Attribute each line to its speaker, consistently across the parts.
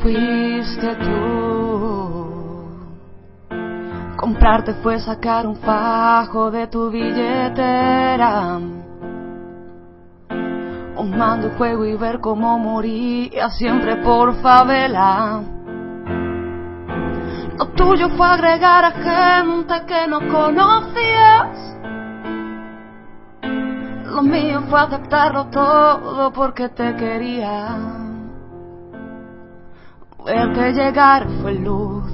Speaker 1: fuiste tú. Comprarte fue sacar un fajo de tu billetera. Un mando fuego y ver cómo moría siempre por favela. Lo tuyo fue agregar a gente que no conocías. Lo mío fue aceptarlo todo porque te quería. Verte llegar fue luz.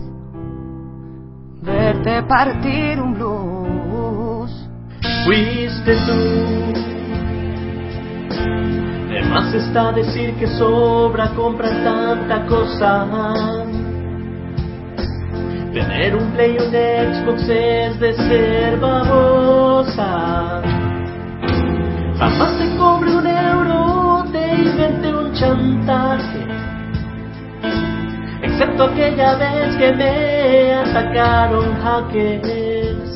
Speaker 1: Verte partir un blues.
Speaker 2: Fuiste tú. De más está decir que sobra comprar tanta cosa. Tener un Play o un Xbox es de ser babosa. Jamás te cobre un euro, te inventé un chantaje. Excepto aquella vez que me atacaron hackers.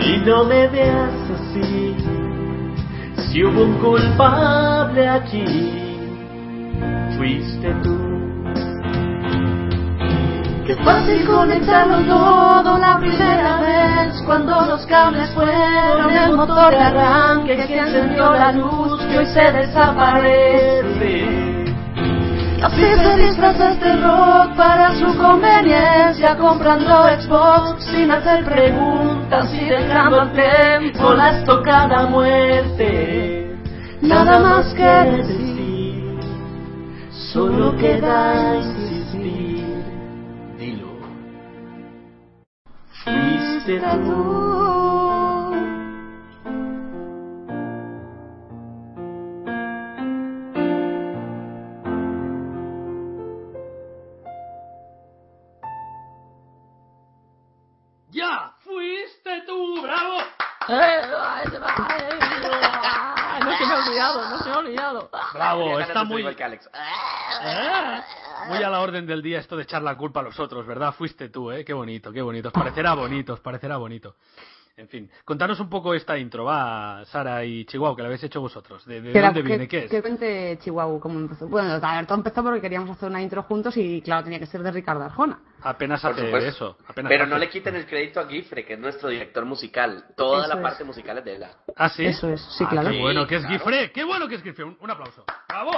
Speaker 2: Y no me veas así, si hubo un culpable aquí, fuiste tú.
Speaker 1: Qué fácil conectarlo todo la primera vez cuando los cables fueron el motor de arranque que encendió la luz que hoy se desaparece. Y así se disfraza este rock para su conveniencia comprando Xbox sin hacer preguntas y dejando al tiempo la estocada muerte. Nada más que decir, solo queda insistir.
Speaker 2: Dilo. Fuiste tú.
Speaker 3: ¡Ya! ¡Fuiste tú! ¡Bravo!
Speaker 1: No se me ha olvidado, no se me ha olvidado.
Speaker 3: ¡Bravo!
Speaker 4: Tenía
Speaker 3: Está
Speaker 4: ganas de ser
Speaker 3: muy...
Speaker 4: igual que Alex.
Speaker 3: ¿Eh? Muy a la orden del día esto de echar la culpa a los otros, ¿verdad? Fuiste tú, ¿eh? Qué bonito, qué bonito. Os parecerá bonito, os parecerá bonito. En fin, contanos un poco esta intro, va, Sara y Chihuahua, que la habéis hecho vosotros. ¿De, de
Speaker 5: Que la-
Speaker 3: dónde
Speaker 5: que-
Speaker 3: viene? ¿Qué es?
Speaker 5: Que cuente Chihuahua cómo empezó. Bueno, a ver, todo empezó porque queríamos hacer una intro juntos y claro, tenía que ser de Ricardo Arjona.
Speaker 3: Apenas
Speaker 4: Por
Speaker 3: hace
Speaker 4: supuesto.
Speaker 3: eso. Apenas
Speaker 4: Pero
Speaker 3: hace.
Speaker 4: no le quiten el crédito a Gifre, que es nuestro director musical. Toda
Speaker 5: Eso
Speaker 4: la
Speaker 5: es.
Speaker 4: parte musical es de él.
Speaker 3: ¿Ah, sí?
Speaker 5: Eso es, sí,
Speaker 3: Ah,
Speaker 5: claro.
Speaker 3: Qué bueno que es
Speaker 4: Pues Sí, claro.
Speaker 3: Gifre, qué bueno que es Gifre. Un, un aplauso. ¡Bravo!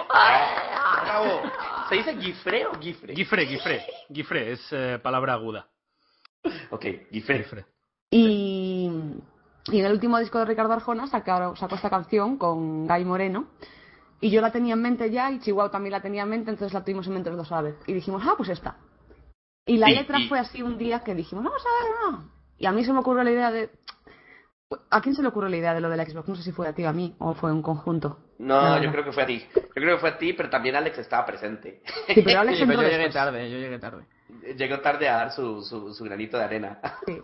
Speaker 4: Bravo. ¿Se dice Gifre o Gifre?
Speaker 3: Gifre, Gifre. Gifre es eh, palabra aguda.
Speaker 4: ok, Gifre.
Speaker 3: Gifre.
Speaker 5: Y, y en el último disco de Ricardo Arjona sacaron, sacó esta canción con Guy Moreno. Y yo la tenía en mente ya y Chihuahua también la tenía en mente, entonces la tuvimos en mente los dos a la vez. Y dijimos, ah, pues esta. Y la
Speaker 4: Sí,
Speaker 5: letra
Speaker 4: y-
Speaker 5: fue así un día que dijimos, vamos a ver, no. Y a mí se me ocurrió la idea de. ¿A quién se le ocurrió la idea de lo del Xbox? No sé si fue a ti o a mí, o fue un conjunto.
Speaker 4: No,
Speaker 5: No,
Speaker 4: yo
Speaker 5: no.
Speaker 4: creo que fue a ti. Yo creo que fue a ti, pero también Alex estaba presente.
Speaker 5: Sí, pero Alex
Speaker 6: Sí, pero
Speaker 5: entró
Speaker 6: yo llegué
Speaker 5: después.
Speaker 6: tarde, yo llegué tarde.
Speaker 4: Llegó tarde a dar su, su, su granito de arena.
Speaker 5: Sí.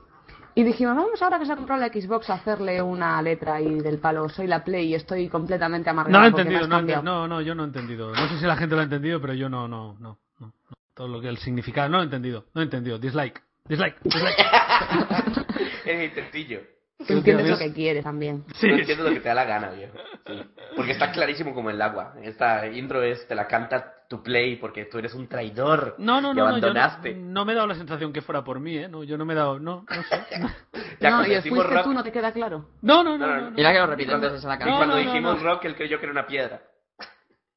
Speaker 5: Y dijimos, vamos ahora que se ha comprado la Xbox a hacerle una letra ahí del palo, soy la Play y estoy completamente amargado.
Speaker 3: No lo he
Speaker 5: porque me
Speaker 3: entendido,
Speaker 5: has
Speaker 3: no, he enten-
Speaker 5: cambiado".
Speaker 3: no, no, yo no he entendido. No sé si la gente lo ha entendido, pero yo no, no, no. no, no. Todo lo que el significado, no lo he entendido, no he entendido. Dislike, dislike, dislike.
Speaker 4: es mi tentillo.
Speaker 5: Tú entiendes lo que quieres también.
Speaker 3: Sí,
Speaker 4: No entiendo lo que te da la gana, viejo. Sí. Porque está clarísimo como el agua. Esta intro es, te la canta tu play porque tú eres un traidor.
Speaker 3: No, no,
Speaker 4: y
Speaker 3: no, no, yo
Speaker 4: abandonaste.
Speaker 3: no, no me he dado la sensación que fuera por mí, ¿eh? No, yo no me he dado, no, no sé.
Speaker 4: Ya
Speaker 5: no,
Speaker 4: cuando
Speaker 5: y el
Speaker 4: decimos
Speaker 5: fuiste
Speaker 4: rock-
Speaker 5: tú, ¿no te queda claro?
Speaker 3: No, no,
Speaker 4: No,
Speaker 3: no,
Speaker 4: no,
Speaker 3: no, no.
Speaker 6: Mira que lo
Speaker 4: y
Speaker 6: repito
Speaker 4: cuando,
Speaker 6: antes esa la
Speaker 4: y
Speaker 6: canción.
Speaker 4: cuando
Speaker 3: no, no,
Speaker 4: dijimos
Speaker 3: no.
Speaker 4: rock, él creyó que era una piedra.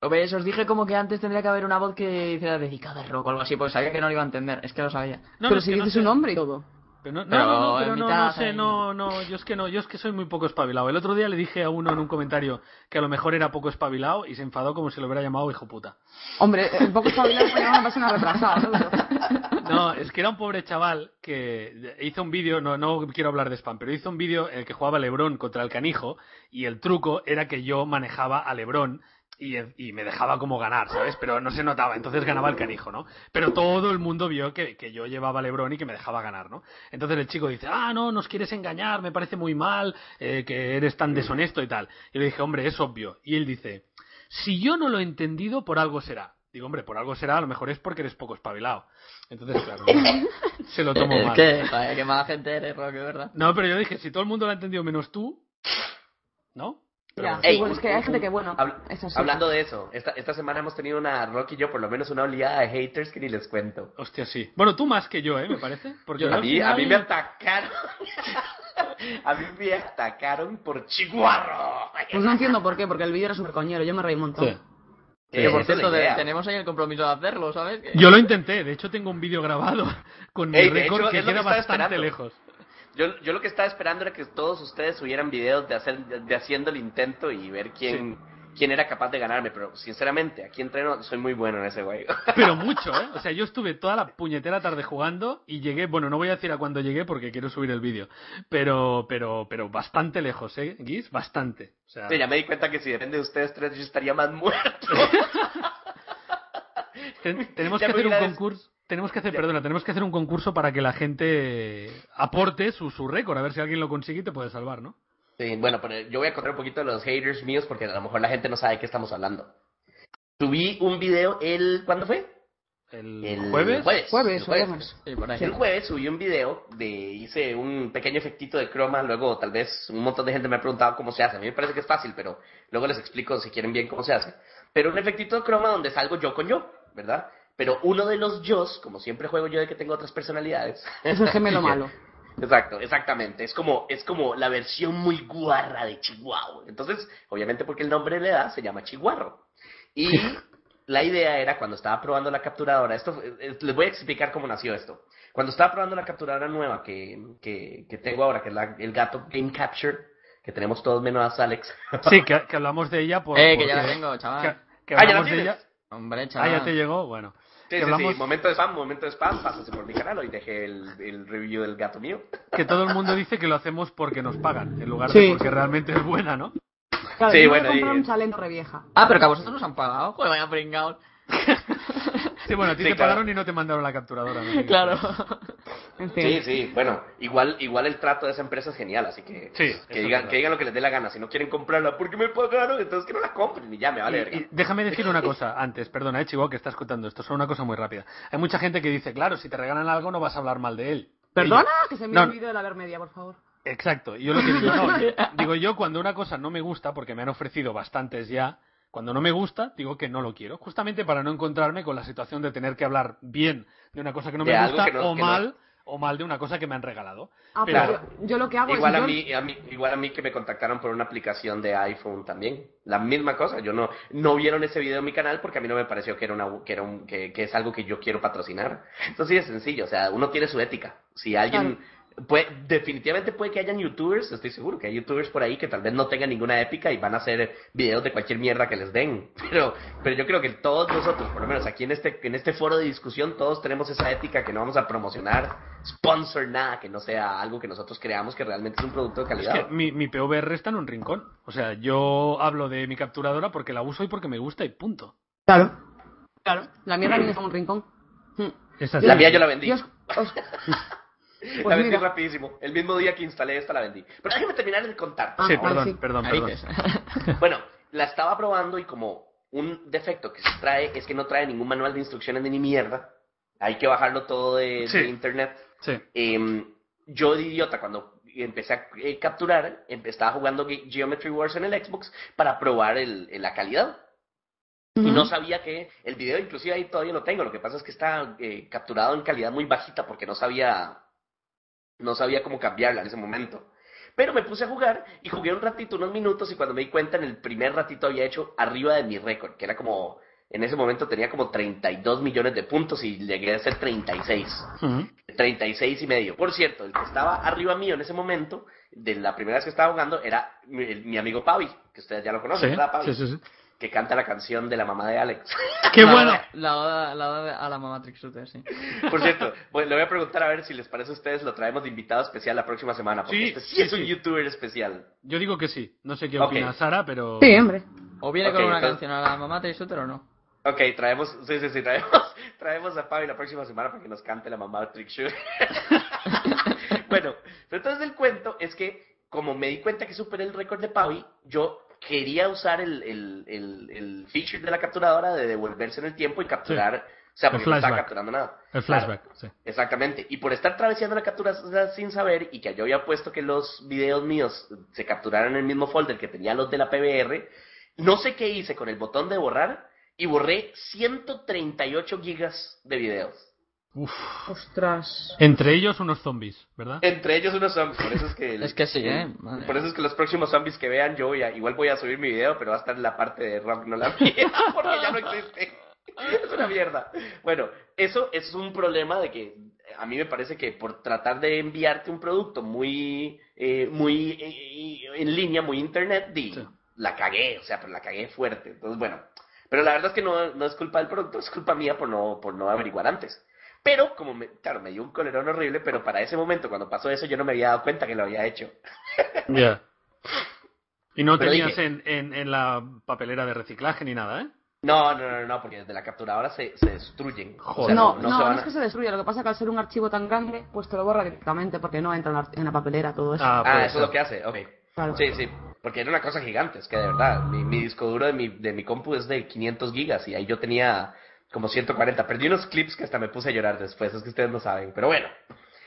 Speaker 6: Veis, os dije como que antes tendría que haber una voz que hiciera dedicada a rock o algo así, porque sabía que no lo iba a entender, es que lo sabía.
Speaker 3: No, no,
Speaker 5: Pero
Speaker 3: es
Speaker 5: si
Speaker 3: que no
Speaker 5: dices
Speaker 3: sé.
Speaker 5: un nombre y todo.
Speaker 3: Pero no, no,
Speaker 6: Pero
Speaker 3: no, no,
Speaker 6: en
Speaker 3: pero no,
Speaker 6: mitad
Speaker 3: no sé,
Speaker 6: ahí.
Speaker 3: no, no, yo es que no, yo es que soy muy poco espabilado. El otro día le dije a uno en un comentario que a lo mejor era poco espabilado y se enfadó como si lo hubiera llamado hijo puta.
Speaker 5: Hombre, eh, un poco espabilado pero una persona retrasada, ¿no? Pero-
Speaker 3: No, es que era un pobre chaval que hizo un vídeo, no, no quiero hablar de spam, pero hizo un vídeo en el que jugaba Lebrón contra el canijo y el truco era que yo manejaba a Lebrón y, y me dejaba como ganar, ¿sabes? Pero no se notaba, entonces ganaba el canijo, ¿no? Pero todo el mundo vio que, que yo llevaba a Lebrón y que me dejaba ganar, ¿no? Entonces el chico dice, ah, no, nos quieres engañar, me parece muy mal, eh, que eres tan deshonesto y tal. Y le dije, hombre, es obvio. Y él dice, si yo no lo he entendido, por algo será. Digo, hombre, por algo será, a lo mejor es porque eres poco espabilado. Entonces, claro, se lo tomo
Speaker 6: Es
Speaker 3: mal.
Speaker 6: que, joder, qué mala gente eres, rock, de verdad.
Speaker 3: No, pero yo dije, si todo el mundo lo ha entendido menos tú, ¿no? Pero
Speaker 5: Ya,
Speaker 3: bueno.
Speaker 5: sí, bueno, es que hay gente que, bueno,
Speaker 4: Habl-
Speaker 5: es así.
Speaker 4: hablando de eso, esta, esta semana hemos tenido una, Rocky y yo, por lo menos una oleada de haters que ni les cuento.
Speaker 3: Hostia, sí. Bueno, tú más que yo, ¿eh? Me parece. Porque yo
Speaker 4: a,
Speaker 3: al
Speaker 4: mí,
Speaker 3: final-
Speaker 4: a mí me atacaron. a mí me atacaron por Chihuahua.
Speaker 5: Pues no entiendo por qué, porque el vídeo era súper coñero, yo me reí un montón.
Speaker 3: Sí.
Speaker 6: Que por
Speaker 4: Eh, Esa es la
Speaker 6: cierto, de-
Speaker 4: idea.
Speaker 6: tenemos ahí el compromiso de hacerlo, ¿sabes? Que-
Speaker 3: Yo lo intenté, de hecho tengo un vídeo grabado con mi
Speaker 4: Ey, de
Speaker 3: récord
Speaker 4: hecho,
Speaker 3: que
Speaker 4: es lo que
Speaker 3: queda
Speaker 4: estaba
Speaker 3: bastante
Speaker 4: esperando.
Speaker 3: lejos.
Speaker 4: Yo, yo lo que estaba esperando era que todos ustedes subieran videos de, hacer, de haciendo el intento y ver quién, quién era capaz de ganarme. Pero sinceramente, aquí entreno, soy muy bueno en ese juego.
Speaker 3: Pero mucho, ¿eh? O sea, yo estuve toda la puñetera tarde jugando y llegué, bueno, no voy a decir a cuándo llegué porque quiero subir el vídeo, pero, pero, pero bastante lejos, ¿eh, Guis? Bastante. O sea,
Speaker 4: Sí, ya me di cuenta que si depende de ustedes tres, yo estaría más muerto.
Speaker 3: ten- tenemos
Speaker 4: ya
Speaker 3: que
Speaker 4: me
Speaker 3: hacer un
Speaker 4: hubiera des-
Speaker 3: concurso, tenemos que hacer, perdona, tenemos que hacer un concurso para que la gente aporte su, su récord, a ver si alguien lo consigue y te puede salvar, ¿no?
Speaker 4: Sí, bueno, pero yo voy a contar un poquito de los haters míos porque a lo mejor la gente no sabe de qué estamos hablando. Subí un video el... ¿Cuándo fue?
Speaker 3: El,
Speaker 4: El
Speaker 3: jueves.
Speaker 4: Jueves.
Speaker 5: Jueves,
Speaker 4: el
Speaker 5: o viernes.
Speaker 6: Sí, por ahí.
Speaker 4: El jueves subí un video de... Hice un pequeño efectito de croma, luego tal vez un montón de gente me ha preguntado cómo se hace. A mí me parece que es fácil, pero luego les explico si quieren bien cómo se hace. Pero un efectito de croma donde salgo yo con yo, ¿verdad? Pero uno de los yos, como siempre juego yo de que tengo otras personalidades.
Speaker 5: Es el gemelo malo.
Speaker 4: Exacto, exactamente. Es como, es como la versión muy guarra de Chihuahua. Entonces, obviamente porque el nombre le da, se llama Chihuahua. Y la idea era cuando estaba probando la capturadora, esto fue- eh, les voy a explicar cómo nació esto. Cuando estaba probando la capturadora nueva que, que, que tengo ahora, que es la- el gato Game Capture, que tenemos todos menos Alex.
Speaker 3: Sí, que, que hablamos de ella por...
Speaker 6: Eh,
Speaker 3: por-
Speaker 6: que ya la tengo,
Speaker 3: que-
Speaker 6: chaval.
Speaker 3: que
Speaker 4: Ah, ya la
Speaker 3: hablamos de
Speaker 4: tienes.
Speaker 3: ella...
Speaker 6: Hombre,
Speaker 3: Ah,
Speaker 6: chaval.
Speaker 3: ya te llegó, bueno.
Speaker 4: Sí, sí,
Speaker 3: Que
Speaker 4: sí,
Speaker 3: hablamos-
Speaker 4: momento de spam, momento de spam, pásase por mi canal, hoy dejé el, el review del gato mío.
Speaker 3: Que todo el mundo dice que lo hacemos porque nos pagan, en lugar
Speaker 5: Sí.
Speaker 3: de porque realmente es buena, ¿no?
Speaker 5: Claro,
Speaker 4: Sí,
Speaker 5: yo me
Speaker 4: bueno,
Speaker 5: voy a comprar
Speaker 4: y-
Speaker 5: un chaleco revieja.
Speaker 6: Ah, pero que a vosotros nos han pagado. Joder, vaya pringados.
Speaker 3: Sí, bueno, a ti
Speaker 4: Sí,
Speaker 3: te
Speaker 4: claro.
Speaker 3: pagaron y no te mandaron la capturadora. ¿no?
Speaker 6: Claro.
Speaker 5: En fin.
Speaker 4: Sí, sí, bueno, igual, igual el trato de esa empresa es genial, así que pues,
Speaker 3: Sí, eso
Speaker 4: que,
Speaker 3: es
Speaker 4: digan,
Speaker 3: verdad.
Speaker 4: que digan lo que les dé la gana. Si no quieren comprarla porque me pagaron, entonces que no la compren y ya me vale
Speaker 3: Y-
Speaker 4: verga.
Speaker 3: y déjame decir una cosa antes, perdona, eh, Chihuahua, que estás contando esto, solo una cosa muy rápida. Hay mucha gente que dice, claro, si te regalan algo no vas a hablar mal de él.
Speaker 5: Perdona,
Speaker 3: Y yo-
Speaker 5: Ah, que se me
Speaker 3: No,
Speaker 5: ha el vídeo de la Bermedia, por favor.
Speaker 3: Exacto, y yo lo que digo, no, digo yo cuando una cosa no me gusta, porque me han ofrecido bastantes ya, cuando no me gusta, digo que no lo quiero, justamente para no encontrarme con la situación de tener que hablar bien de una cosa que no
Speaker 4: De
Speaker 3: me
Speaker 4: algo
Speaker 3: gusta
Speaker 4: que no-
Speaker 3: o
Speaker 4: que no-
Speaker 3: mal o mal de una cosa que me han regalado.
Speaker 5: Ah,
Speaker 3: Pero-
Speaker 5: pero, yo, yo lo que hago
Speaker 4: Igual
Speaker 5: es...
Speaker 4: a
Speaker 5: yo-
Speaker 4: mí, a mí, igual a mí que me contactaron por una aplicación de iPhone también. La misma cosa, yo no, no vieron ese video en mi canal porque a mí no me pareció que era una bu- que era un- que, que es algo que yo quiero patrocinar. Entonces sí es sencillo, o sea, uno tiene su ética. Si alguien puede, definitivamente puede que hayan youtubers, estoy seguro que hay youtubers por ahí que tal vez no tengan ninguna épica y van a hacer videos de cualquier mierda que les den. Pero, pero yo creo que todos nosotros, por lo menos aquí en este, en este foro de discusión, todos tenemos esa ética que no vamos a promocionar, sponsor nada, que no sea algo que nosotros creamos que realmente es un producto de
Speaker 3: Es
Speaker 4: calidad.
Speaker 3: que mi, mi PVR está en un rincón. O sea, yo hablo de mi capturadora porque la uso y porque me gusta y punto.
Speaker 5: Claro. Claro. La mierda viene en un rincón. Hmm.
Speaker 3: Es
Speaker 4: La mía yo la vendí.
Speaker 5: Yo os- os-
Speaker 4: la
Speaker 5: Pues
Speaker 4: vendí
Speaker 5: mira.
Speaker 4: rapidísimo. El mismo día que instalé esta la vendí. Pero déjame terminar de contar. por
Speaker 5: Ah,
Speaker 3: Sí,
Speaker 5: vale,
Speaker 4: favor.
Speaker 3: perdón,
Speaker 5: sí.
Speaker 3: perdón, perdón.
Speaker 6: Narices.
Speaker 4: Bueno, la estaba probando y como un defecto que se trae es que no trae ningún manual de instrucciones ni ni mierda. Hay que bajarlo todo de,
Speaker 3: Sí.
Speaker 4: de internet.
Speaker 3: Sí.
Speaker 4: Eh, yo de idiota cuando empecé a eh, capturar, em- estaba jugando Ge- Geometry Wars en el Xbox para probar el- el- la calidad. Y no sabía que el video, inclusive ahí todavía lo tengo. Lo que pasa es que está eh, capturado en calidad muy bajita porque no sabía, no sabía cómo cambiarla en ese momento. Pero me puse a jugar y jugué un ratito, unos minutos, y cuando me di cuenta, en el primer ratito había hecho arriba de mi récord, que era como, en ese momento tenía como 32 millones de puntos y llegué a ser 36. 36 y medio. Por cierto, el que estaba arriba mío en ese momento, de la primera vez que estaba jugando, era mi, el- mi amigo Pavi, que ustedes ya lo conocen,
Speaker 3: Sí,
Speaker 4: ¿verdad, Pavi?
Speaker 3: sí, sí, sí.
Speaker 4: Que canta la canción de la mamá de Alex.
Speaker 3: ¡Qué
Speaker 6: La-
Speaker 3: bueno!
Speaker 6: La oda, la oda de- a la mamá Trick Shooter, sí.
Speaker 4: Por cierto, bueno, le voy a preguntar a ver si les parece a ustedes, lo traemos de invitado especial la próxima semana, porque
Speaker 3: Sí,
Speaker 4: este sí,
Speaker 3: sí,
Speaker 4: es un
Speaker 3: sí.
Speaker 4: youtuber especial.
Speaker 3: Yo digo que sí. No sé qué
Speaker 4: Ok.
Speaker 3: opina Sara, pero...
Speaker 5: Sí, hombre.
Speaker 6: O viene
Speaker 4: Ok,
Speaker 6: con una
Speaker 4: entonces-
Speaker 6: canción a la mamá Trick Shooter o no.
Speaker 4: Ok, traemos, sí, sí, sí, traemos, traemos a Pavi la próxima semana para que nos cante la mamá de Trick Shooter. bueno, pero entonces el cuento es que, como me di cuenta que superé el récord de Pavi, yo quería usar el, el, el, el feature de la capturadora de devolverse en el tiempo y capturar sea,
Speaker 3: El
Speaker 4: porque no estaba
Speaker 3: flashback.
Speaker 4: capturando nada.
Speaker 3: El
Speaker 4: Claro.
Speaker 3: flashback, sí.
Speaker 4: Exactamente. Y por estar traveseando la captura sin saber y que yo había puesto que los videos míos se capturaran en el mismo folder que tenía los de la PBR, no sé qué hice con el botón de borrar y borré 138 gigas de videos.
Speaker 3: Uf.
Speaker 5: Ostras.
Speaker 3: Entre ellos unos zombies, ¿verdad?
Speaker 4: Entre ellos unos zombies. Por eso es que,
Speaker 6: Es que sí, ¿eh? Madre.
Speaker 4: Por eso es que los próximos zombies que vean, yo voy a, igual voy a subir mi video, pero va a estar en la parte de Rock, no la mía, porque ya no existe. Es una mierda. Bueno, eso es un problema de que a mí me parece que por tratar de enviarte un producto muy, eh, muy eh, en línea, muy internet, di,
Speaker 3: Sí.
Speaker 4: la cagué, o sea, pero la cagué fuerte. Entonces, bueno, pero la verdad es que no, no es culpa del producto, es culpa mía por no, por no averiguar antes. Pero, como me, claro, me dio un colerón horrible, pero para ese momento, cuando pasó eso, yo no me había dado cuenta que lo había hecho.
Speaker 3: Ya. Y no
Speaker 4: Pero
Speaker 3: tenías
Speaker 4: dije-
Speaker 3: en, en, en la papelera de reciclaje ni nada, ¿eh?
Speaker 4: No, no, no, no, porque desde la capturadora se, se destruyen.
Speaker 3: Joder.
Speaker 5: no,
Speaker 4: no
Speaker 5: no,
Speaker 4: se
Speaker 5: no
Speaker 4: van
Speaker 5: es
Speaker 4: a-
Speaker 5: que se destruya. Lo que pasa es que al ser un archivo tan grande, pues te lo borra directamente porque no entra en la- en la papelera todo eso.
Speaker 3: Ah,
Speaker 4: Ah,
Speaker 3: puede
Speaker 4: eso es lo
Speaker 3: ser.
Speaker 4: que hace, ok.
Speaker 5: Claro.
Speaker 4: Sí, sí, porque era una cosa gigante, es que de verdad, mi, mi disco duro de mi, de mi compu es de 500 gigas y ahí yo tenía como 140. Perdí unos clips que hasta me puse a llorar después, es que ustedes no saben, pero bueno.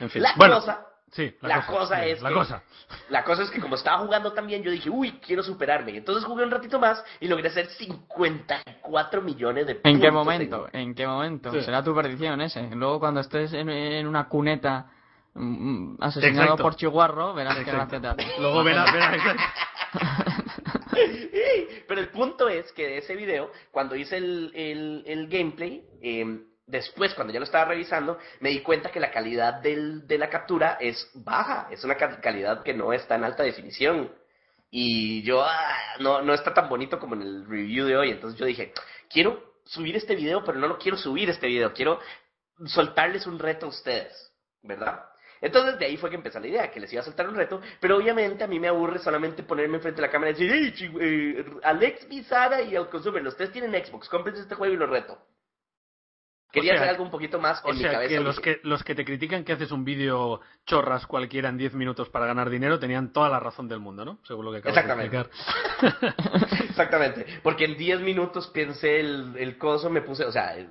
Speaker 3: En fin.
Speaker 4: La
Speaker 3: bueno,
Speaker 4: cosa-
Speaker 3: sí, la,
Speaker 4: la
Speaker 3: cosa,
Speaker 4: cosa
Speaker 3: sí,
Speaker 4: es
Speaker 3: La
Speaker 4: que-
Speaker 3: cosa.
Speaker 4: La cosa es que como estaba jugando también, yo dije, uy, quiero superarme. Y entonces jugué un ratito más y logré hacer 54 millones de
Speaker 6: ¿En qué
Speaker 4: puntos
Speaker 6: momento? ¿En qué momento?
Speaker 3: Sí.
Speaker 6: Será tu perdición ese. Luego cuando estés en, en una cuneta mm, asesinado
Speaker 3: Exacto.
Speaker 6: por Chihuahro, verás que
Speaker 3: Exacto.
Speaker 6: gracia te hace.
Speaker 3: Luego verás, verás, exacto.
Speaker 4: Pero el punto es que de ese video, cuando hice el, el- el gameplay, eh, después cuando ya lo estaba revisando, me di cuenta que la calidad del- de la captura es baja, es una ca- calidad que no está en alta definición. Y yo, ah, no, no está tan bonito como en el review de hoy, entonces yo dije, quiero subir este video, pero no lo quiero subir este video, quiero soltarles un reto a ustedes, ¿verdad? Entonces de ahí fue que empezó la idea, que les iba a soltar un reto, pero obviamente a mí me aburre solamente ponerme enfrente de la cámara y decir, hey, chi- eh, Alex Bizarra y Outconsumer, ustedes tienen Xbox, cómprense este juego y lo reto. Quería
Speaker 3: sea,
Speaker 4: hacer algo un poquito más
Speaker 3: O
Speaker 4: en mi
Speaker 3: sea,
Speaker 4: cabeza.
Speaker 3: que los,
Speaker 4: dije,
Speaker 3: que los que te critican que haces un vídeo chorras cualquiera en 10 minutos para ganar dinero tenían toda la razón del mundo, ¿no? Según lo que acabas
Speaker 4: Exactamente.
Speaker 3: de explicar.
Speaker 4: Exactamente, porque en 10 minutos pensé el, el coso, me puse, o sea, el-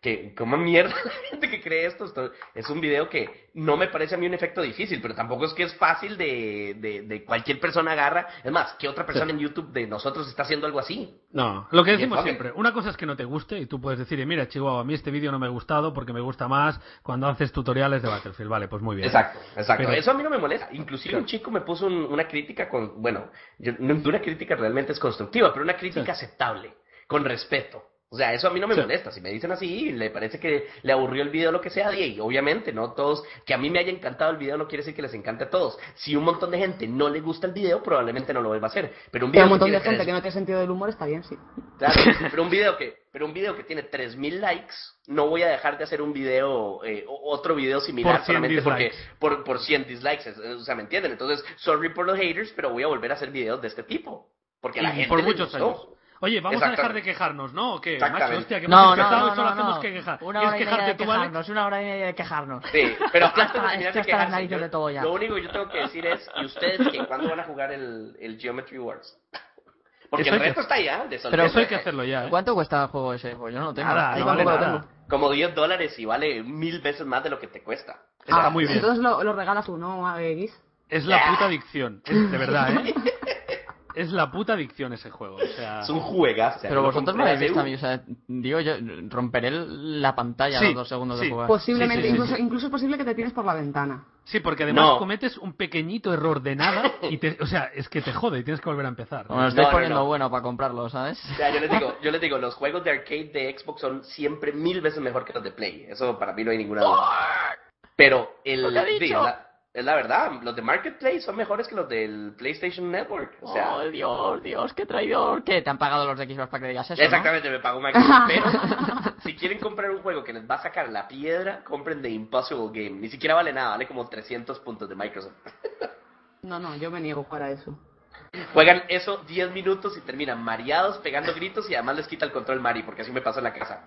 Speaker 4: que como mierda la gente que cree esto, esto es un video que no me parece a mí un efecto difícil, pero tampoco es que es fácil de, de, de cualquier persona agarra, es más, que otra persona en YouTube de nosotros está haciendo algo así.
Speaker 3: No, lo que
Speaker 4: Y
Speaker 3: decimos
Speaker 4: es fácil.
Speaker 3: siempre, una cosa es que no te guste y tú puedes decir, "Eh, mira, Chihuahua, a mí este vídeo no me ha gustado porque me gusta más cuando haces tutoriales de Battlefield. Vale, pues muy bien.
Speaker 4: Exacto, exacto.
Speaker 3: Pero-
Speaker 4: Eso a mí no me molesta. Inclusive un chico me puso un- una crítica con, bueno, yo- no- una crítica realmente es constructiva, pero una crítica aceptable, con respeto. O sea, eso a mí no me
Speaker 3: Sí.
Speaker 4: molesta. Si me dicen así, le parece que le aburrió el video o lo que sea, y obviamente, no todos, que a mí me haya encantado el video no quiere decir que les encante a todos. Si un montón de gente no le gusta el video, probablemente no lo vuelva a hacer. Pero un
Speaker 5: Pero
Speaker 4: video
Speaker 5: un montón
Speaker 4: que
Speaker 5: de
Speaker 4: tiene
Speaker 5: gente
Speaker 4: tres-
Speaker 5: que no tiene sentido del humor está bien, sí.
Speaker 4: Claro, pero un video que, pero un video que tiene 3000 likes, no voy a dejar de hacer un video, eh, o- otro video similar
Speaker 3: Por 100
Speaker 4: solamente porque
Speaker 3: dislikes.
Speaker 4: por, por 100 dislikes, es- o sea, ¿me entienden? Entonces, sorry por los haters, pero voy a volver a hacer videos de este tipo, porque a la
Speaker 3: Y
Speaker 4: gente
Speaker 3: por
Speaker 4: le
Speaker 3: muchos
Speaker 4: gustó.
Speaker 3: años. Oye, vamos a dejar
Speaker 4: Exactamente.
Speaker 3: de quejarnos, ¿no? ¿O qué? Macho,
Speaker 4: Exactamente.
Speaker 3: hostia, que hemos
Speaker 6: No, no,
Speaker 3: empezado y
Speaker 6: no,
Speaker 3: solo
Speaker 6: no,
Speaker 3: hacemos
Speaker 6: no.
Speaker 3: que quejar.
Speaker 6: Una
Speaker 3: ¿Quieres
Speaker 6: hora y media de
Speaker 3: quejarte tú, Alex?
Speaker 6: quejarnos, una hora y media de quejarnos.
Speaker 4: Sí, pero antes de
Speaker 6: Esto está-
Speaker 4: terminar
Speaker 6: esto
Speaker 4: de
Speaker 6: está en las
Speaker 4: quejarse,
Speaker 6: narices
Speaker 4: yo-
Speaker 6: de todo ya.
Speaker 4: lo único que yo tengo que decir es, ¿y ustedes que cuándo van a jugar el, el Geometry Wars? Porque
Speaker 3: Eso
Speaker 4: el
Speaker 3: hay que-
Speaker 4: reto está allá, de
Speaker 3: Pero
Speaker 4: sorpresa.
Speaker 3: eso hay que hacerlo ya. ¿eh?
Speaker 6: ¿Cuánto cuesta el juego ese? Pues yo no lo tengo.
Speaker 3: Nada,
Speaker 6: Yo
Speaker 3: no vale
Speaker 6: tampoco lo
Speaker 3: nada.
Speaker 6: tengo.
Speaker 4: Como 10 dólares y vale mil veces más de lo que te cuesta.
Speaker 3: Está muy bien.
Speaker 5: Ah, Entonces lo, lo regalas tú, ¿no, a ver, Guis?
Speaker 3: Es la puta adicción, es- de verdad, ¿eh? Es la puta adicción ese juego. O sea,
Speaker 4: Es un juegazo. o sea, yo
Speaker 6: Pero
Speaker 4: lo
Speaker 6: vosotros
Speaker 4: compré
Speaker 6: no habéis
Speaker 4: hace,
Speaker 6: visto a
Speaker 4: uh,
Speaker 6: mí, o sea, digo yo, romperé el- la pantalla
Speaker 3: Sí,
Speaker 6: a los dos segundos
Speaker 3: sí.
Speaker 6: de jugar.
Speaker 5: Posiblemente,
Speaker 3: Sí, sí, sí,
Speaker 5: incluso, incluso es posible que te tires por la ventana.
Speaker 3: sí, porque además
Speaker 4: No.
Speaker 3: cometes un pequeñito error de nada y te, o sea, es que te jode y tienes que volver a empezar.
Speaker 6: Bueno, lo estáis
Speaker 4: no,
Speaker 6: poniendo
Speaker 4: no.
Speaker 6: bueno para comprarlo, ¿sabes?
Speaker 4: O sea, yo les digo, yo les digo, los juegos de arcade de Xbox son siempre mil veces mejor que los de Play. Eso para mí no hay ninguna duda. Pero el
Speaker 6: Lo que ha
Speaker 4: sí, es,
Speaker 6: dicho.
Speaker 4: la, es la verdad, los de Marketplace son mejores que los del PlayStation Network. O sea,
Speaker 6: oh, Dios, Dios, qué traidor. ¿Qué? ¿Te han pagado los de Xbox para que digas eso?
Speaker 4: exactamente me pagó Microsoft. Pero si quieren comprar un juego que les va a sacar la piedra, compren The Impossible Game. Ni siquiera vale nada, vale como 300 puntos de Microsoft.
Speaker 5: No, no, yo me niego para eso.
Speaker 4: Juegan eso 10 minutos y terminan mareados, pegando gritos y además les quita el control Mari, porque así me pasó en la casa.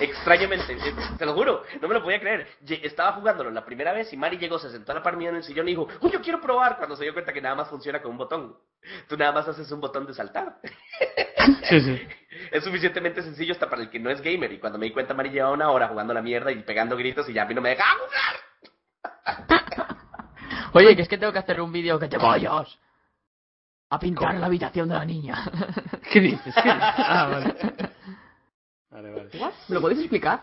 Speaker 4: Extrañamente, eh, te lo juro, no me lo podía creer. Lle- Estaba jugándolo la primera vez y Mari llegó, se sentó a la par mía en el sillón y dijo, uy, yo quiero probar, cuando se dio cuenta que nada más funciona con un botón. Tú nada más haces un botón de saltar.
Speaker 3: Sí, sí.
Speaker 4: es suficientemente sencillo hasta para el que no es gamer. Y cuando me di cuenta, Mari llevaba una hora jugando la mierda y pegando gritos y ya a mí no me dejaba jugar.
Speaker 6: Oye, que es que tengo que hacer un vídeo que te vayas. A pintar la habitación de la niña.
Speaker 3: ¿Qué dices? ¿Qué dices? Ah, vale. Vale, vale.
Speaker 5: What? ¿Me lo podéis explicar?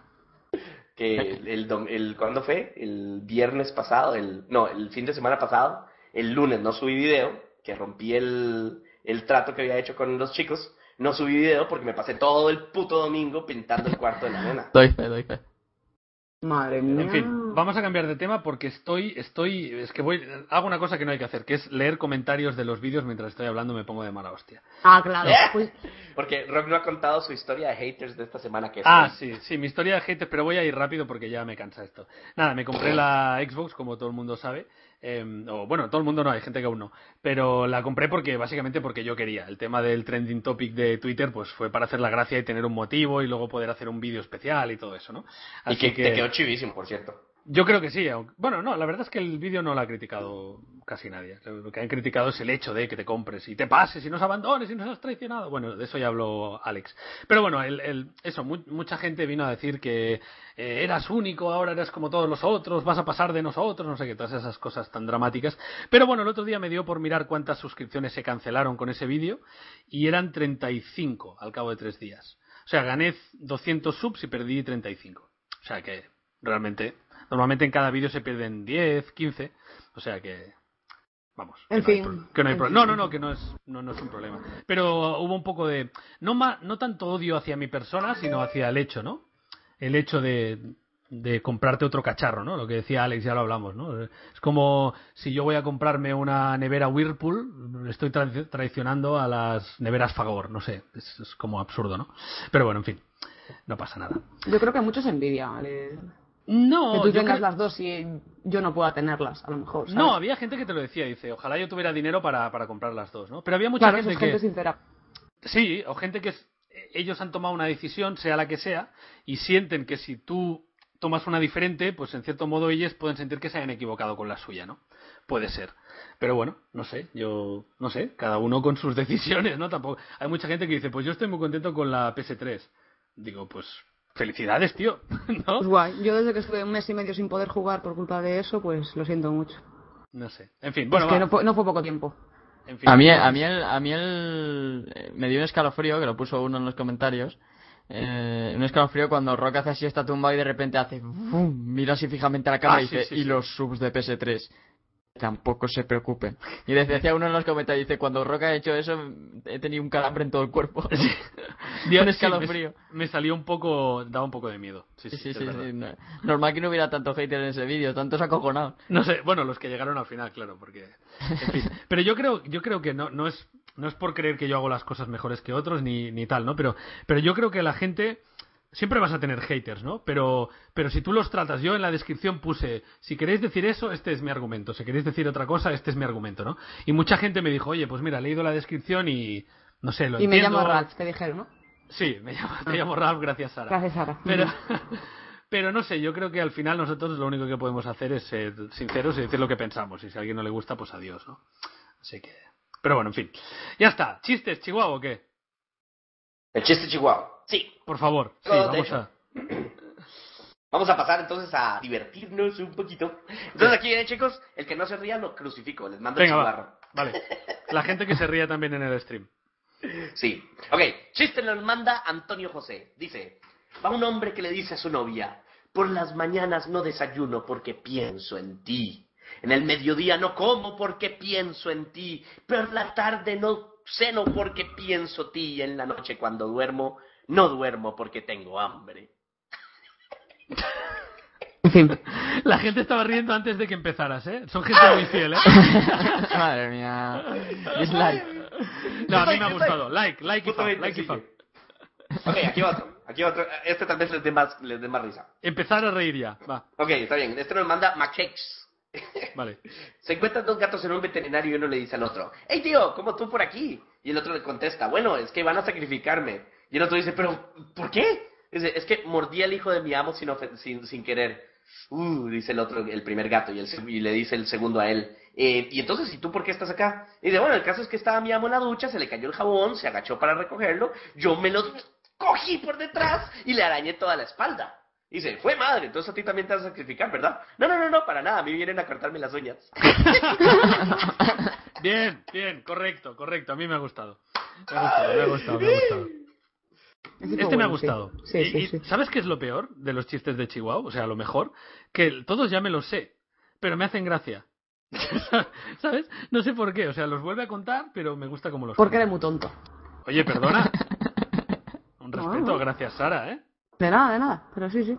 Speaker 4: que el, el, dom- el- ¿cuándo fue? El viernes pasado, el no, el fin de semana pasado, el lunes no subí video, que rompí el, el trato que había hecho con los chicos, no subí video porque me pasé todo el puto domingo pintando el cuarto de la nena.
Speaker 6: Doy fe, doy fe.
Speaker 5: Madre mía.
Speaker 3: En
Speaker 4: Ah.
Speaker 3: fin, vamos a cambiar de tema porque estoy, estoy, es que voy, hago una cosa que no hay que hacer, que es leer comentarios de los vídeos mientras estoy hablando, me pongo de mala hostia.
Speaker 5: Ah, claro. Pues,
Speaker 4: Porque Rock no ha contado su historia de haters de esta semana que es
Speaker 3: Ah, sí, sí, mi historia de haters, pero voy a ir rápido porque ya me cansa esto. Nada, me compré la Xbox, como todo el mundo sabe. eh, o bueno, todo el mundo no, hay gente que aún no. Pero la compré porque, básicamente, porque yo quería. El tema del trending topic de Twitter, pues fue para hacer la gracia y tener un motivo y luego poder hacer un vídeo especial y todo eso, ¿no?
Speaker 4: y
Speaker 3: Así
Speaker 4: que, te quedó chivísimo, por cierto.
Speaker 3: Yo creo que sí. aunque- Bueno, no, la verdad es que el vídeo no lo ha criticado casi nadie. Lo que han criticado es el hecho de que te compres y te pases y nos abandones y nos has traicionado. Bueno, de eso ya habló Alex. Pero bueno, el, el- eso, mu- mucha gente vino a decir que eh, eras único, ahora eres como todos los otros, vas a pasar de nosotros, no sé qué, todas esas cosas tan dramáticas. Pero bueno, el otro día me dio por mirar cuántas suscripciones se cancelaron con ese vídeo y eran 35 al cabo de tres días. O sea, gané 200 subs y perdí 35. O sea que realmente, normalmente en cada vídeo se pierden 10, 15. O sea que, vamos. que
Speaker 5: En
Speaker 3: no hay
Speaker 5: fin.
Speaker 3: pro- que no hay
Speaker 5: En
Speaker 3: pro-
Speaker 5: fin.
Speaker 3: No, no, no, que no es, no, no es un problema. Pero hubo un poco de. No, ma- no tanto odio hacia mi persona, sino hacia el hecho, ¿no? El hecho de, de comprarte otro cacharro, ¿no? Lo que decía Alex, ya lo hablamos, ¿no? Es como si yo voy a comprarme una nevera Whirlpool, estoy tra- traicionando a las neveras Fagor, no sé, es, es como absurdo, ¿no? Pero bueno, en fin, no pasa nada.
Speaker 5: yo creo que mucho es envidia, ¿vale?
Speaker 3: No,
Speaker 5: que tú
Speaker 3: yo
Speaker 5: tengas
Speaker 3: creo-
Speaker 5: las dos y yo no pueda tenerlas, a lo mejor. ¿sabes?
Speaker 3: no, había gente que te lo decía, dice, ojalá yo tuviera dinero para, para comprar las dos, ¿no? Pero había mucha
Speaker 5: claro, eso
Speaker 3: gente
Speaker 5: es
Speaker 3: que...
Speaker 5: gente sincera.
Speaker 3: Sí, o gente que es- eh, ellos han tomado una decisión, sea la que sea, y sienten que si tú tomas una diferente, pues en cierto modo ellos pueden sentir que se hayan equivocado con la suya, ¿no? Puede ser. Pero bueno, no sé, yo no sé, cada uno con sus decisiones, ¿no? Tampoco. Hay mucha gente que dice, pues yo estoy muy contento con la PS3. Digo, pues felicidades, tío, ¿no?
Speaker 5: Pues guay. Yo desde que estuve un mes y medio sin poder jugar por culpa de eso, pues lo siento mucho.
Speaker 3: No sé. En fin, bueno,
Speaker 5: es que
Speaker 3: va.
Speaker 5: no fue, no fue poco tiempo.
Speaker 3: En fin.
Speaker 6: A mí, a mí, el, a mí el- eh, me dio un escalofrío, que lo puso uno en los comentarios. eh, un escalofrío cuando Rock hace así, está tumbado y de repente hace. ¡vum! mira así fijamente a la cámara
Speaker 3: Ah,
Speaker 6: y
Speaker 3: sí,
Speaker 6: dice:
Speaker 3: sí, sí.
Speaker 6: Y los subs de PS3. Tampoco se preocupen. Y les decía uno en los comentarios: Dice, cuando Rock ha hecho eso, he tenido un calambre en todo el cuerpo.
Speaker 3: Dios,
Speaker 6: un
Speaker 3: sí, pues, me-
Speaker 6: escalofrío.
Speaker 3: me, salió un poco, daba un poco de miedo. Sí, sí,
Speaker 6: Sí, sí,
Speaker 3: es
Speaker 6: sí,
Speaker 3: verdad.
Speaker 6: sí, no- Normal que no hubiera tanto hater en ese vídeo, tantos acojonados.
Speaker 3: No sé, bueno, los que llegaron al final, claro, porque. En fin. Pero yo creo, yo creo que no, no es. No es por creer que yo hago las cosas mejores que otros ni, ni tal, ¿no? Pero, pero yo creo que la gente. Siempre vas a tener haters, ¿no? Pero, pero si tú los tratas, yo en la descripción puse, si queréis decir eso, este es mi argumento. Si queréis decir otra cosa, este es mi argumento, ¿no? Y mucha gente me dijo, oye, pues mira, he leído la descripción y. No sé, lo
Speaker 5: y me
Speaker 3: entiendo.
Speaker 5: llamo Ralph, te dijeron, ¿no?
Speaker 3: Sí, me llamo, te llamo Ralph, gracias, Sara.
Speaker 5: Gracias, Sara.
Speaker 3: Pero, pero no sé, yo creo que al final nosotros lo único que podemos hacer es ser sinceros y decir lo que pensamos. Y si a alguien no le gusta, pues adiós, ¿no? Así que. Pero bueno, en fin. Ya está. ¿Chistes, Chihuahua o qué?
Speaker 4: El chiste chihuahua. Sí.
Speaker 3: Por favor. Sí,
Speaker 4: Todo
Speaker 3: vamos
Speaker 4: techo.
Speaker 3: a.
Speaker 4: Vamos a pasar entonces a divertirnos un poquito. Entonces aquí, eh, chicos, el que no se ría lo crucifico, les mando
Speaker 3: Venga,
Speaker 4: el
Speaker 3: va.
Speaker 4: chihuahua.
Speaker 3: Vale. La gente que se ría también en el stream.
Speaker 4: Sí. Ok, chiste nos manda Antonio José. Dice, va un hombre que le dice a su novia, por las mañanas no desayuno porque pienso en ti. En el mediodía no como porque pienso en ti. Pero en la tarde no ceno porque pienso en ti. Y en la noche cuando duermo, no duermo porque tengo hambre.
Speaker 5: En fin.
Speaker 3: La gente estaba riendo antes de que empezaras, ¿eh? Son gente muy fiel, ¿eh?
Speaker 6: Madre mía. Dislike.
Speaker 3: No, a mí me ha
Speaker 4: Dislike,
Speaker 3: gustado. Like, like y
Speaker 4: Puto
Speaker 3: fa,
Speaker 4: veinte,
Speaker 3: like y
Speaker 4: sí.
Speaker 3: fa.
Speaker 4: Ok, aquí va otro. Aquí va otro. Este tal vez les dé más, les dé más risa.
Speaker 3: Empezar a reír ya. Va,
Speaker 4: Ok, está bien. Este nos manda Machex.
Speaker 3: vale.
Speaker 4: Se encuentran dos gatos en un veterinario y uno le dice al otro, hey tío, ¿cómo tú por aquí? Y el otro le contesta, bueno, es que van a sacrificarme. Y el otro dice, pero ¿por qué? Dice, es que mordí al hijo de mi amo sin, ofen- sin, sin querer. Uh, dice el otro, el primer gato, y, el, se- y le dice el segundo a él. "Eh, y entonces, ¿y tú por qué estás acá? Y dice, bueno, el caso es que estaba mi amo en la ducha, se le cayó el jabón, se agachó para recogerlo, yo me lo cogí por detrás y le arañé toda la espalda. Y dice, fue madre, entonces a ti también te vas a sacrificar, ¿verdad? No, no, no, no, para nada, a mí vienen a cortarme las uñas.
Speaker 3: Bien, bien, correcto, correcto. A mí me ha gustado. Me ha gustado, me ha gustado, me ha gustado.
Speaker 5: Ese fue
Speaker 3: Este me ha
Speaker 5: bueno, sí.
Speaker 3: gustado.
Speaker 5: Sí,
Speaker 3: Y-
Speaker 5: sí,
Speaker 3: y
Speaker 5: sí.
Speaker 3: ¿Sabes qué es lo peor de los chistes de Chihuahua? O sea, lo mejor, que todos ya me los sé, pero me hacen gracia. ¿Sabes? No sé por qué. O sea, los vuelve a contar, pero me gusta como los
Speaker 5: Porque
Speaker 3: cuenta.
Speaker 5: eres muy tonto.
Speaker 3: Oye, perdona. Un
Speaker 5: No,
Speaker 3: respeto,
Speaker 5: no.
Speaker 3: gracias Sara, ¿eh?
Speaker 5: De nada, de nada, pero sí, sí.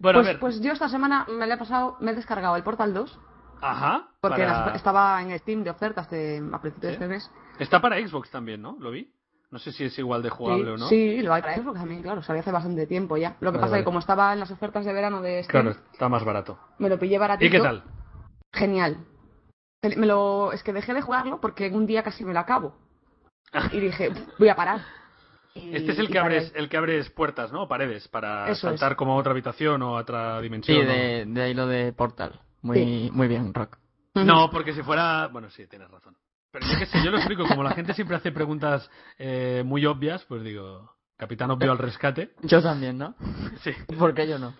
Speaker 3: Bueno,
Speaker 5: pues,
Speaker 3: a ver.
Speaker 5: pues yo esta semana me la he pasado, me he descargado el Portal 2,
Speaker 3: Ajá.
Speaker 5: porque
Speaker 3: para-
Speaker 5: la- estaba en Steam de ofertas de, a principios
Speaker 3: ¿Sí?
Speaker 5: de este mes.
Speaker 3: Está para Xbox también, ¿no? Lo vi. No sé si es igual de jugable
Speaker 5: sí,
Speaker 3: o no.
Speaker 5: sí, lo hay para Xbox también, claro, salió hace bastante tiempo ya. Lo que
Speaker 3: Vale,
Speaker 5: pasa es
Speaker 3: vale.
Speaker 5: que como estaba en las ofertas de verano de Steam,
Speaker 3: Claro, está más barato.
Speaker 5: me lo pillé baratito.
Speaker 3: ¿Y qué tal?
Speaker 5: Genial. Gen- Me lo, es que dejé de jugarlo porque un día casi me lo acabo. Y dije, voy a parar. Y-
Speaker 3: Este es el
Speaker 5: y
Speaker 3: que
Speaker 5: paré.
Speaker 3: abres, el que abres puertas, ¿no? Paredes para
Speaker 5: Eso
Speaker 3: saltar
Speaker 5: es.
Speaker 3: como a otra habitación o a otra
Speaker 6: Sí,
Speaker 3: dimensión. ¿no?
Speaker 6: de, de ahí lo de Portal. Muy,
Speaker 5: Sí.
Speaker 6: muy bien, Rock.
Speaker 5: Ujú.
Speaker 3: No, porque si fuera, bueno, sí, tienes razón. Pero yo qué sé, yo lo explico. Como la gente siempre hace preguntas eh, muy obvias, pues digo, capitán obvio al rescate.
Speaker 6: Yo también, ¿no?
Speaker 3: Sí,
Speaker 6: ¿Por qué yo no?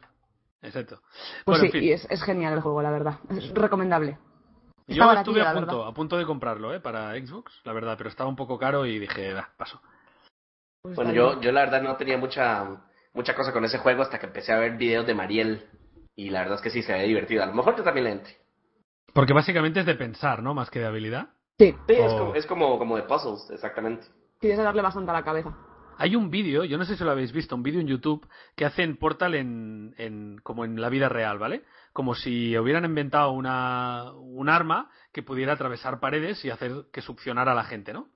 Speaker 3: exacto.
Speaker 5: Pues
Speaker 3: bueno, en
Speaker 5: sí,
Speaker 3: fin.
Speaker 5: y es, es genial el juego, la verdad. Es recomendable.
Speaker 3: Yo
Speaker 5: Estaba
Speaker 3: estuve
Speaker 5: baratillo,
Speaker 3: a
Speaker 5: la
Speaker 3: punto,
Speaker 5: verdad.
Speaker 3: a punto de comprarlo, ¿eh? Para Xbox, la verdad, pero estaba un poco caro y dije, va, paso.
Speaker 5: Pues
Speaker 4: Bueno,
Speaker 5: está
Speaker 4: yo,
Speaker 5: bien.
Speaker 4: yo la verdad no tenía mucha, mucha cosa con ese juego hasta que empecé a ver videos de Mariel. Y la verdad es que sí, se ve divertido. A lo mejor yo también le entre.
Speaker 3: Porque básicamente es de pensar, ¿no? Más que de habilidad.
Speaker 5: Sí,
Speaker 4: Sí, es,
Speaker 3: Oh.
Speaker 4: como, es como, como de puzzles, exactamente.
Speaker 5: tienes que darle bastante a la cabeza.
Speaker 3: Hay un vídeo, yo no sé si lo habéis visto, un vídeo en YouTube que hacen Portal en, en- como en la vida real, ¿vale? Como si hubieran inventado una, un arma que pudiera atravesar paredes y hacer que succionara a la gente, ¿no?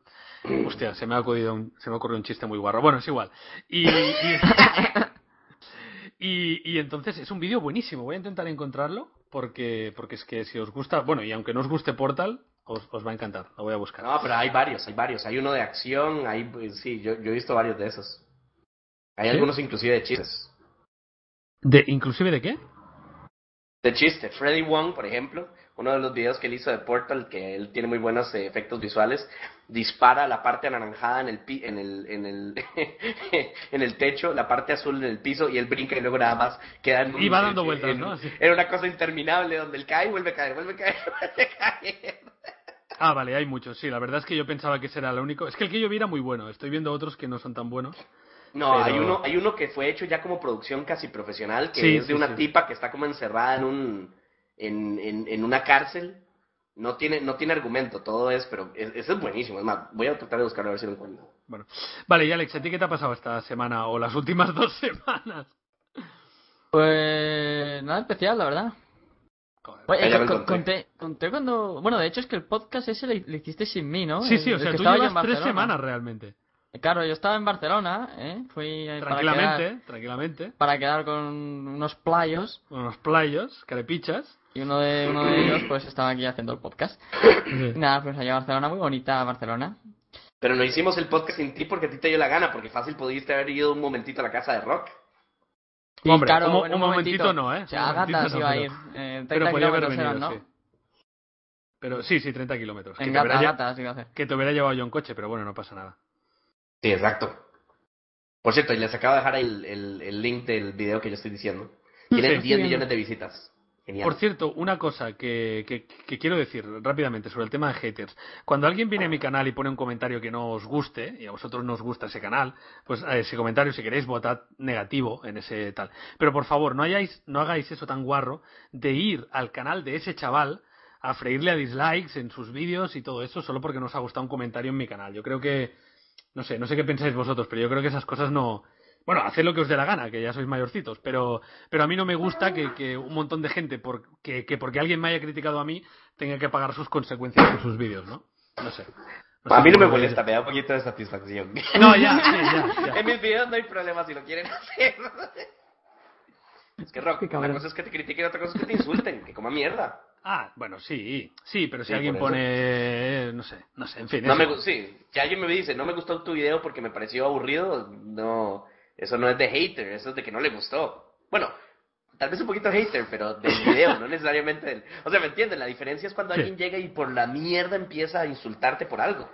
Speaker 3: Hostia, se me ha ocurrido un, se me ha ocurrido un chiste muy guarro. Bueno, es igual. Y, y- y- y entonces es un vídeo buenísimo. Voy a intentar encontrarlo porque, porque es que si os gusta, bueno, y aunque no os guste Portal, os, os va a encantar. Lo voy a buscar.
Speaker 4: No, pero hay varios, hay varios. Hay uno de acción, hay, sí, yo, yo he visto varios de esos. Hay
Speaker 3: ¿Sí?
Speaker 4: algunos inclusive de chistes.
Speaker 3: De, ¿Inclusive de qué?
Speaker 4: De chiste, Freddy Wong, por ejemplo, uno de los videos que él hizo de Portal, que él tiene muy buenos eh, efectos visuales, dispara la parte anaranjada en el, pi- en el, en el, en el techo, la parte azul en el piso, y él brinca y luego nada más queda en un-
Speaker 3: Y va dando
Speaker 4: en-
Speaker 3: vueltas,
Speaker 4: en-
Speaker 3: ¿no? Así.
Speaker 4: Era una cosa interminable donde él cae, vuelve a caer, vuelve a caer, vuelve a caer.
Speaker 3: Ah, vale, hay muchos. Sí, la verdad es que yo pensaba que ese era el único. Es que el que yo vi era muy bueno. Estoy viendo otros que no son tan buenos.
Speaker 4: No,
Speaker 3: Pero-
Speaker 4: hay uno, hay uno que fue hecho ya como producción casi profesional, que
Speaker 3: Sí,
Speaker 4: es de
Speaker 3: sí,
Speaker 4: una
Speaker 3: sí.
Speaker 4: tipa que está como encerrada en un, en, en, en una cárcel. No tiene, no tiene argumento, todo es, pero es- ese es buenísimo. Es más, voy a tratar de buscarlo a ver si lo encuentro.
Speaker 3: Bueno. Vale, y Alex, ¿a ti qué te ha pasado esta semana o las últimas dos semanas?
Speaker 6: Pues nada especial, la verdad.
Speaker 3: Joder.
Speaker 6: Oye,
Speaker 4: Ahí ya
Speaker 6: co-
Speaker 4: me
Speaker 6: co-
Speaker 4: encontré.
Speaker 6: conté, conté cuando... Bueno, de hecho es que el podcast ese le, le hiciste sin mí, ¿no?
Speaker 3: sí,
Speaker 6: El-
Speaker 3: sí, o
Speaker 6: el
Speaker 3: sea,
Speaker 6: que
Speaker 3: tú
Speaker 6: estaba yo
Speaker 3: llevas
Speaker 6: en
Speaker 3: tres
Speaker 6: Barcelona. Eh,
Speaker 3: semanas realmente.
Speaker 6: Claro, yo estaba en Barcelona, ¿eh? Fui eh, para
Speaker 3: Tranquilamente,
Speaker 6: quedar,
Speaker 3: tranquilamente.
Speaker 6: para quedar con unos playos
Speaker 3: Con unos playos, carepichas.
Speaker 6: y uno de, uno de ellos pues estaba aquí haciendo el podcast. Y Nada, pues allá a Barcelona, muy bonita Barcelona.
Speaker 4: Pero no hicimos el podcast sin ti porque a ti te dio la gana, porque fácil pudiste haber ido un momentito a la casa de Rock.
Speaker 6: Y
Speaker 3: Hombre,
Speaker 6: claro,
Speaker 3: un, mo-
Speaker 6: en
Speaker 3: un momentito, no, ¿eh?
Speaker 6: O sea,
Speaker 3: Un
Speaker 6: a
Speaker 3: momentito
Speaker 6: gatas
Speaker 3: no,
Speaker 6: iba a
Speaker 3: pero-
Speaker 6: ir. Eh, 30
Speaker 3: Pero podía haber
Speaker 6: kilómetros
Speaker 3: venido,
Speaker 6: eran, ¿no?
Speaker 3: sí. Pero sí, sí, 30 kilómetros. Que,
Speaker 6: En
Speaker 3: te
Speaker 6: gata,
Speaker 3: hubiera lle-
Speaker 6: gatas iba a hacer.
Speaker 3: que te hubiera llevado yo en coche, pero bueno, no pasa nada.
Speaker 4: Sí, exacto. Por cierto, y les acabo de dejar el, el, el link del video que yo estoy diciendo. Tiene
Speaker 3: Sí.
Speaker 4: 10 millones de visitas. Genial.
Speaker 3: Por cierto, una cosa que, que- que quiero decir rápidamente sobre el tema de haters. Cuando alguien viene a mi canal y pone un comentario que no os guste, y a vosotros no os gusta ese canal, pues a ese comentario, si queréis, votad negativo en ese tal. Pero por favor, no, hayáis, no hagáis eso tan guarro de ir al canal de ese chaval a freírle a dislikes en sus vídeos y todo eso solo porque no os ha gustado un comentario en mi canal. Yo creo que, no sé, no sé qué pensáis vosotros, pero yo creo que esas cosas no... Bueno, haced lo que os dé la gana, que ya sois mayorcitos, pero, pero a mí no me gusta que, que un montón de gente, por, que, que porque alguien me haya criticado a mí, tenga que pagar sus consecuencias por sus vídeos, ¿no? No sé.
Speaker 4: a mí no me
Speaker 3: cómo lo veis.
Speaker 4: molesta, me da un poquito de satisfacción.
Speaker 3: No, ya, sí, ya, ya.
Speaker 4: En mis videos no hay problema si lo quieren hacer. Es que Rock,
Speaker 5: Qué
Speaker 4: una
Speaker 5: cabrón.
Speaker 4: cosa es que te critiquen, otra cosa es que te insulten, que coma mierda.
Speaker 3: Ah, bueno, sí, sí, pero si
Speaker 4: Sí,
Speaker 3: alguien
Speaker 4: por eso.
Speaker 3: pone, no sé, no sé, en fin.
Speaker 4: No
Speaker 3: eso.
Speaker 4: me gu- sí, que alguien me dice, no me gustó tu video porque me pareció aburrido, no, eso no es de hater, eso es de que no le gustó. Bueno, tal vez un poquito hater, pero del video, no necesariamente del... O sea, ¿me entienden? La diferencia es cuando
Speaker 3: Sí.
Speaker 4: alguien llega y por la mierda empieza a insultarte por algo.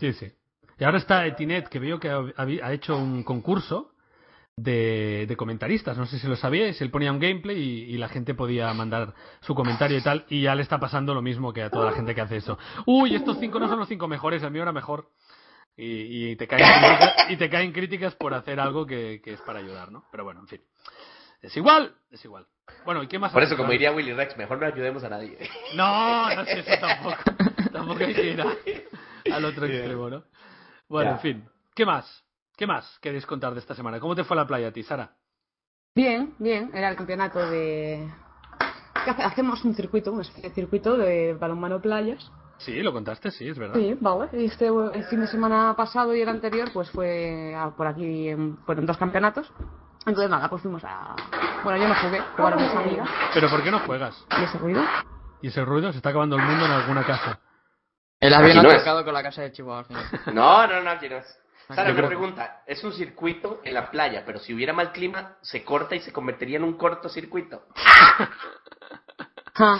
Speaker 3: Sí, sí. Y ahora está Etinet, que veo que ha, ha hecho un concurso de, de comentaristas. No sé si lo sabíais. Él ponía un gameplay y, y la gente podía mandar su comentario y tal. Y ya le está pasando lo mismo que a toda la gente que hace eso. Uy, estos cinco no son los cinco mejores. El mío era mejor. Y, y te, caen críticas, y te caen críticas por hacer algo que, que es para ayudar, ¿no? Pero bueno, en fin. Es igual, es igual. Bueno, ¿y qué más?
Speaker 4: Por
Speaker 3: haces,
Speaker 4: eso, como
Speaker 3: Fran?
Speaker 4: diría Willy Rex, mejor no ayudemos a nadie.
Speaker 3: No, no sé eso tampoco. tampoco hay que ir a- al otro extremo, ¿no? Bueno,
Speaker 4: Ya.
Speaker 3: en fin. ¿Qué más? ¿Qué más queréis contar de esta semana? ¿Cómo te fue la playa a ti, Sara?
Speaker 5: Bien, bien, era el campeonato de... que hace- Hacemos un circuito, un especie de circuito de balonmano playas.
Speaker 3: Sí, lo contaste, sí, es verdad.
Speaker 5: Sí, vale. Y este, el fin de semana pasado y el anterior, pues fue a- por aquí, en- fueron dos campeonatos. Entonces nada, pues fuimos a... Bueno, yo no jugué, jugaron mis amigas.
Speaker 3: Pero ¿por qué no juegas?
Speaker 5: ¿Y ese ruido?
Speaker 3: Y ese ruido se está acabando el mundo en alguna casa.
Speaker 6: El avión
Speaker 4: Aquí no
Speaker 6: ha
Speaker 4: es.
Speaker 6: chocado con la casa de Chihuahua. al final.
Speaker 4: No, no, no, aquí no es. Sara,
Speaker 3: Ah, Yo
Speaker 4: una
Speaker 3: creo-
Speaker 4: pregunta. Es un circuito en la playa, pero si hubiera mal clima, se corta y se convertiría en un cortocircuito.
Speaker 5: Ja.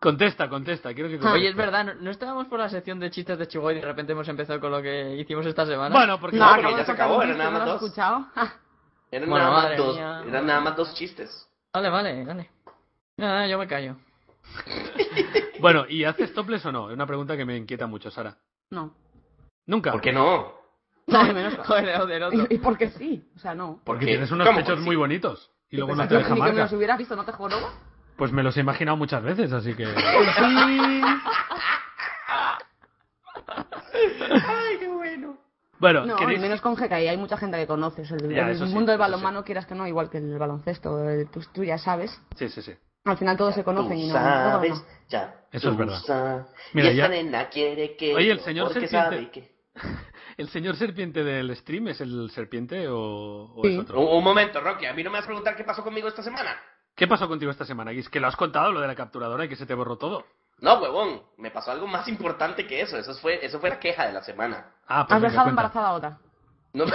Speaker 3: Contesta, contesta, quiero que conteste.
Speaker 6: Oye, es verdad, ¿no, no estábamos por la sección de chistes de Chihuahua y de repente hemos empezado con lo que hicimos esta semana?
Speaker 3: Bueno, porque
Speaker 4: No,
Speaker 3: Ah,
Speaker 4: porque
Speaker 5: acabo
Speaker 4: ya
Speaker 5: de
Speaker 4: se
Speaker 5: sacar
Speaker 4: acabó,
Speaker 5: un
Speaker 4: era
Speaker 5: disco,
Speaker 4: nada
Speaker 5: ¿no
Speaker 4: más
Speaker 5: lo has
Speaker 4: dos.
Speaker 5: escuchado? Ah, Ja.
Speaker 4: Eran,
Speaker 6: Bueno,
Speaker 4: nada, más
Speaker 6: madre
Speaker 4: dos,
Speaker 6: mía.
Speaker 4: eran nada más dos chistes.
Speaker 6: Vale, vale, vale. Nada, yo me callo.
Speaker 3: bueno, ¿y haces toples o no? Es una pregunta que me inquieta mucho, Sara.
Speaker 5: No.
Speaker 3: Nunca.
Speaker 4: ¿Por qué no?
Speaker 5: No, al menos.
Speaker 6: Joder, del otro.
Speaker 5: Y, y porque sí, o sea, no.
Speaker 3: Porque
Speaker 4: Porque
Speaker 3: tienes unos
Speaker 4: ¿cómo?
Speaker 3: pechos
Speaker 4: Sí.
Speaker 3: muy bonitos y luego no
Speaker 5: Pensaba
Speaker 3: te
Speaker 5: que
Speaker 3: deja
Speaker 5: ni que me
Speaker 3: marca.
Speaker 5: los hubieras visto, ¿no te joroba?
Speaker 3: Pues me los he imaginado muchas veces, así que
Speaker 4: Ay, qué bueno.
Speaker 3: bueno,
Speaker 5: No,
Speaker 3: ¿queréis-
Speaker 5: al menos con GK, y hay mucha gente que conoces. El,
Speaker 3: Ya,
Speaker 5: el
Speaker 3: eso sí,
Speaker 5: mundo del
Speaker 3: eso sí.
Speaker 5: balonmano, quieras que no, igual que el baloncesto, el- tú, tú ya sabes.
Speaker 3: sí, sí, sí.
Speaker 5: Al final todos se conocen y no.
Speaker 4: Tú sabes,
Speaker 3: Pues
Speaker 5: no, no.
Speaker 4: ya.
Speaker 3: Eso
Speaker 4: tú
Speaker 3: es verdad.
Speaker 4: sabes.
Speaker 3: Mira,
Speaker 4: y esta
Speaker 3: ya-
Speaker 4: nena quiere que.
Speaker 3: Oye, el
Speaker 4: yo,
Speaker 3: señor
Speaker 4: porque
Speaker 3: serpiente-
Speaker 4: sabe que-
Speaker 3: ¿El señor serpiente del stream es el serpiente o, o
Speaker 5: Sí.
Speaker 3: es otro?
Speaker 4: Un, un momento, Rocky. A mí no me vas a preguntar qué pasó conmigo esta semana.
Speaker 3: ¿Qué pasó contigo esta semana, Guis? Que lo has contado lo de la capturadora y que se te borró todo.
Speaker 4: No, huevón. Me pasó algo más importante que eso. Eso fue, eso fue la queja de la semana.
Speaker 3: Ah, pues
Speaker 5: Has
Speaker 3: venga,
Speaker 5: dejado
Speaker 3: cuenta.
Speaker 5: embarazada a otra.
Speaker 4: No me.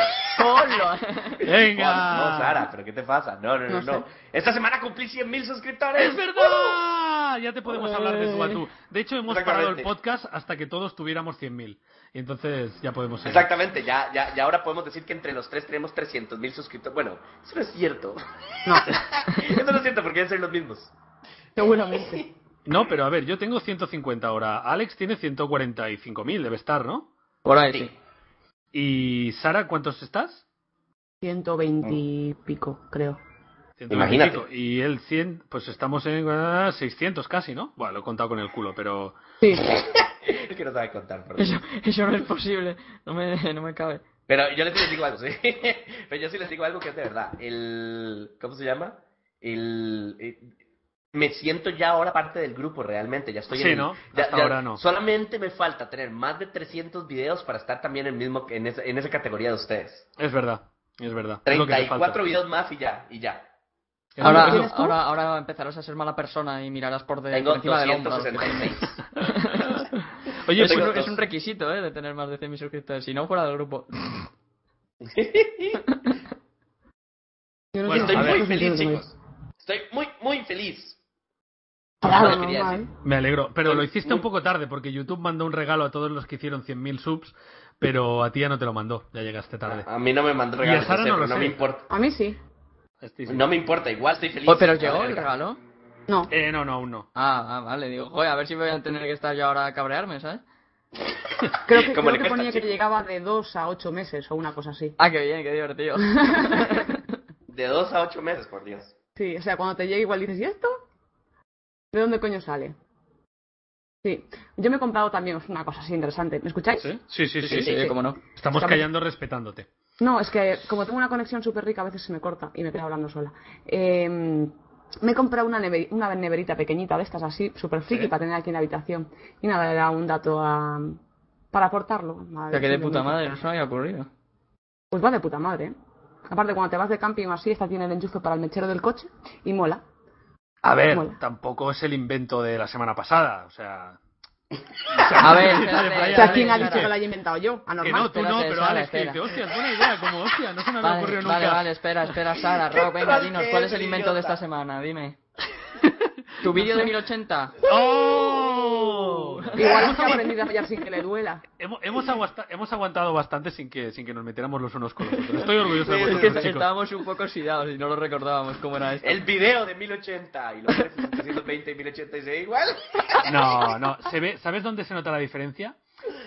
Speaker 3: Venga.
Speaker 4: No, no, Sara, ¿pero qué te pasa? No, no, no.
Speaker 5: No
Speaker 4: no. Esta semana cumplí 100.000 suscriptores.
Speaker 3: ¡Es
Speaker 5: ¡Uh!
Speaker 3: verdad! Ya te podemos hablar de tú a tú. De hecho, hemos parado el
Speaker 4: Exactamente.
Speaker 3: podcast hasta que todos tuviéramos 100.000. Y entonces ya podemos seguir.
Speaker 4: Exactamente, ya, ya, ya ahora podemos decir que entre los tres tenemos 300.000 suscriptores. Bueno, eso no es cierto.
Speaker 5: No,
Speaker 4: eso no es cierto porque deben ser los mismos.
Speaker 5: seguramente.
Speaker 3: No, pero a ver, yo tengo 150 ahora. Alex tiene 145.000, debe estar, ¿no?
Speaker 6: Por ahí,
Speaker 4: Sí.
Speaker 6: sí.
Speaker 3: ¿Y Sara, cuántos estás?
Speaker 5: 120 y pico, creo.
Speaker 3: 120
Speaker 4: Imagínate.
Speaker 3: y pico. Y él 100, pues estamos en ah, 600 casi, ¿no? Bueno, lo he contado con el culo, pero...
Speaker 5: Sí.
Speaker 4: Es que no sabe contar, perdón.
Speaker 6: Eso, eso no es posible. No me, no me cabe.
Speaker 4: Pero yo les digo algo, sí. Pero yo sí les digo algo que es de verdad. El. ¿Cómo se llama? El. eh, me siento ya ahora parte del grupo realmente. Ya estoy
Speaker 3: Sí,
Speaker 4: en. el-
Speaker 3: ¿no?
Speaker 4: ya-
Speaker 3: Hasta
Speaker 4: ya-
Speaker 3: ahora no.
Speaker 4: Solamente me falta tener más de 300 videos para estar también en, el mismo, en, esa, en esa categoría de ustedes.
Speaker 3: Es verdad, es verdad. Es lo que te falta.
Speaker 4: 34 videos más y ya, y ya.
Speaker 3: Es
Speaker 6: Ahora,
Speaker 3: lo que-
Speaker 5: tú?
Speaker 6: ahora, ahora empezarás a ser mala persona y mirarás por, de,
Speaker 4: Tengo
Speaker 6: por encima del hombro.
Speaker 4: 266.
Speaker 3: Oye,
Speaker 6: es,
Speaker 3: pues-
Speaker 6: un, es un requisito, ¿eh? De tener más de 100.000 suscriptores. Si no, fuera del grupo.
Speaker 5: Yo
Speaker 3: Bueno,
Speaker 5: sé si
Speaker 4: Estoy muy
Speaker 3: a ver.
Speaker 5: esto se
Speaker 4: feliz,
Speaker 5: entiende como
Speaker 4: chicos. Estoy muy, muy feliz.
Speaker 5: es. Claro,
Speaker 4: Lo quería
Speaker 5: Ah, normal.
Speaker 4: decir.
Speaker 3: Me alegro, pero
Speaker 4: Muy-
Speaker 3: lo hiciste
Speaker 4: muy-
Speaker 3: un poco tarde porque YouTube mandó un regalo a todos los que hicieron 100.000 subs, pero a ti ya no te lo mandó, ya llegaste tarde.
Speaker 4: A mí no me mandó
Speaker 3: Y a
Speaker 4: regalos,
Speaker 3: Sara
Speaker 4: no, sé,
Speaker 3: no lo
Speaker 4: pero no
Speaker 3: sé.
Speaker 4: me importa.
Speaker 5: A mí sí.
Speaker 3: Estoy-
Speaker 4: No me importa, igual estoy feliz.
Speaker 6: Oh, pero
Speaker 4: A
Speaker 6: llegó
Speaker 4: ver,
Speaker 6: el regalo.
Speaker 5: No.
Speaker 3: Eh, no, no, aún no.
Speaker 6: Ah, ah, vale. Digo, joder, a ver si voy a tener que estar yo ahora a cabrearme, ¿sabes?
Speaker 5: Creo que,
Speaker 4: Como
Speaker 5: creo
Speaker 4: le
Speaker 5: que
Speaker 4: cuesta,
Speaker 5: ponía que
Speaker 4: chico.
Speaker 5: llegaba de dos a ocho meses o una cosa así.
Speaker 6: Ah, qué bien, qué divertido.
Speaker 4: De dos a ocho meses, por Dios.
Speaker 5: Sí, o sea, cuando te llega igual dices, ¿y esto? ¿De dónde coño sale? Sí, yo me he comprado también es una cosa así interesante. ¿Me escucháis?
Speaker 3: ¿Sí? Sí, sí, sí.
Speaker 6: sí, sí,
Speaker 5: sí.
Speaker 6: cómo no.
Speaker 3: Estamos
Speaker 5: Estamos-
Speaker 3: callando respetándote.
Speaker 5: No, es que como tengo una conexión súper rica, a veces se me corta y me quedo hablando sola. Eh, me he comprado una, neve- una neverita pequeñita de estas así, súper friki,
Speaker 3: Sí.
Speaker 5: para tener aquí en la habitación. Y nada, era un dato a- para aportarlo.
Speaker 6: O
Speaker 5: Madre,
Speaker 6: sea, que de
Speaker 5: simplemente.
Speaker 6: puta madre, no se me había ocurrido.
Speaker 5: Pues va de puta madre, ¿eh? Aparte, cuando te vas de camping o así, esta tiene el enchufe para el mechero del coche y mola.
Speaker 3: A ver,
Speaker 5: Mola.
Speaker 3: tampoco es el invento de la semana pasada, o sea...
Speaker 6: A ver,
Speaker 5: O
Speaker 6: espérate,
Speaker 5: sea,
Speaker 6: Dale,
Speaker 5: ¿quién ha
Speaker 6: Sara.
Speaker 5: dicho que lo haya inventado yo?
Speaker 3: Que
Speaker 5: Anormal.
Speaker 3: no, tú no,
Speaker 6: espérate,
Speaker 3: pero
Speaker 6: Sara,
Speaker 3: Alex que
Speaker 6: espera.
Speaker 3: dice, hostia, es buena idea, como hostia, no se me había
Speaker 6: Vale,
Speaker 3: ocurrido nunca.
Speaker 6: vale, vale, espera, espera, Sara, Rob, venga, dinos, ¿cuál es el invento de esta semana? Dime. ¿Tu vídeo de 1080?
Speaker 3: ¡Oh!
Speaker 5: Igual es que ha aprendido a fallar sin que le duela.
Speaker 3: Hemos, hemos, aguasta- hemos aguantado bastante sin que, sin que nos metiéramos los unos con los otros. Estoy orgulloso de
Speaker 6: Es que
Speaker 3: vosotros, chicos.
Speaker 6: estábamos un poco oxidados y no lo recordábamos cómo era esto.
Speaker 4: El video de 1080 y los 320 y 1080 y se ve igual.
Speaker 3: No, no. Se ve, ¿Sabes dónde se nota la diferencia?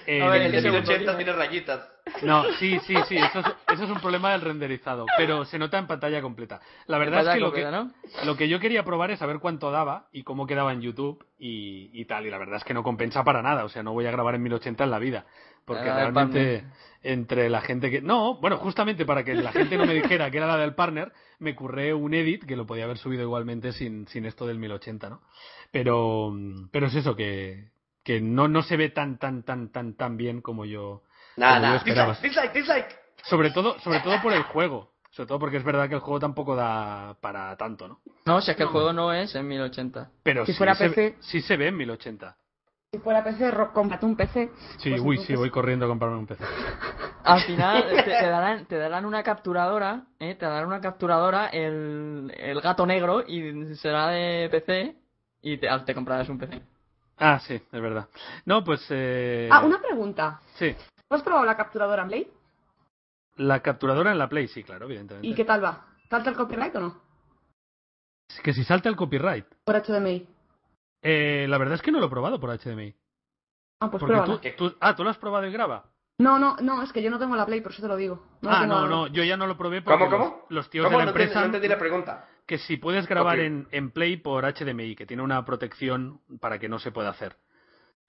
Speaker 3: En-
Speaker 4: A ver, el de
Speaker 6: segundo,
Speaker 4: 1080
Speaker 6: dime.
Speaker 4: tiene rayitas.
Speaker 3: No, sí, sí, sí. Eso es, eso es un problema del renderizado. Pero se nota en pantalla completa. La verdad es
Speaker 6: Vaya
Speaker 3: que lo que,
Speaker 6: copia, ¿no?
Speaker 3: Lo que yo quería probar es saber cuánto daba y cómo quedaba en YouTube y, y tal. Y la verdad es que no compensa para nada. O sea, no voy a grabar en 1080 en la vida. Porque
Speaker 6: Ah, el
Speaker 3: realmente entre la gente que... No, bueno, justamente para que la gente no me dijera que era la del partner, me curré un edit que lo podía haber subido igualmente sin, sin esto del 1080, ¿no? Pero, pero es eso, que, que no, no se ve tan, tan, tan, tan, tan bien como yo...
Speaker 4: Nada,
Speaker 3: como yo
Speaker 4: nada.
Speaker 3: esperaba.
Speaker 4: Dislike, dislike, dislike.
Speaker 3: Sobre todo, sobre todo por el juego. Sobre todo porque es verdad que el juego tampoco da para tanto, ¿no?
Speaker 6: No, si es que el juego no es en 1080.
Speaker 3: Pero
Speaker 5: Si
Speaker 3: sí
Speaker 5: fuera
Speaker 3: se,
Speaker 5: PC.
Speaker 3: sí se ve en 1080.
Speaker 5: Si fuera PC, ro- cómprate un PC.
Speaker 3: Sí,
Speaker 5: Pues
Speaker 3: uy,
Speaker 5: entonces-
Speaker 3: sí, voy corriendo a comprarme un PC.
Speaker 6: Al final te, te darán, te darán una capturadora, ¿eh? te darán una capturadora el, el gato negro y será de PC y te, te comprarás un PC.
Speaker 3: Ah, sí, es verdad. No, pues... Eh...
Speaker 5: Ah, una pregunta.
Speaker 3: Sí,
Speaker 5: ¿Tú has probado la capturadora en Blade?
Speaker 3: la capturadora en la Play, sí, claro, evidentemente.
Speaker 5: ¿Y qué tal va? ¿Salta el copyright o no?
Speaker 3: Es Que si salta el copyright.
Speaker 5: Por HDMI.
Speaker 3: Eh, la verdad es que no lo he probado por HDMI.
Speaker 5: Ah, pues
Speaker 3: Porque
Speaker 5: pruébala.
Speaker 3: tú- tú- ah, ¿tú lo has probado y graba?
Speaker 5: No, no, no, es que yo no tengo la Play, por eso te lo digo. la
Speaker 3: ah,
Speaker 5: tengo
Speaker 3: no,
Speaker 5: ahora.
Speaker 3: no, yo ya no lo probé porque
Speaker 4: ¿Cómo, cómo?
Speaker 3: Los, los tíos
Speaker 4: ¿Cómo? No
Speaker 3: de la
Speaker 4: entendí-
Speaker 3: empresa...
Speaker 4: No entendí la pregunta.
Speaker 3: que si puedes grabar
Speaker 4: Ok.
Speaker 3: en, en Play por HDMI, que tiene una protección para que no se pueda hacer.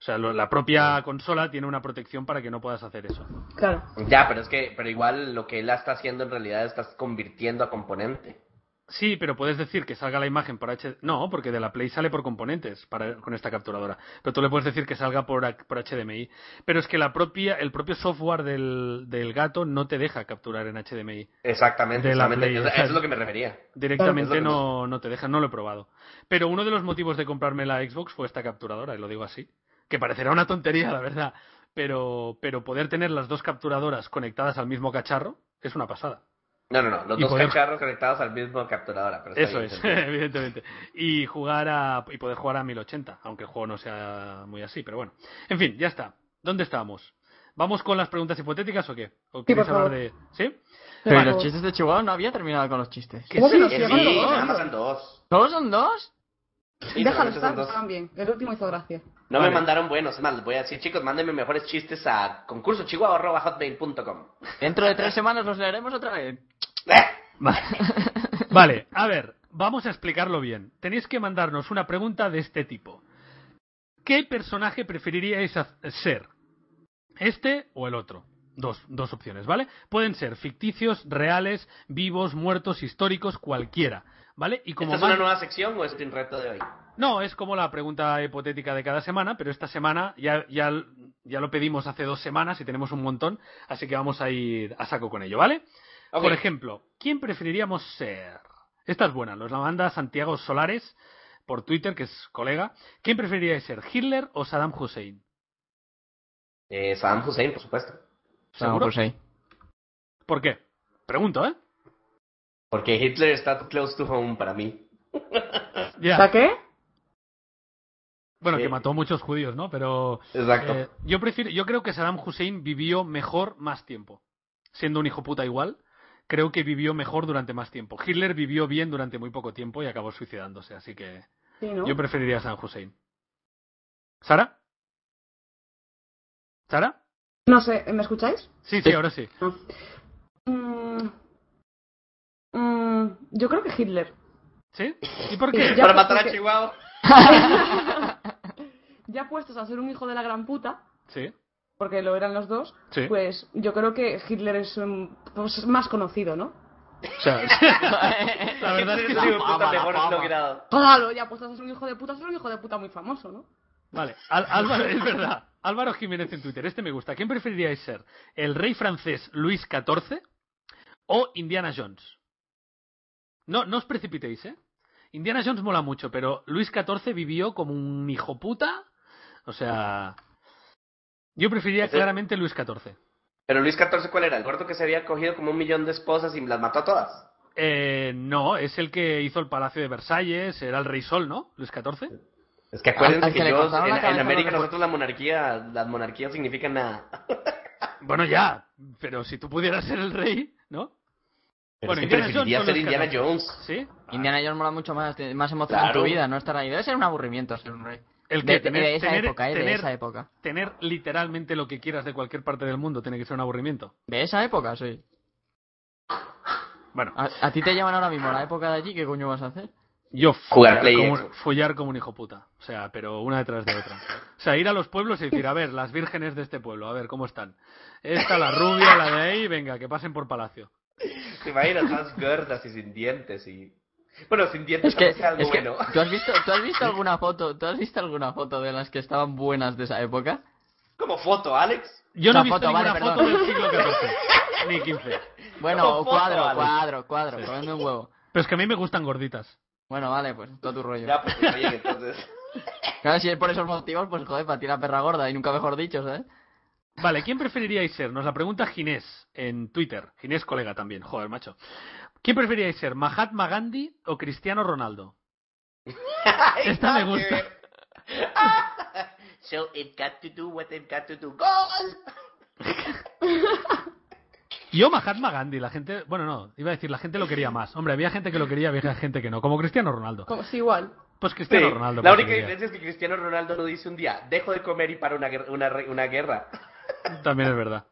Speaker 3: O sea, lo- la propia consola tiene una protección para que no puedas hacer eso.
Speaker 5: Claro.
Speaker 4: Ya, pero es que, pero igual lo que él está haciendo en realidad estás convirtiendo a componente.
Speaker 3: Sí, pero puedes decir que salga la imagen por HD... No, porque de la Play sale por componentes para, con esta capturadora. Pero tú le puedes decir que salga por, H- por HDMI. Pero es que la propia, el propio software del, del gato no te deja capturar en HDMI.
Speaker 4: Exactamente,
Speaker 3: De la
Speaker 4: solamente-
Speaker 3: Play,
Speaker 4: o sea,
Speaker 3: exacto.
Speaker 4: eso es lo que me refería.
Speaker 3: Directamente
Speaker 4: Claro, es lo que
Speaker 3: no, no te dejan, no lo he probado. Pero uno de los motivos de comprarme la Xbox fue esta capturadora, y lo digo así. Que parecerá una tontería, la verdad. Pero, pero poder tener las dos capturadoras conectadas al mismo cacharro es una pasada.
Speaker 4: No, no, no, los
Speaker 3: Y
Speaker 4: dos
Speaker 3: poder-
Speaker 4: cacharros conectados al mismo capturadora. pero está
Speaker 3: Eso
Speaker 4: bien,
Speaker 3: es,
Speaker 4: se entiende.
Speaker 3: evidentemente. Y jugar a, y poder jugar a 1080, aunque el juego no sea muy así, pero bueno. En fin, ya está. ¿Dónde estábamos? ¿Vamos con las preguntas hipotéticas o qué? ¿O queréis
Speaker 5: por
Speaker 3: hablar
Speaker 5: favor.
Speaker 3: de.? ¿Sí?
Speaker 6: Pero
Speaker 5: Vale.
Speaker 6: los chistes de Chihuahua no había terminado con los chistes.
Speaker 3: Que
Speaker 5: ¿Cómo que
Speaker 3: sí,
Speaker 5: no?
Speaker 3: que
Speaker 4: Eh,
Speaker 5: Sí,
Speaker 3: sí.
Speaker 4: sí,
Speaker 5: dos.
Speaker 4: nada más son dos.
Speaker 6: ¿Todos son dos?
Speaker 4: Sí,
Speaker 5: Déjalo
Speaker 4: solamente son
Speaker 5: estar,
Speaker 4: dos.
Speaker 5: estaban bien. El último hizo gracia.
Speaker 4: No
Speaker 3: Vale.
Speaker 4: me mandaron buenos, es más, les voy a decir, chicos, mándenme mejores chistes a concursochihuahua.hotmail.com.
Speaker 6: Dentro de tres semanas los leeremos otra vez.
Speaker 3: Vale. Vale, a ver, vamos a explicarlo bien. Tenéis que mandarnos una pregunta de este tipo. ¿Qué personaje preferiríais haz- ser? ¿Este o el otro? Dos, dos opciones, ¿vale? Pueden ser ficticios, reales, vivos, muertos, históricos, cualquiera, ¿vale? Y como
Speaker 4: ¿Esta es
Speaker 3: más-
Speaker 4: una nueva sección o es un reto de hoy?
Speaker 3: no, es como la pregunta hipotética de cada semana, pero esta semana ya, ya, ya lo pedimos hace dos semanas y tenemos un montón, así que vamos a ir a saco con ello, ¿vale?
Speaker 4: Ok.
Speaker 3: Por ejemplo, ¿quién preferiríamos ser? Esta es buena, los la manda Santiago Solares por Twitter, que es colega. ¿Quién preferiríais ser, Hitler o Saddam Hussein?
Speaker 4: Eh, Saddam Hussein, por supuesto.
Speaker 3: ¿Seguro?
Speaker 6: pues ahí.
Speaker 3: ¿Por qué? Pregunto, ¿eh?
Speaker 4: Porque Hitler está close to home para mí.
Speaker 3: Ya.
Speaker 5: ¿Para qué?
Speaker 3: Bueno, que
Speaker 4: Sí.
Speaker 3: mató muchos judíos, ¿no? Pero
Speaker 4: Exacto.
Speaker 3: eh, yo prefiero, yo creo que Saddam Hussein vivió mejor más tiempo, siendo un hijo puta igual. Creo que vivió mejor durante más tiempo. Hitler vivió bien durante muy poco tiempo y acabó suicidándose, así que
Speaker 5: Sí, ¿no?
Speaker 3: yo preferiría a Saddam Hussein. ¿Sara? ¿Sara?
Speaker 5: No sé, ¿me escucháis?
Speaker 3: Sí, sí,
Speaker 6: Sí.
Speaker 3: ahora sí.
Speaker 5: Mm, mm, yo creo que Hitler.
Speaker 3: ¿Sí? ¿Y por
Speaker 5: Sí,
Speaker 3: qué?
Speaker 5: ya
Speaker 4: Para
Speaker 5: pues,
Speaker 4: matar a
Speaker 5: porque-
Speaker 4: Chihuahua.
Speaker 5: Ya puestos a ser un hijo de la gran puta,
Speaker 3: Sí,
Speaker 5: porque lo eran los dos,
Speaker 3: sí.
Speaker 5: pues yo creo que Hitler es mm, pues, más conocido, ¿no?
Speaker 3: O sea, la verdad es que
Speaker 4: Hitler
Speaker 3: sí.
Speaker 4: un puta mejor logrado.
Speaker 5: Claro, ya puestos a ser un hijo de puta, ser un hijo de puta muy famoso, ¿no?
Speaker 3: Vale, Al- Álvaro, es verdad. Álvaro Jiménez en Twitter, este me gusta. ¿Quién preferiríais ser? ¿El rey francés Luis XIV o Indiana Jones? No, no os precipitéis, ¿eh? Indiana Jones mola mucho, pero Luis XIV vivió como un hijo puta. O sea. Yo preferiría
Speaker 4: Ese-
Speaker 3: claramente Luis XIV.
Speaker 4: Pero Luis XIV, ¿cuál era? El gordo que se había cogido como un millón de esposas y las mató a todas.
Speaker 3: Eh, no, es el que hizo el Palacio de Versalles, era el Rey Sol, ¿no? Luis XIV.
Speaker 4: Es que acuérdense
Speaker 6: Al- al
Speaker 4: que,
Speaker 6: que le
Speaker 4: yo-
Speaker 6: cortaron
Speaker 4: en,
Speaker 6: la
Speaker 4: en
Speaker 6: cabeza
Speaker 4: América
Speaker 6: no le
Speaker 4: nosotros la monarquía, las monarquías significan nada.
Speaker 3: Bueno, ya, pero si tú pudieras ser el rey, ¿no?
Speaker 4: Pero
Speaker 3: Bueno,
Speaker 4: es que
Speaker 3: Indiana Jones
Speaker 4: preferiría
Speaker 3: son
Speaker 4: ser
Speaker 3: los que
Speaker 4: Indiana
Speaker 3: no.
Speaker 4: Jones.
Speaker 3: ¿Sí?
Speaker 6: Indiana Jones mola mucho más, tiene más emoción en
Speaker 4: Claro.
Speaker 6: tu vida, no estar ahí. Debe ser un aburrimiento ser un rey.
Speaker 3: El
Speaker 6: de,
Speaker 3: que
Speaker 6: de-
Speaker 3: tener,
Speaker 6: de esa
Speaker 3: tener-
Speaker 6: época, eh, de
Speaker 3: tener-
Speaker 6: esa época.
Speaker 3: tener literalmente lo que quieras de cualquier parte del mundo tiene que ser un aburrimiento.
Speaker 6: De esa época, sí.
Speaker 3: Bueno,
Speaker 6: A, a ti te llaman ahora mismo a la época de allí, ¿qué coño vas a hacer?
Speaker 3: yo
Speaker 4: Jugar Play
Speaker 3: como,
Speaker 4: Xbox.
Speaker 3: follar como un hijo puta. O sea, pero una detrás de otra. O sea, ir a los pueblos y decir, a ver, las vírgenes de este pueblo, a ver, ¿cómo están? Esta, la rubia, la de ahí, venga, que pasen por palacio.
Speaker 4: Te imaginas todas gordas y sin dientes y... Bueno, sin dientes
Speaker 6: Es que,
Speaker 4: tampoco es algo
Speaker 6: es que
Speaker 4: bueno.
Speaker 6: ¿tú, has visto, ¿tú has visto alguna foto? ¿Tú has visto alguna foto de las que estaban buenas de esa época?
Speaker 4: Como foto, Alex.
Speaker 3: Yo no he
Speaker 6: Una
Speaker 3: visto
Speaker 6: foto,
Speaker 3: ninguna
Speaker 6: vale,
Speaker 3: foto
Speaker 6: perdón.
Speaker 3: del siglo XIV, ni XV.
Speaker 4: Como
Speaker 6: Bueno, o
Speaker 4: foto,
Speaker 6: cuadro,
Speaker 4: Alex.
Speaker 6: cuadro, cuadro, comiendo un huevo.
Speaker 3: Pero es que a mí me gustan gorditas.
Speaker 6: Bueno, vale, pues todo tu rollo.
Speaker 4: Ya, pues está bien, entonces.
Speaker 6: Claro, si es por esos motivos, pues joder, para ti la perra gorda y nunca mejor dicho, ¿sabes?
Speaker 3: Vale, ¿quién preferiríais ser? Nos la pregunta Ginés en Twitter. Ginés colega también, joder, macho. ¿Quién preferiríais ser, Mahatma Gandhi o Cristiano Ronaldo? Esta me gusta.
Speaker 4: So it got to do what it got to do. ¡Gol!
Speaker 3: Yo Mahatma Gandhi, la gente, bueno, no, iba a decir, la gente lo quería más. Hombre, había gente que lo quería, había gente que no, como Cristiano Ronaldo.
Speaker 5: Como, sí, igual.
Speaker 3: Pues
Speaker 4: Sí,
Speaker 3: Cristiano Ronaldo.
Speaker 4: la única
Speaker 3: preferiría.
Speaker 4: diferencia es que Cristiano Ronaldo lo dice un día, dejo de comer y para una, guer- una, re- una guerra.
Speaker 3: También es verdad.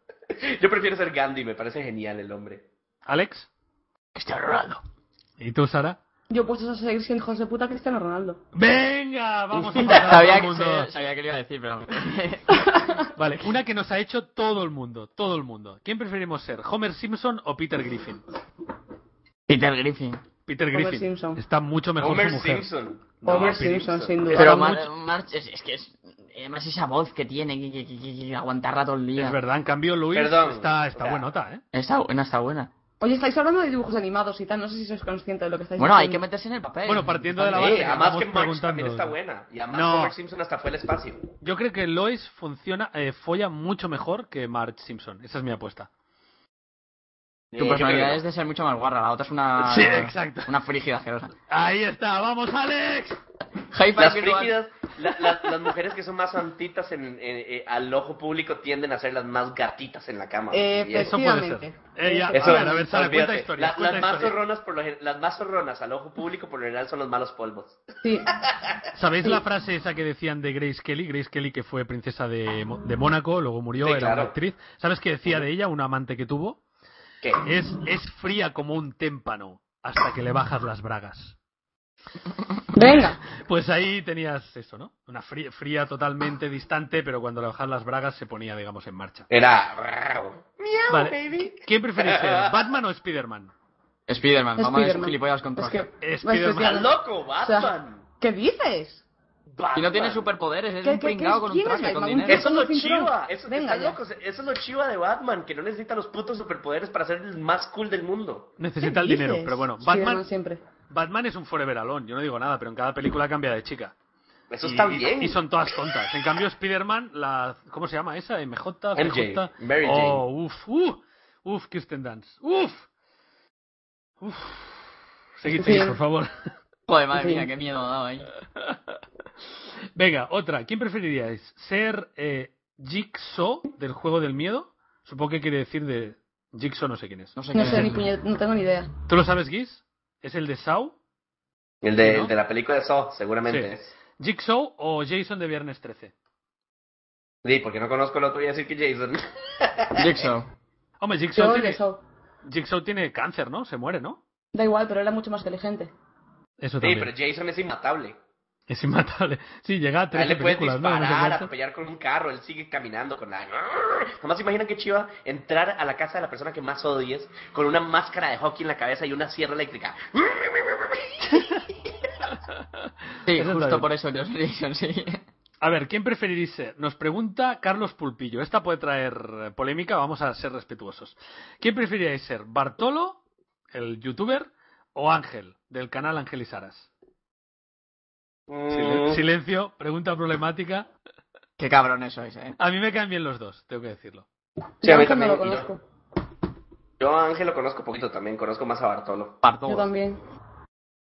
Speaker 4: Yo prefiero ser Gandhi, me parece genial el hombre.
Speaker 3: Alex. Cristiano Ronaldo. ¿Y tú, Sara?
Speaker 5: Yo pues eso seguir siendo hijos de puta Cristiano Ronaldo.
Speaker 3: Venga, vamos a matar a todo
Speaker 6: sabía,
Speaker 3: el
Speaker 6: que,
Speaker 3: mundo.
Speaker 6: sabía, sabía que lo iba a decir, pero...
Speaker 3: Vale, una que nos ha hecho todo el mundo, todo el mundo. ¿Quién preferimos ser, Homer Simpson o Peter Griffin?
Speaker 6: Peter Griffin.
Speaker 3: Peter
Speaker 5: Homer
Speaker 3: Griffin
Speaker 5: Simpson.
Speaker 3: está mucho mejor
Speaker 4: Homer
Speaker 3: su mujer.
Speaker 4: Simpson.
Speaker 5: Homer Simpson, sin duda.
Speaker 6: Pero
Speaker 3: Mar-
Speaker 6: Mar- March es, es que es... Además esa voz que tiene, que, que, que- que aguantarla todo el día.
Speaker 3: Es verdad, en cambio Luis
Speaker 4: Perdón.
Speaker 3: está, está
Speaker 4: O sea,
Speaker 3: buenota, ¿eh?
Speaker 6: Está buena, está buena.
Speaker 5: Oye, estáis hablando de dibujos animados y tal, no sé si sois conscientes de lo que estáis
Speaker 6: Bueno, hay que
Speaker 5: diciendo.
Speaker 6: meterse en el papel.
Speaker 3: Bueno, partiendo de la base-
Speaker 4: Eh, además
Speaker 3: estamos
Speaker 4: que March
Speaker 3: preguntando.
Speaker 4: también está buena. Y además
Speaker 3: No.
Speaker 4: Homer Simpson hasta fue al espacio.
Speaker 3: Yo creo que Lois funciona, eh, folla mucho mejor que Marge Simpson. Esa es mi apuesta.
Speaker 4: Eh,
Speaker 6: Tu
Speaker 4: yo creo
Speaker 6: personalidad
Speaker 4: que-
Speaker 6: es de ser mucho más guarra, la otra es una...
Speaker 3: Sí, exacto.
Speaker 6: Una frígida celosa.
Speaker 3: Ahí está, vamos Alex.
Speaker 6: High five,
Speaker 4: Las
Speaker 6: everyone.
Speaker 4: frígidas, la- la- las mujeres que son más santitas en, en- eh, al ojo público tienden a ser las más gatitas en la cama.
Speaker 5: Eh,
Speaker 4: Y
Speaker 5: pues-
Speaker 3: Eso puede ser.
Speaker 5: Efectivamente.
Speaker 3: Eh, ya,
Speaker 4: Eso,
Speaker 3: a ver, a ver, Sara, cuenta
Speaker 4: olvídate.
Speaker 3: historias.
Speaker 4: La-
Speaker 3: cuenta
Speaker 4: las, más
Speaker 3: historias.
Speaker 4: zorronas por lo gen- las más zorronas al ojo público por lo general son los malos polvos.
Speaker 5: Sí,
Speaker 3: ¿Sabéis la frase esa que decían de Grace Kelly? Grace Kelly, que fue princesa de, Mo- de Mónaco, luego murió,
Speaker 4: Sí,
Speaker 3: era
Speaker 4: claro.
Speaker 3: una actriz. ¿Sabes qué decía de ella, una amante que tuvo?
Speaker 4: ¿Qué?
Speaker 3: Es, es fría como un témpano hasta que le bajas las bragas.
Speaker 5: venga.
Speaker 3: Pues ahí tenías eso, ¿no? Una fría, fría totalmente distante, pero cuando le bajas las bragas se ponía, digamos, en marcha.
Speaker 4: Era...
Speaker 3: Vale. ¿Quién preferís ser, Batman o Spiderman?
Speaker 6: Spiderman, vamos a ver
Speaker 5: Spiderman.
Speaker 6: gilipollas
Speaker 5: Es
Speaker 6: con Thor.
Speaker 5: que...
Speaker 3: Spiderman.
Speaker 5: es que-
Speaker 4: ¡Estás loco, Batman!
Speaker 5: ¿Qué dices?
Speaker 6: Y no tiene
Speaker 4: Batman.
Speaker 6: superpoderes, es
Speaker 5: Ah. ¿Qué-
Speaker 6: un
Speaker 5: qué- qué-
Speaker 6: pringao con un
Speaker 5: quién es
Speaker 6: traje, con
Speaker 5: Batman?
Speaker 6: dinero.
Speaker 4: Eso es lo
Speaker 5: Con un cinturón.
Speaker 4: chiva, eso,
Speaker 5: Venga,
Speaker 4: estás
Speaker 5: ya.
Speaker 4: loco, eso es lo chiva de Batman, que no necesita los putos superpoderes para ser el más cool del mundo.
Speaker 5: ¿Qué
Speaker 3: Necesita el dinero,
Speaker 5: dices?
Speaker 3: pero bueno,
Speaker 5: Spiderman
Speaker 3: Batman,
Speaker 5: siempre.
Speaker 3: Batman es un forever alone, yo no digo nada, pero en cada película cambia de chica.
Speaker 4: Eso
Speaker 3: Y-
Speaker 4: está
Speaker 3: y-
Speaker 4: bien.
Speaker 3: Y son todas tontas. En cambio, Spider-Man, la. ¿Cómo se llama esa? MJ, CJ.
Speaker 4: MJ, Mary
Speaker 3: oh, uff, uff, uff, Kirsten Dance. Uff, uff. Seguid, seguid,
Speaker 5: Sí.
Speaker 3: por favor.
Speaker 6: Joder, madre
Speaker 5: Sí.
Speaker 6: mía, qué miedo me ha dado eh. ahí.
Speaker 3: Venga, otra. ¿Quién preferiríais? ¿Ser eh, Jigsaw del juego del miedo? Supongo que quiere decir de. Jigsaw, no sé quién es.
Speaker 6: No sé qué
Speaker 5: No sé,
Speaker 6: es.
Speaker 5: ni puñet- no tengo ni idea.
Speaker 3: ¿Tú lo sabes, Giz? ¿Es el de Saw?
Speaker 4: El de,
Speaker 3: ¿No?
Speaker 4: el de la película de Saw, seguramente. Sí.
Speaker 3: ¿Jigsaw o Jason de Viernes 13?
Speaker 4: porque no conozco el otro, voy a decir que Jason.
Speaker 6: Jigsaw.
Speaker 3: Hombre, Jigsaw
Speaker 5: Yo el de
Speaker 3: tiene,
Speaker 5: Saw.
Speaker 3: Jigsaw tiene cáncer, ¿no? Se muere, ¿no?
Speaker 5: Da igual, pero era mucho más inteligente.
Speaker 3: Eso
Speaker 4: Sí,
Speaker 3: también.
Speaker 4: pero Jason es inmatable.
Speaker 3: Es inmatable. Sí, llega a
Speaker 4: A él
Speaker 3: 13
Speaker 4: le
Speaker 6: pues,
Speaker 4: puedes
Speaker 3: películas, ¿no?
Speaker 4: disparar,
Speaker 3: No sé cuánto.
Speaker 4: atropellar con un carro, él sigue caminando con la... Jamás imagina que chiva entrar a la casa de la persona que más odies con una máscara de hockey en la cabeza y una sierra eléctrica.
Speaker 6: Sí,
Speaker 3: Eso está
Speaker 6: justo
Speaker 3: bien.
Speaker 6: por eso Josh Jason, sí.
Speaker 3: A ver, ¿quién preferirís ser? Nos pregunta Carlos Pulpillo. Esta puede traer eh, polémica, vamos a ser respetuosos. ¿Quién preferiríais ser? ¿Bartolo, el youtuber, o Ángel, del canal Ángel y Saras? Silen-
Speaker 4: Mm.
Speaker 3: Silencio, pregunta problemática.
Speaker 6: Qué cabrones sois, eh.
Speaker 3: A mí me caen bien los dos, tengo que decirlo.
Speaker 4: Sí, a mí
Speaker 5: Yo no lo
Speaker 4: también, yo-
Speaker 5: conozco.
Speaker 4: Yo a Ángel lo conozco poquito también, conozco más a Bartolo.
Speaker 6: Parto.
Speaker 5: Yo también.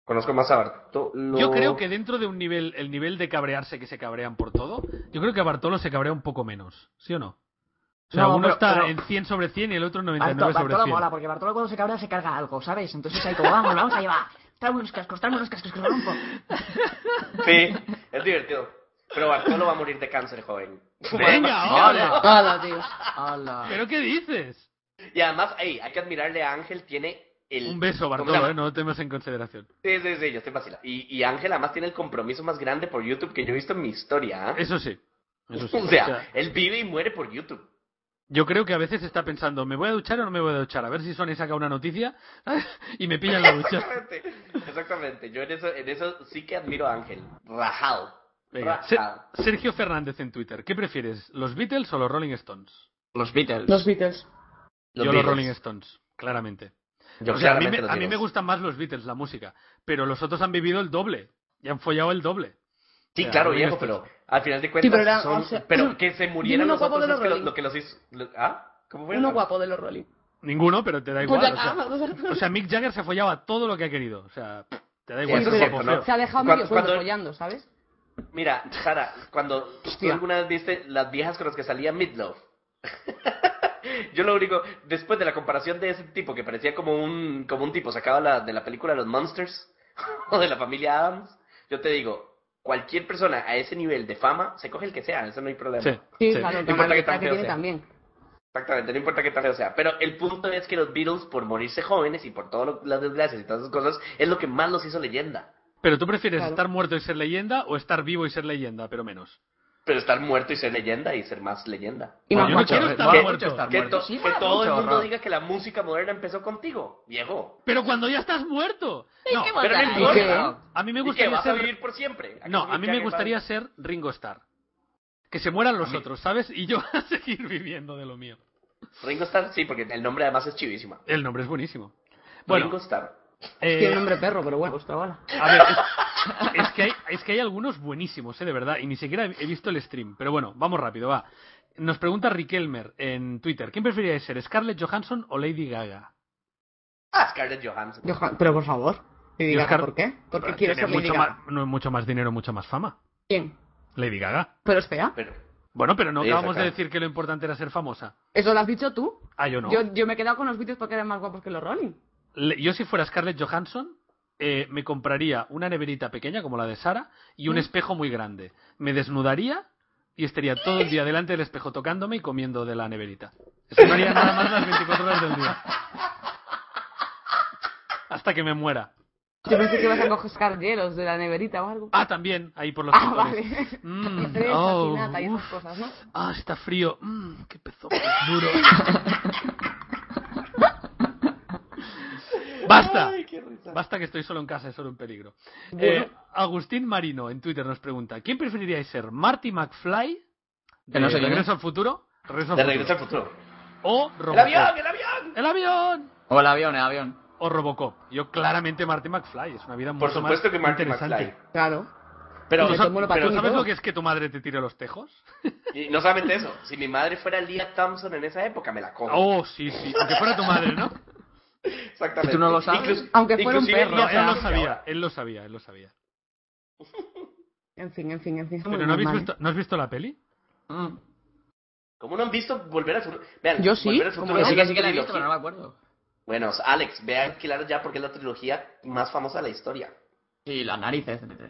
Speaker 7: Conozco más a Bartolo.
Speaker 3: Yo creo que dentro de un nivel, el nivel de cabrearse que se cabrean por todo, yo creo que Bartolo se cabrea un poco menos, ¿sí o no? O sea,
Speaker 6: No,
Speaker 3: uno
Speaker 6: pero-
Speaker 3: está
Speaker 6: pero-
Speaker 3: en 100 sobre 100 y el otro en 99
Speaker 6: Bartolo,
Speaker 3: sobre
Speaker 6: Bartolo
Speaker 3: 100.
Speaker 6: mola, porque Bartolo cuando se cabrea se carga algo, ¿sabes? Entonces ahí como, vamos, vamos a llevar. Traemos unos cascos, traemos unos cascos, que nos rompo.
Speaker 4: Sí, es divertido. Pero Bartolo va a morir de cáncer, joven.
Speaker 3: ¡Venga,
Speaker 6: Hola.
Speaker 3: hola!
Speaker 5: Hola, tío.
Speaker 6: Ala.
Speaker 3: ¿eh? ¿Pero qué dices?
Speaker 4: Y además, ey, hay que admirarle a Ángel, tiene el...
Speaker 3: Un beso,
Speaker 4: ¿cómo se
Speaker 3: Bartolo,
Speaker 4: llama?
Speaker 3: ¿eh? no lo temas en consideración.
Speaker 4: Sí, sí, sí, yo estoy vacilando. Y, y Ángel además tiene el compromiso más grande por YouTube que yo he visto en mi historia. ¿ah?
Speaker 3: Eso sí. Eso sí.
Speaker 4: o sea, él vive y muere por YouTube.
Speaker 3: yo creo que a veces está pensando, ¿me voy a duchar o no me voy a duchar? A ver si Sony saca una noticia y me pilla en la ducha.
Speaker 4: Exactamente, exactamente. Yo en eso, en eso sí que admiro a Ángel. Rajado.
Speaker 3: Venga, Ser-
Speaker 4: Rajado.
Speaker 3: Sergio Fernández en Twitter, ¿qué prefieres, los Beatles o los Rolling Stones?
Speaker 6: Los Beatles.
Speaker 5: Los Beatles.
Speaker 4: Los
Speaker 3: yo
Speaker 4: Beatles.
Speaker 3: los Rolling Stones, claramente.
Speaker 4: Yo
Speaker 3: O sea, a mí,
Speaker 4: claramente
Speaker 3: me,
Speaker 4: los
Speaker 3: a mí
Speaker 4: Beatles.
Speaker 3: me gustan más los Beatles, la música, pero los otros han vivido el doble y han follado el doble.
Speaker 4: Sí,
Speaker 3: O sea,
Speaker 4: claro,
Speaker 3: Rolling
Speaker 4: viejo,
Speaker 3: Stones.
Speaker 4: pero al final de
Speaker 5: Sí,
Speaker 4: cuentas
Speaker 5: pero era-
Speaker 4: son-
Speaker 5: o sea,
Speaker 4: pero que se murieran
Speaker 5: uno
Speaker 4: los
Speaker 5: guapo de
Speaker 4: otros es
Speaker 5: los
Speaker 4: que lo,
Speaker 5: Rolling.
Speaker 4: lo que los hizo... lo- ¿Ah? ¿Cómo fue?
Speaker 5: Uno guapo de los Rolling.
Speaker 3: Ninguno, pero te da igual.
Speaker 5: Pues
Speaker 3: o,
Speaker 5: ya-
Speaker 3: sea,
Speaker 5: ah, no sé.
Speaker 3: o sea, Mick Jagger se follaba a todo lo que ha querido. O sea, te da
Speaker 4: Sí,
Speaker 3: igual.
Speaker 4: eso
Speaker 3: es
Speaker 4: es
Speaker 3: guapo,
Speaker 4: cierto, ¿no?
Speaker 3: feo.
Speaker 5: Se ha dejado
Speaker 4: ¿Cuándo-
Speaker 5: medio sueldo
Speaker 4: cuándo-
Speaker 5: follando, ¿sabes?
Speaker 4: Mira, Sara, cuando tú
Speaker 5: Hostia.
Speaker 4: alguna vez viste las viejas con las que salía Midloaf, yo lo único, después de la comparación de ese tipo que parecía como un, como un tipo sacado la- de la película Los Monsters o de la familia Adams, yo te digo, cualquier persona a ese nivel de fama se coge el que sea, eso no hay problema.
Speaker 3: Sí,
Speaker 5: Sí,
Speaker 3: sí.
Speaker 5: claro,
Speaker 4: No
Speaker 5: con
Speaker 4: importa
Speaker 5: la letra
Speaker 4: que
Speaker 5: que
Speaker 4: tan feo
Speaker 5: tiene
Speaker 4: sea.
Speaker 5: también.
Speaker 4: Exactamente, no importa qué tal sea. Pero el punto es que los Beatles, por morirse jóvenes y por todas las desgracias y todas esas cosas, es lo que más los hizo leyenda.
Speaker 3: Pero tú prefieres
Speaker 5: Claro.
Speaker 3: estar muerto y ser leyenda o estar vivo y ser leyenda, pero menos.
Speaker 4: Pero estar muerto y ser leyenda y ser más leyenda.
Speaker 5: Y más
Speaker 3: Bueno, yo no
Speaker 5: macho.
Speaker 3: quiero estar
Speaker 4: Que-
Speaker 3: muerto.
Speaker 6: estar
Speaker 4: Que,
Speaker 6: muerto.
Speaker 4: to-
Speaker 6: Sí,
Speaker 4: que
Speaker 6: mola
Speaker 4: todo el
Speaker 6: mucho,
Speaker 4: mundo
Speaker 6: Rafa.
Speaker 4: diga que la música moderna empezó contigo, viejo.
Speaker 3: Pero cuando ya estás muerto. No,
Speaker 4: Pero no
Speaker 3: ¿y
Speaker 4: importa.
Speaker 5: qué?
Speaker 3: a mí me
Speaker 4: ¿Y qué,
Speaker 3: gustaría
Speaker 4: vas a
Speaker 3: ser.
Speaker 4: vivir por siempre.
Speaker 3: No,
Speaker 4: ¿Acaso
Speaker 3: a mí
Speaker 4: que
Speaker 3: me
Speaker 4: haga
Speaker 3: gustaría
Speaker 4: falta?
Speaker 3: ser Ringo Starr. Que se mueran los otros, ¿sabes? Y yo a seguir viviendo de lo mío.
Speaker 4: Ringo Starr, sí, porque el nombre además es chivísima.
Speaker 3: El nombre es buenísimo. Bueno,
Speaker 4: Ringo Starr.
Speaker 3: eh,
Speaker 5: Tiene nombre perro, pero bueno.
Speaker 3: A ver, es, es que hay, es que hay algunos buenísimos, ¿eh? de verdad, y ni siquiera he he visto el stream. Pero bueno, vamos rápido, va. Nos pregunta Riquelmer en Twitter, ¿quién preferiríais ser, Scarlett Johansson o Lady Gaga?
Speaker 4: Ah, Scarlett Johansson.
Speaker 5: Yo- Pero por favor. Y diga,
Speaker 3: Oscar-
Speaker 5: ¿por qué? Porque
Speaker 3: Pero
Speaker 5: quiero
Speaker 3: tiene
Speaker 5: ser Lady
Speaker 3: mucho
Speaker 5: Gaga.
Speaker 3: más, no, mucho más dinero, mucha más fama.
Speaker 5: Bien.
Speaker 3: Lady Gaga.
Speaker 5: Pero es fea.
Speaker 4: Pero,
Speaker 3: Bueno, pero no
Speaker 4: Sí,
Speaker 3: acabamos de
Speaker 4: exacto.
Speaker 3: decir que lo importante era ser famosa.
Speaker 5: Eso lo has dicho tú.
Speaker 3: Ah, yo no.
Speaker 5: Yo, yo me he quedado con los vídeos porque eran más guapos que los Rolling.
Speaker 3: Le- yo si fuera Scarlett Johansson, eh, me compraría una neverita pequeña como la de Sara y
Speaker 5: Mm.
Speaker 3: un espejo muy grande. Me desnudaría y estaría todo el día delante del espejo tocándome y comiendo de la neverita. Es que no haría nada más las 24 horas del día. Hasta que me muera.
Speaker 5: Yo pensé que ibas a coger hielos de la neverita o algo.
Speaker 3: Ah, también, ahí por los
Speaker 5: Ah,
Speaker 3: sectores.
Speaker 5: vale.
Speaker 3: Mm,
Speaker 5: Y fresa,
Speaker 3: oh,
Speaker 5: pinata y esas
Speaker 3: uf.
Speaker 5: cosas, ¿no?
Speaker 3: Ah, está frío. Mm, qué pezón más duro. Basta. Basta que estoy solo en casa, es solo un peligro. Eh, Agustín Marino en Twitter nos pregunta, ¿quién preferiríais ser? ¿Marty McFly?
Speaker 6: Que
Speaker 3: ¿De
Speaker 6: no sé quién
Speaker 3: Regreso al Futuro? Regreso al
Speaker 4: de
Speaker 3: Futuro.
Speaker 4: regreso al futuro.
Speaker 3: O
Speaker 4: ¡El
Speaker 3: Robocop.
Speaker 4: avión, el avión!
Speaker 3: ¡El avión!
Speaker 6: O el avión, el avión.
Speaker 3: O Robocop. Yo claramente Marty McFly, es una vida
Speaker 4: Por
Speaker 3: mucho
Speaker 4: supuesto
Speaker 3: más
Speaker 4: que Marty
Speaker 3: interesante.
Speaker 4: McFly.
Speaker 5: Claro.
Speaker 4: Pero,
Speaker 5: Y me tomo
Speaker 4: pero,
Speaker 5: la patrulla.
Speaker 3: ¿Sabes
Speaker 5: Todo.
Speaker 3: lo que es que tu madre te tire los tejos?
Speaker 4: y no solamente eso, si mi madre fuera Lia Thompson en esa época, me la cojo.
Speaker 3: Oh, sí, sí. Aunque fuera tu madre, ¿no?
Speaker 4: Exactamente.
Speaker 6: Si tú no lo sabes,
Speaker 5: aunque fuera un
Speaker 4: inclusive
Speaker 5: perro,
Speaker 3: Eh, No,
Speaker 4: Lia
Speaker 3: él lo
Speaker 4: Thompson
Speaker 3: sabía,
Speaker 4: ahora.
Speaker 3: él lo sabía, él lo sabía.
Speaker 5: En fin, en fin, en fin.
Speaker 3: Pero
Speaker 5: Muy
Speaker 3: ¿no, habéis
Speaker 5: normal,
Speaker 3: visto, ¿no has visto la peli?
Speaker 6: Mm.
Speaker 4: ¿Cómo no han visto Volver al Futuro? Vean,
Speaker 5: Yo sí,
Speaker 4: Volver al
Speaker 5: ¿cómo
Speaker 4: Futuro
Speaker 5: no?
Speaker 4: es
Speaker 6: Sí,
Speaker 4: una
Speaker 6: que sí que la he visto,
Speaker 4: trilogía.
Speaker 6: pero no me acuerdo.
Speaker 4: Bueno, Alex, ve a alquilar ya porque es la trilogía más famosa de la historia.
Speaker 6: Sí, las narices. etc.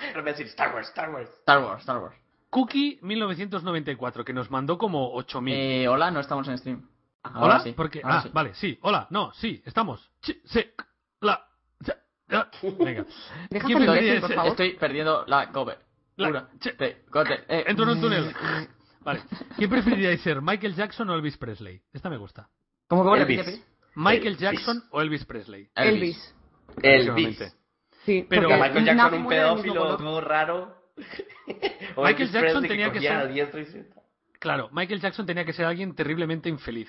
Speaker 4: Pero me va a decir Star Wars, Star Wars.
Speaker 6: Star Wars, Star Wars.
Speaker 3: Cookie 1994, que nos mandó como 8000.
Speaker 6: Eh, hola, no estamos en stream. Ahora
Speaker 3: ¿Hola?
Speaker 6: sí,
Speaker 3: Porque,
Speaker 6: ahora
Speaker 3: ah,
Speaker 6: sí.
Speaker 3: vale, sí, hola, no, sí, estamos. Chi- se- la- se- la- venga.
Speaker 5: ¿no? Deja hacer
Speaker 3: ¿Quién me
Speaker 5: el
Speaker 6: Estoy,
Speaker 3: diría
Speaker 5: imbécil, por
Speaker 3: ese?
Speaker 5: favor.
Speaker 6: estoy perdiendo la
Speaker 3: La-
Speaker 6: cobertura.
Speaker 3: che-
Speaker 6: Te- cote- eh.
Speaker 3: Entro en un túnel. Vale. ¿Quién preferiríais ser, Michael Jackson o Elvis Presley? Esta me gusta.
Speaker 6: ¿Cómo, cómo?
Speaker 4: Elvis.
Speaker 6: Repite, repite.
Speaker 3: ¿Michael
Speaker 4: Elvis.
Speaker 3: Jackson o Elvis Presley?
Speaker 5: Elvis.
Speaker 4: El
Speaker 3: Próximamente.
Speaker 4: bis.
Speaker 5: Sí,
Speaker 3: Pero-
Speaker 5: porque
Speaker 4: Michael Jackson,
Speaker 5: nace
Speaker 4: un
Speaker 5: muy del mismo
Speaker 4: pedófilo
Speaker 5: color.
Speaker 4: todo raro. O
Speaker 3: Michael
Speaker 4: Elvis
Speaker 3: Jackson
Speaker 4: Presley
Speaker 3: tenía que
Speaker 4: cogía
Speaker 3: ser-
Speaker 4: a diestra y siniestra.
Speaker 3: Claro, Michael Jackson tenía que ser alguien terriblemente infeliz.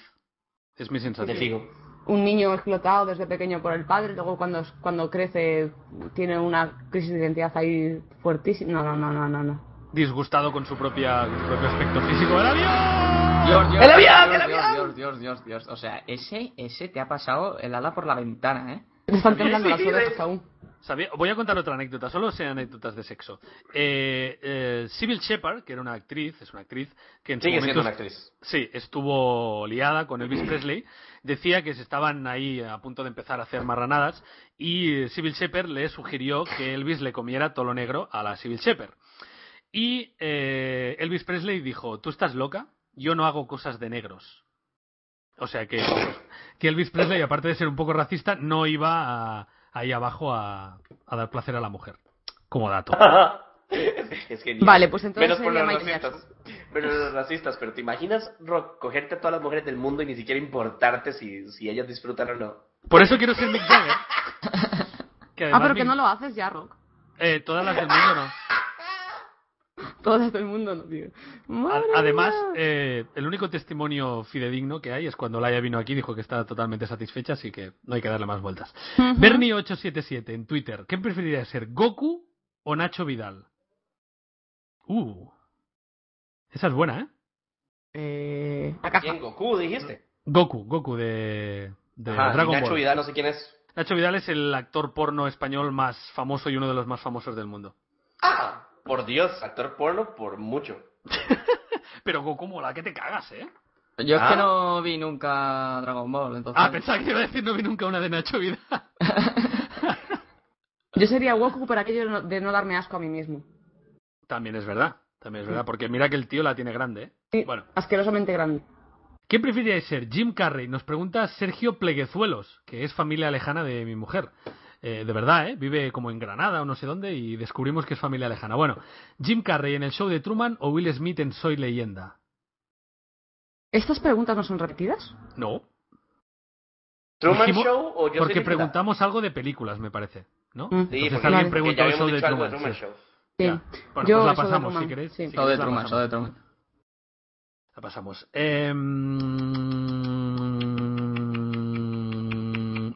Speaker 3: Es mi
Speaker 4: De
Speaker 3: sensación.
Speaker 4: fijo.
Speaker 5: Un niño explotado desde pequeño por el padre, luego cuando, cuando crece tiene una crisis de identidad ahí fuertísima. No, no, no, no, no. no.
Speaker 3: Disgustado con su, propia, con su propio aspecto físico. ¡El avión!
Speaker 6: Dios, Dios,
Speaker 4: ¡El avión,
Speaker 6: Dios,
Speaker 4: el
Speaker 6: Dios,
Speaker 4: avión!
Speaker 6: Dios, Dios, Dios, Dios. O sea, ese, ese te ha pasado el ala por la ventana, ¿eh?
Speaker 5: Me están
Speaker 3: También
Speaker 5: temblando las
Speaker 4: sí,
Speaker 5: orejas
Speaker 4: de-
Speaker 5: aún.
Speaker 3: Sabía- Voy a contar otra anécdota, solo sean anécdotas de sexo. Eh, eh, Sybil Shepard, que era una actriz, es una actriz, que en su
Speaker 4: Sigue
Speaker 3: momento
Speaker 4: siendo una actriz.
Speaker 3: Sí, estuvo liada con Elvis Presley. Decía que se estaban ahí a punto de empezar a hacer marranadas y eh, Sybil Shepherd le sugirió que Elvis le comiera tolo negro a la Sybil Shepherd. Y eh, Elvis Presley dijo, tú estás loca, yo no hago cosas de negros. O sea que, que Elvis Presley, aparte de ser un poco racista, no iba a- ahí abajo a, a dar placer a la mujer. Como dato.
Speaker 4: es genial.
Speaker 5: Vale, pues entonces
Speaker 4: Menos por
Speaker 5: sería
Speaker 4: los
Speaker 5: Michael
Speaker 4: racistas. Pero los racistas, pero ¿te imaginas Rock, cogerte a todas las mujeres del mundo y ni siquiera importarte si, si ellas disfrutan o no?
Speaker 3: Por eso quiero ser Mick Jagger. Que
Speaker 5: Ah,
Speaker 3: además
Speaker 5: pero que
Speaker 3: Mick-
Speaker 5: no lo haces ya, Rock.
Speaker 3: eh, todas las del mundo no.
Speaker 5: Todo el mundo no digo.
Speaker 3: A-
Speaker 5: Madre
Speaker 3: Además,
Speaker 5: mía.
Speaker 3: eh, el único testimonio fidedigno que hay es cuando Laia vino aquí y dijo que está totalmente satisfecha, así que no hay que darle más vueltas.
Speaker 5: Ujú.
Speaker 3: Bernie877 en Twitter. ¿Quién preferiría ser, Goku o Nacho Vidal? Uh. Esa es buena, ¿eh?
Speaker 5: Eh, la caja.
Speaker 4: ¿Quién? Goku, dijiste.
Speaker 3: Goku, Goku de, de
Speaker 4: Ajá, y
Speaker 3: Dragon
Speaker 4: Nacho
Speaker 3: Ball.
Speaker 4: Vidal, no sé quién es.
Speaker 3: Nacho Vidal es el actor porno español más famoso y uno de los más famosos del mundo.
Speaker 4: ¡Ah! Por Dios, actor porno por mucho.
Speaker 3: Pero Goku mola, que te cagas, ¿eh?
Speaker 6: Yo es
Speaker 4: Ah.
Speaker 6: que no vi nunca Dragon Ball, entonces.
Speaker 3: Ah, pensaba que iba a decir no vi nunca una de Nacho Vidal.
Speaker 5: Yo sería Goku por aquello de no- de no darme asco a mí mismo.
Speaker 3: También es verdad, también es verdad, porque mira que el tío la tiene grande, ¿eh?
Speaker 5: Sí,
Speaker 3: Bueno.
Speaker 5: Asquerosamente grande.
Speaker 3: ¿Quién preferiríais ser? Jim Carrey. Nos pregunta Sergio Pleguezuelos, que es familia lejana de mi mujer. Eh, de verdad, ¿eh? Vive como en Granada o no sé dónde y descubrimos que es familia lejana. Bueno, Jim Carrey en el show de Truman o Will Smith en Soy Leyenda.
Speaker 5: ¿Estas preguntas no son repetidas?
Speaker 3: No,
Speaker 4: ¿Truman
Speaker 3: Dijimos-
Speaker 4: Show o yo soy
Speaker 3: porque
Speaker 4: Nikita?
Speaker 3: preguntamos algo de películas, me parece, ¿no?
Speaker 5: Mm.
Speaker 4: Sí,
Speaker 3: Entonces
Speaker 4: porque
Speaker 5: alguien
Speaker 4: porque
Speaker 3: preguntó
Speaker 4: ya
Speaker 3: el
Speaker 4: habíamos
Speaker 3: show de
Speaker 4: dicho algo de Truman
Speaker 3: Truman, sí.
Speaker 4: Show.
Speaker 5: Sí.
Speaker 3: Ya. Bueno,
Speaker 5: Yo
Speaker 3: pues la
Speaker 5: eso de
Speaker 3: pasamos, si
Speaker 5: Truman,
Speaker 3: queréis.
Speaker 5: sí.
Speaker 3: si
Speaker 6: Show
Speaker 3: queréis
Speaker 6: de
Speaker 3: la
Speaker 6: Truman,
Speaker 3: pasamos.
Speaker 6: show de Truman.
Speaker 3: La pasamos. Em,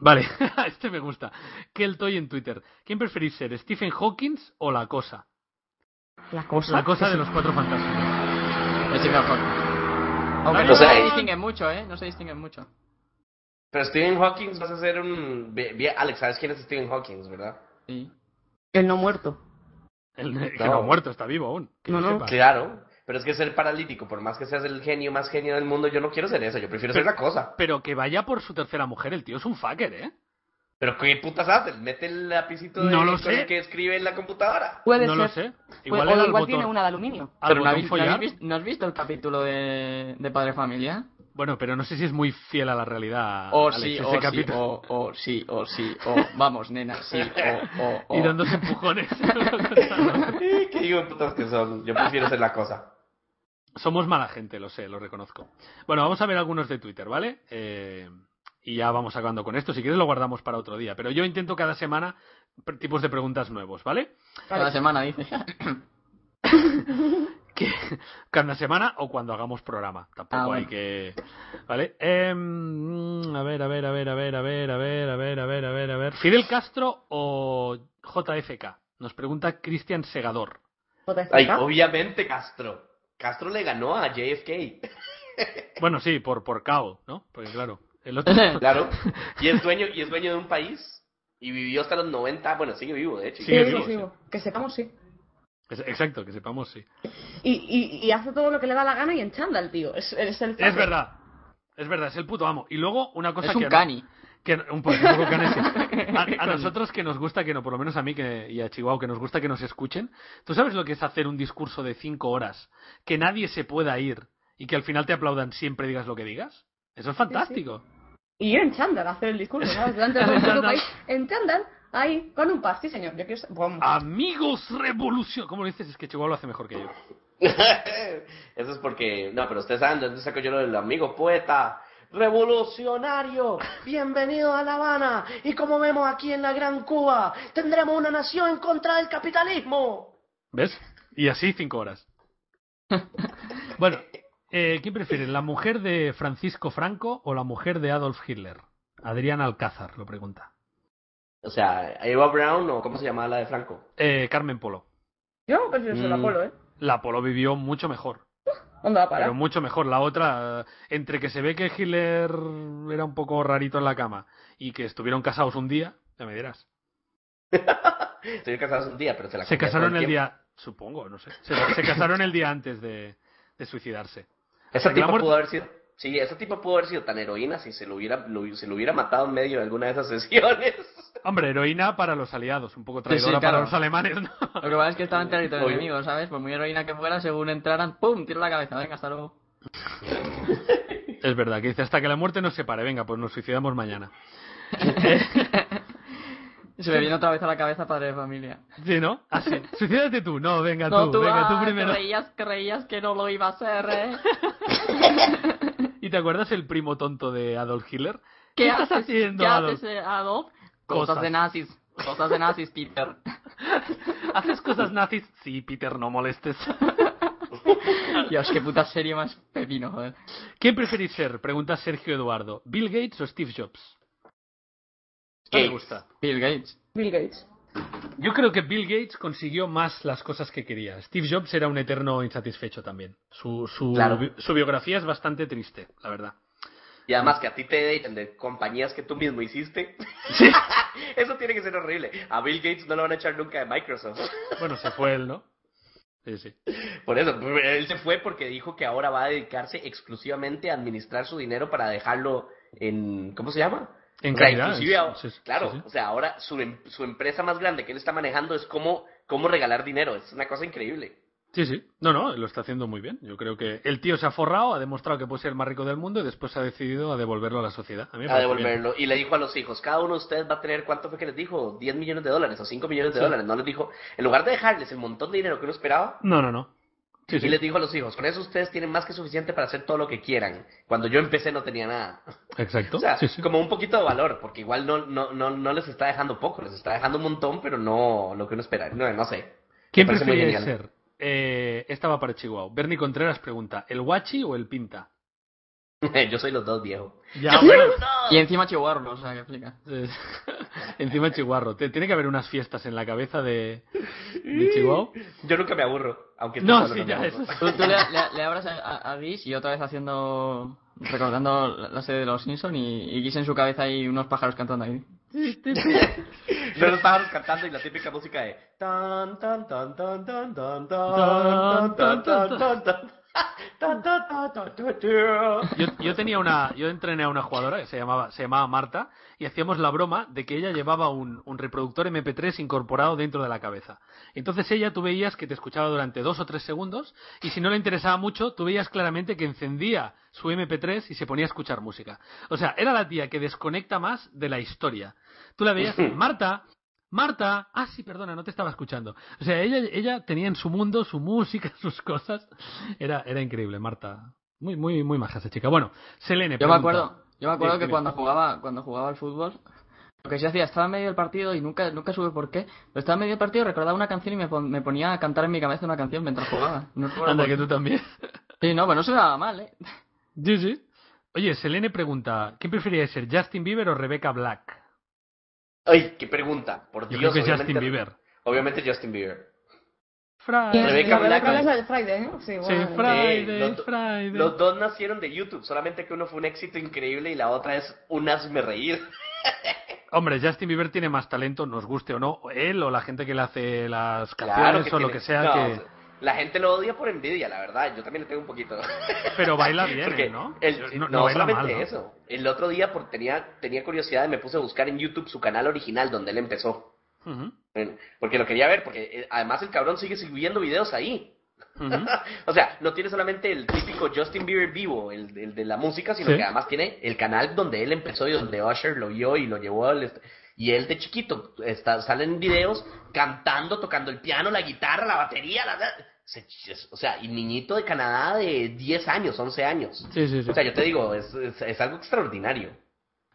Speaker 3: Vale, este me gusta. Keltoy en Twitter. ¿Quién preferís ser, Stephen Hawking o la cosa?
Speaker 5: La cosa.
Speaker 3: La cosa de los cuatro fantásticos.
Speaker 6: Es Stephen Hawking. Aunque
Speaker 3: No,
Speaker 6: no
Speaker 4: no,
Speaker 6: se
Speaker 4: no.
Speaker 6: distinguen mucho, ¿eh? No se distinguen mucho.
Speaker 4: Pero Stephen Hawking vas a ser un... ve- ve- Alex, ¿sabes quién es Stephen Hawking, verdad?
Speaker 6: Sí.
Speaker 5: El no muerto.
Speaker 3: El que
Speaker 4: No.
Speaker 3: no ha muerto, está vivo aún. que
Speaker 5: No,
Speaker 3: yo
Speaker 5: no.
Speaker 3: sepa.
Speaker 4: Claro, pero es que ser paralítico, por más que seas el genio más genio del mundo, yo no quiero ser eso, yo prefiero ser la cosa.
Speaker 3: Pero que vaya por su tercera mujer, el tío es un fucker, ¿eh?
Speaker 4: Pero ¿qué putas haces? Mete el lapicito de
Speaker 3: No lo
Speaker 4: con
Speaker 3: sé.
Speaker 4: el que escribe en la computadora.
Speaker 5: Puede
Speaker 3: no
Speaker 5: ser.
Speaker 3: lo sé.
Speaker 5: Igual,
Speaker 3: Igual era
Speaker 5: o
Speaker 3: el
Speaker 5: igual
Speaker 3: botón-
Speaker 5: tiene una de aluminio.
Speaker 3: al
Speaker 6: Pero ¿no
Speaker 3: botón
Speaker 6: habéis, no habéis
Speaker 3: follar.
Speaker 6: vis- no has visto el capítulo de, de Padre Familia?
Speaker 3: Bueno, pero no sé si es muy fiel a la realidad.
Speaker 6: O
Speaker 3: Alex,
Speaker 6: sí,
Speaker 3: Ah, ese
Speaker 6: o sí,
Speaker 3: capítulo.
Speaker 6: o, o sí, o sí, o vamos, nena, sí, o, o, o.
Speaker 3: Y dándose empujones.
Speaker 4: Eh, ¿Qué digo putas que son? Yo prefiero ser la cosa.
Speaker 3: Somos mala gente, lo sé, lo reconozco. Bueno, vamos a ver algunos de Twitter, ¿vale? Eh, y ya vamos acabando con esto. Si quieres lo guardamos para otro día. Pero yo intento cada semana pre- tipos de preguntas nuevos, ¿vale?
Speaker 6: Cada semana dice.
Speaker 3: Que, cada semana o cuando hagamos programa. Tampoco
Speaker 6: Ah, bueno.
Speaker 3: hay que... ¿Vale? Em, a ver, a ver, a ver, a ver, a ver, a ver, a ver, a ver, a ver, a ver. ¿Fidel Castro o JFK? Nos pregunta Cristian Segador.
Speaker 4: Ay, oh, obviamente Castro. Castro le ganó a JFK.
Speaker 3: Bueno, sí, por, por cao, ¿no? Porque claro, el otro...
Speaker 4: Claro. Y es dueño, y es dueño de un país. Y vivió hasta los 90. Bueno, sigue vivo, de hecho.
Speaker 3: Sí, Sigue
Speaker 5: sí,
Speaker 3: vivo,
Speaker 5: sí, sí. Que sepamos, sí.
Speaker 3: Es- Exacto, que sepamos, sí.
Speaker 5: Y, y, y hace todo lo que le da la gana y en chanda el tío. Es, es el
Speaker 3: Es verdad. Es verdad, es el puto amo. Y luego, una cosa
Speaker 6: es
Speaker 3: que.
Speaker 6: un
Speaker 3: a-
Speaker 6: cani.
Speaker 3: que a- un, po- un poco cani, sí. A, a nosotros que nos gusta que no, por lo menos a mí que, y a Chihuahua, que nos gusta que nos escuchen. ¿Tú sabes lo que es hacer un discurso de cinco horas? Que nadie se pueda ir y que al final te aplaudan siempre digas lo que digas. Eso es fantástico.
Speaker 5: Y yo en chándal a hacer el discurso, ¿sabes? Delante de todo el puto país. En chándal, ahí, con un par. Sí, señor. Yo quiero ser... Vamos.
Speaker 3: Ah. Amigos revolución. ¿Cómo lo dices? Es que Chihuahua lo hace mejor que yo.
Speaker 4: Eso es porque. No, pero ustedes saben de dónde saco yo lo del amigo poeta. Revolucionario, bienvenido a La Habana. Y como vemos aquí en la Gran Cuba, tendremos una nación en contra del capitalismo.
Speaker 3: ¿Ves? Y así cinco horas. Bueno, eh, ¿quién prefiere? ¿La mujer de Francisco Franco o la mujer de Adolf Hitler? Adrián Alcázar lo pregunta.
Speaker 4: O sea, Eva Brown o cómo se llamaba la de Franco.
Speaker 3: Eh, Carmen Polo.
Speaker 5: Yo prefiero ser la
Speaker 4: Mm.
Speaker 5: polo, ¿eh?
Speaker 3: La Polo vivió mucho mejor.
Speaker 5: ¿Dónde va a parar?
Speaker 3: Pero mucho mejor. La otra, eh, entre que se ve que Hitler era un poco rarito en la cama y que estuvieron casados un día, Ya me dirás.
Speaker 4: Estuvieron casados un día, pero se la
Speaker 3: Se
Speaker 4: comía todo
Speaker 3: casaron el
Speaker 4: tiempo.
Speaker 3: día, supongo, no sé. Se, se casaron el día antes de, de suicidarse.
Speaker 4: Esa
Speaker 3: que
Speaker 4: tipa
Speaker 3: la muerte-
Speaker 4: pudo haber sido. Sí, esa tipa pudo haber sido tan heroína si se lo hubiera, lo- se lo hubiera matado en medio de alguna de esas sesiones.
Speaker 3: Hombre, heroína para los aliados, un poco traidora
Speaker 6: sí, claro.
Speaker 3: para los alemanes, ¿no?
Speaker 6: Lo que pasa es que estaba en territorio
Speaker 4: Oye.
Speaker 6: enemigo, ¿sabes? Por muy heroína que fuera, según entraran, ¡pum! Tiro la cabeza, venga, hasta luego.
Speaker 3: Es verdad, que dice hasta que la muerte nos separe, venga, pues nos suicidamos mañana.
Speaker 6: Se me vino otra vez a la cabeza padre de familia.
Speaker 3: Ah, ¿Sí, no? Así. Suicídate tú, no, venga tú, venga
Speaker 6: ah,
Speaker 3: tú primero.
Speaker 6: Creías, creías que no lo iba a hacer, ¿eh?
Speaker 3: ¿Y te acuerdas el primo tonto de Adolf Hitler?
Speaker 6: ¿Qué,
Speaker 3: estás
Speaker 6: haces,
Speaker 3: haciendo,
Speaker 6: ¿Qué
Speaker 3: Adolf?
Speaker 6: haces, eh, Adolf?
Speaker 3: Cosas.
Speaker 6: Cosas. de nazis. Cosas de nazis, Peter.
Speaker 3: ¿Haces cosas nazis? Sí, Peter, no molestes.
Speaker 6: Dios, qué puta serie más pepino, joder.
Speaker 3: ¿Quién preferís ser? Pregunta Sergio Eduardo. ¿Bill Gates o Steve Jobs? ¿Qué me
Speaker 4: Gates.
Speaker 3: gusta?
Speaker 6: Bill Gates.
Speaker 5: Bill Gates.
Speaker 3: Yo creo que Bill Gates consiguió más las cosas que quería. Steve Jobs era un eterno insatisfecho también. Su, su,
Speaker 4: Claro.
Speaker 3: bi- su biografía es bastante triste, la verdad.
Speaker 4: Y además que a ti te echen de compañías que tú mismo hiciste. Eso tiene que ser horrible. A Bill Gates no lo van a echar nunca de Microsoft.
Speaker 3: Bueno, se fue él, ¿no? Sí, sí.
Speaker 4: Por eso, él se fue porque dijo que ahora va a dedicarse exclusivamente a administrar su dinero para dejarlo en... ¿Cómo se llama?
Speaker 3: En
Speaker 4: O sea,
Speaker 3: caridad,
Speaker 4: inclusive,
Speaker 3: en- sí, sí,
Speaker 4: claro,
Speaker 3: sí, sí.
Speaker 4: o sea, ahora su, em- su empresa más grande que él está manejando es cómo, cómo regalar dinero. Es una cosa increíble.
Speaker 3: Sí, sí. No, no, lo está haciendo muy bien. Yo creo que el tío se ha forrado, ha demostrado que puede ser el más rico del mundo y después ha decidido a devolverlo a la sociedad. A mí me
Speaker 4: a
Speaker 3: parece bien.
Speaker 4: devolverlo. Y le dijo a los hijos, cada uno de ustedes va a tener, ¿cuánto fue que les dijo? 10 millones de dólares o 5 millones de
Speaker 3: Sí.
Speaker 4: dólares. No les dijo, en lugar de dejarles el montón de dinero que uno esperaba,
Speaker 3: No, no, no. Sí, sí.
Speaker 4: y les dijo a los hijos, con eso ustedes tienen más que suficiente para hacer todo lo que quieran. Cuando yo empecé no tenía nada.
Speaker 3: Exacto.
Speaker 4: O sea,
Speaker 3: Sí, sí.
Speaker 4: como un poquito de valor, porque igual no, no, no, no les está dejando poco, les está dejando un montón, pero no lo que uno espera. No, no sé.
Speaker 3: ¿Quién
Speaker 4: Me parece muy
Speaker 3: preferiría
Speaker 4: genial.
Speaker 3: ser? Eh, esta va para Chihuahua. Bernie Contreras pregunta, ¿el guachi o el pinta?
Speaker 4: yo soy los dos, viejo.
Speaker 3: Ya, bueno.
Speaker 6: Y encima Chihuahua, o sea, que flica.
Speaker 3: Eh, Encima Chihuahua. Te- Tiene que haber unas fiestas en la cabeza de, de Chihuahua.
Speaker 4: Yo nunca me aburro, aunque tú
Speaker 3: No,
Speaker 4: solo
Speaker 3: sí,
Speaker 4: me
Speaker 3: ya,
Speaker 4: aburro.
Speaker 3: eso sí.
Speaker 6: Tú, tú le, le- le abras a, a- a Gish y otra vez haciendo... Recordando la, la serie de los Simpson y, y Gish en su cabeza hay unos pájaros cantando ahí.
Speaker 4: Yo los pájaros cantando y la típica música de tan tan tan tan tan tan tan tan tan tan tan tan tan, tan, tan, tan, tan, tan.
Speaker 3: Yo, yo tenía una, yo entrené a una jugadora que se llamaba, se llamaba Marta y hacíamos la broma de que ella llevaba un, un reproductor MP3 incorporado dentro de la cabeza. Entonces ella tú veías que te escuchaba durante dos o tres segundos y si no le interesaba mucho, tú veías claramente que encendía su MP3 y se ponía a escuchar música. O sea, era la tía que desconecta más de la historia. Tú la veías, Marta, Marta, ah sí, perdona, no te estaba escuchando. O sea, ella, ella tenía en su mundo su música, sus cosas. Era, era increíble, Marta. Muy, muy, muy maja esa chica. Bueno, Selene,
Speaker 6: Yo me
Speaker 3: pregunta.
Speaker 6: acuerdo, yo me acuerdo
Speaker 3: Dime,
Speaker 6: que
Speaker 3: dime.
Speaker 6: cuando jugaba, cuando jugaba al fútbol, lo que sí hacía, estaba en medio del partido y nunca, nunca supe por qué, pero estaba en medio del partido, recordaba una canción y me, pon- me ponía a cantar en mi cabeza una canción mientras jugaba. No recuerdo
Speaker 3: Anda,
Speaker 6: por
Speaker 3: que
Speaker 6: qué.
Speaker 3: tú también.
Speaker 6: Sí, no, pero no se daba mal, ¿eh?
Speaker 3: Sí, sí. Oye, Selene pregunta, ¿quién preferiría ser, Justin Bieber o Rebecca Black?
Speaker 4: Ay, qué pregunta, por
Speaker 3: Yo
Speaker 4: Dios.
Speaker 3: creo que es
Speaker 4: obviamente-
Speaker 3: Justin Bieber.
Speaker 4: Obviamente Justin Bieber.
Speaker 3: Fry.
Speaker 4: Rebecca
Speaker 5: La- la-
Speaker 4: Black.
Speaker 5: la- la de Friday, ¿no? Sí,
Speaker 3: Sí,
Speaker 5: bueno.
Speaker 3: Friday,
Speaker 4: los do-
Speaker 3: Friday.
Speaker 4: Los dos nacieron de YouTube, solamente que uno fue un éxito increíble y la otra es un hazme reír.
Speaker 3: Hombre, Justin Bieber tiene más talento, nos guste o no, él o la gente que le hace las
Speaker 4: Claro
Speaker 3: canciones o lo
Speaker 4: tiene-
Speaker 3: que sea
Speaker 4: no,
Speaker 3: que...
Speaker 4: La gente lo odia por envidia, la verdad. Yo también le tengo un poquito.
Speaker 3: Pero baila bien,
Speaker 4: Porque
Speaker 3: él, ¿no?
Speaker 4: el-
Speaker 3: no,
Speaker 4: no,
Speaker 3: no baila mal,
Speaker 4: solamente
Speaker 3: ¿no?
Speaker 4: eso. El otro día por, tenía, tenía curiosidad y me puse a buscar en YouTube su canal original donde él empezó.
Speaker 3: Ujú,
Speaker 4: Porque lo quería ver, porque eh, además el cabrón sigue subiendo videos ahí.
Speaker 3: ujú.
Speaker 4: O sea, no tiene solamente el típico Justin Bieber vivo, el, el de la música, sino
Speaker 3: Sí.
Speaker 4: que además tiene el canal donde él empezó y donde Usher lo vio y lo llevó al... est- Y él de chiquito, está, salen videos cantando, tocando el piano, la guitarra, la batería, la... la- se- es- o sea, y niñito de Canadá de 10 años, 11 años.
Speaker 3: Sí, sí, sí.
Speaker 4: O sea, yo te digo, es, es- es algo extraordinario.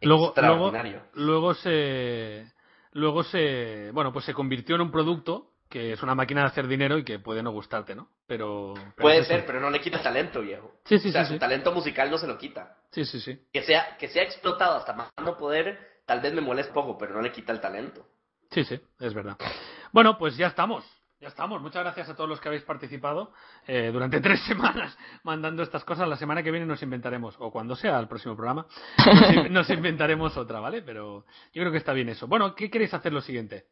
Speaker 3: luego, luego,
Speaker 4: extraordinario.
Speaker 3: luego se luego se bueno pues se convirtió en un producto que es una máquina de hacer dinero y que puede no gustarte no pero, pero
Speaker 4: Puede
Speaker 3: es
Speaker 4: ser,
Speaker 3: eso.
Speaker 4: pero no le quita talento, viejo.
Speaker 3: Sí, sí,
Speaker 4: o sea,
Speaker 3: sí,
Speaker 4: su
Speaker 3: sí.
Speaker 4: talento musical no se lo quita.
Speaker 3: sí sí sí
Speaker 4: que sea que sea explotado hasta más no poder tal vez me moleste poco pero no le quita el talento
Speaker 3: sí sí es verdad bueno pues ya estamos Ya estamos. Muchas gracias a todos los que habéis participado eh, durante tres semanas mandando estas cosas. La semana que viene nos inventaremos, o cuando sea el próximo programa, nos, in- nos inventaremos otra, ¿vale? Pero yo creo que está bien eso. Bueno, ¿qué queréis hacer lo siguiente?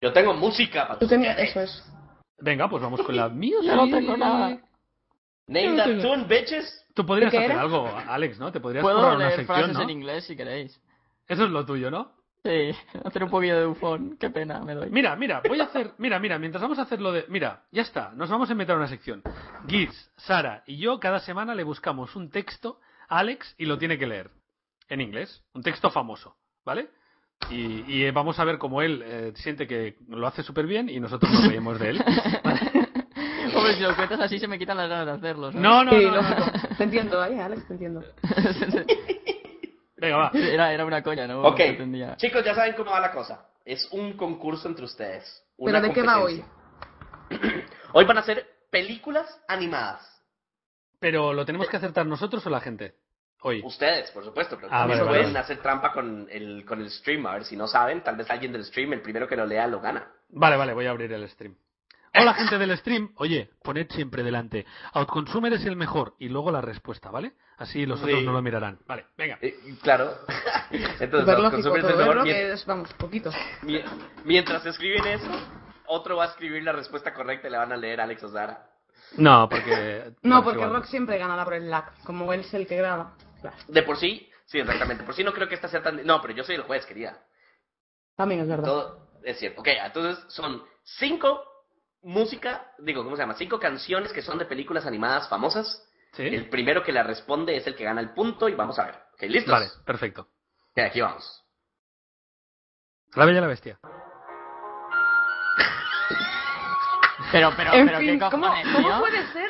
Speaker 4: Yo tengo música para
Speaker 5: Tú
Speaker 4: tus
Speaker 5: tenías,
Speaker 4: jefes.
Speaker 5: eso es.
Speaker 3: Venga, pues vamos con la mía.
Speaker 6: Yo no tengo nada.
Speaker 4: Name
Speaker 6: Yo no
Speaker 4: that
Speaker 6: tengo-
Speaker 4: tune, bitches.
Speaker 3: Tú podrías
Speaker 5: ¿Qué
Speaker 3: hacer
Speaker 5: era?
Speaker 3: algo, Alex, ¿no? Te podrías
Speaker 6: Puedo
Speaker 3: currar una
Speaker 6: leer
Speaker 3: sección,
Speaker 6: frases
Speaker 3: ¿no?
Speaker 6: en inglés si queréis.
Speaker 3: Eso es lo tuyo, ¿no?
Speaker 6: Sí, hacer un poquillo de bufón. Qué pena, me doy.
Speaker 3: Mira, mira, voy a hacer. Mira, mira, mientras vamos a hacer lo de. Mira, ya está, nos vamos a inventar una sección. Giz, Sara y yo cada semana le buscamos un texto a Alex y lo tiene que leer. En inglés. Un texto famoso, ¿vale? Y, y, eh, vamos a ver cómo él eh, siente que lo hace súper bien y nosotros nos reímos de él.
Speaker 6: Hombre, si lo cuentas así se me quitan las ganas de hacerlo. ¿sabes?
Speaker 3: No, no,
Speaker 5: Sí,
Speaker 3: no, no,
Speaker 5: lo-
Speaker 3: no.
Speaker 5: Te entiendo, ¿eh, Alex, te entiendo.
Speaker 3: Venga, va.
Speaker 6: Era, era una coña, ¿no?
Speaker 4: Ok,
Speaker 6: No entendía.
Speaker 4: chicos, ya saben cómo va la cosa. Es un concurso entre ustedes. una
Speaker 5: ¿Pero de qué va hoy?
Speaker 4: competencia. Hoy van a ser películas animadas.
Speaker 3: Pero lo tenemos que acertar nosotros o la gente. Hoy.
Speaker 4: Ustedes, por supuesto, pero
Speaker 3: Ah,
Speaker 4: también
Speaker 3: vale,
Speaker 4: pueden
Speaker 3: vale.
Speaker 4: hacer trampa con el, con el stream. A ver si no saben, tal vez alguien del stream, el primero que lo lea, lo gana.
Speaker 3: Vale, vale, voy a abrir el stream. Hola gente del stream, oye, poned siempre delante. Outconsumer es el mejor y luego la respuesta, ¿vale? Así los otros
Speaker 4: Sí.
Speaker 3: no lo mirarán. Vale, venga.
Speaker 4: Eh, claro. Entonces,
Speaker 5: Súper
Speaker 4: los
Speaker 5: lógico,
Speaker 4: consumidores
Speaker 5: pero
Speaker 4: del
Speaker 5: verlo
Speaker 4: mejor-
Speaker 5: ¿eh? que es, vamos, poquito.
Speaker 4: Mie- Mientras escriben eso, otro va a escribir la respuesta correcta y la van a leer Alex o Sara.
Speaker 3: No, porque.
Speaker 5: No,
Speaker 3: bueno,
Speaker 5: porque
Speaker 3: igual.
Speaker 5: Rock siempre ganará por el lag, como él es el que graba. Claro.
Speaker 4: De por sí, sí, exactamente. Por sí no creo que esta sea tan. No, pero yo soy el juez, querida.
Speaker 5: También es verdad.
Speaker 4: Todo es cierto. Ok, entonces son cinco música, digo, ¿cómo se llama? Cinco canciones que son de películas animadas famosas.
Speaker 3: ¿Sí?
Speaker 4: El primero que la responde es el que gana el punto y vamos a ver. Ok, listos.
Speaker 3: Vale, perfecto.
Speaker 4: Ok, aquí vamos.
Speaker 3: La bella y la bestia.
Speaker 6: Pero, pero,
Speaker 5: en
Speaker 6: pero,
Speaker 5: fin,
Speaker 6: ¿qué
Speaker 5: ¿cómo,
Speaker 6: cojones,
Speaker 5: cómo
Speaker 6: tío?
Speaker 5: puede ser?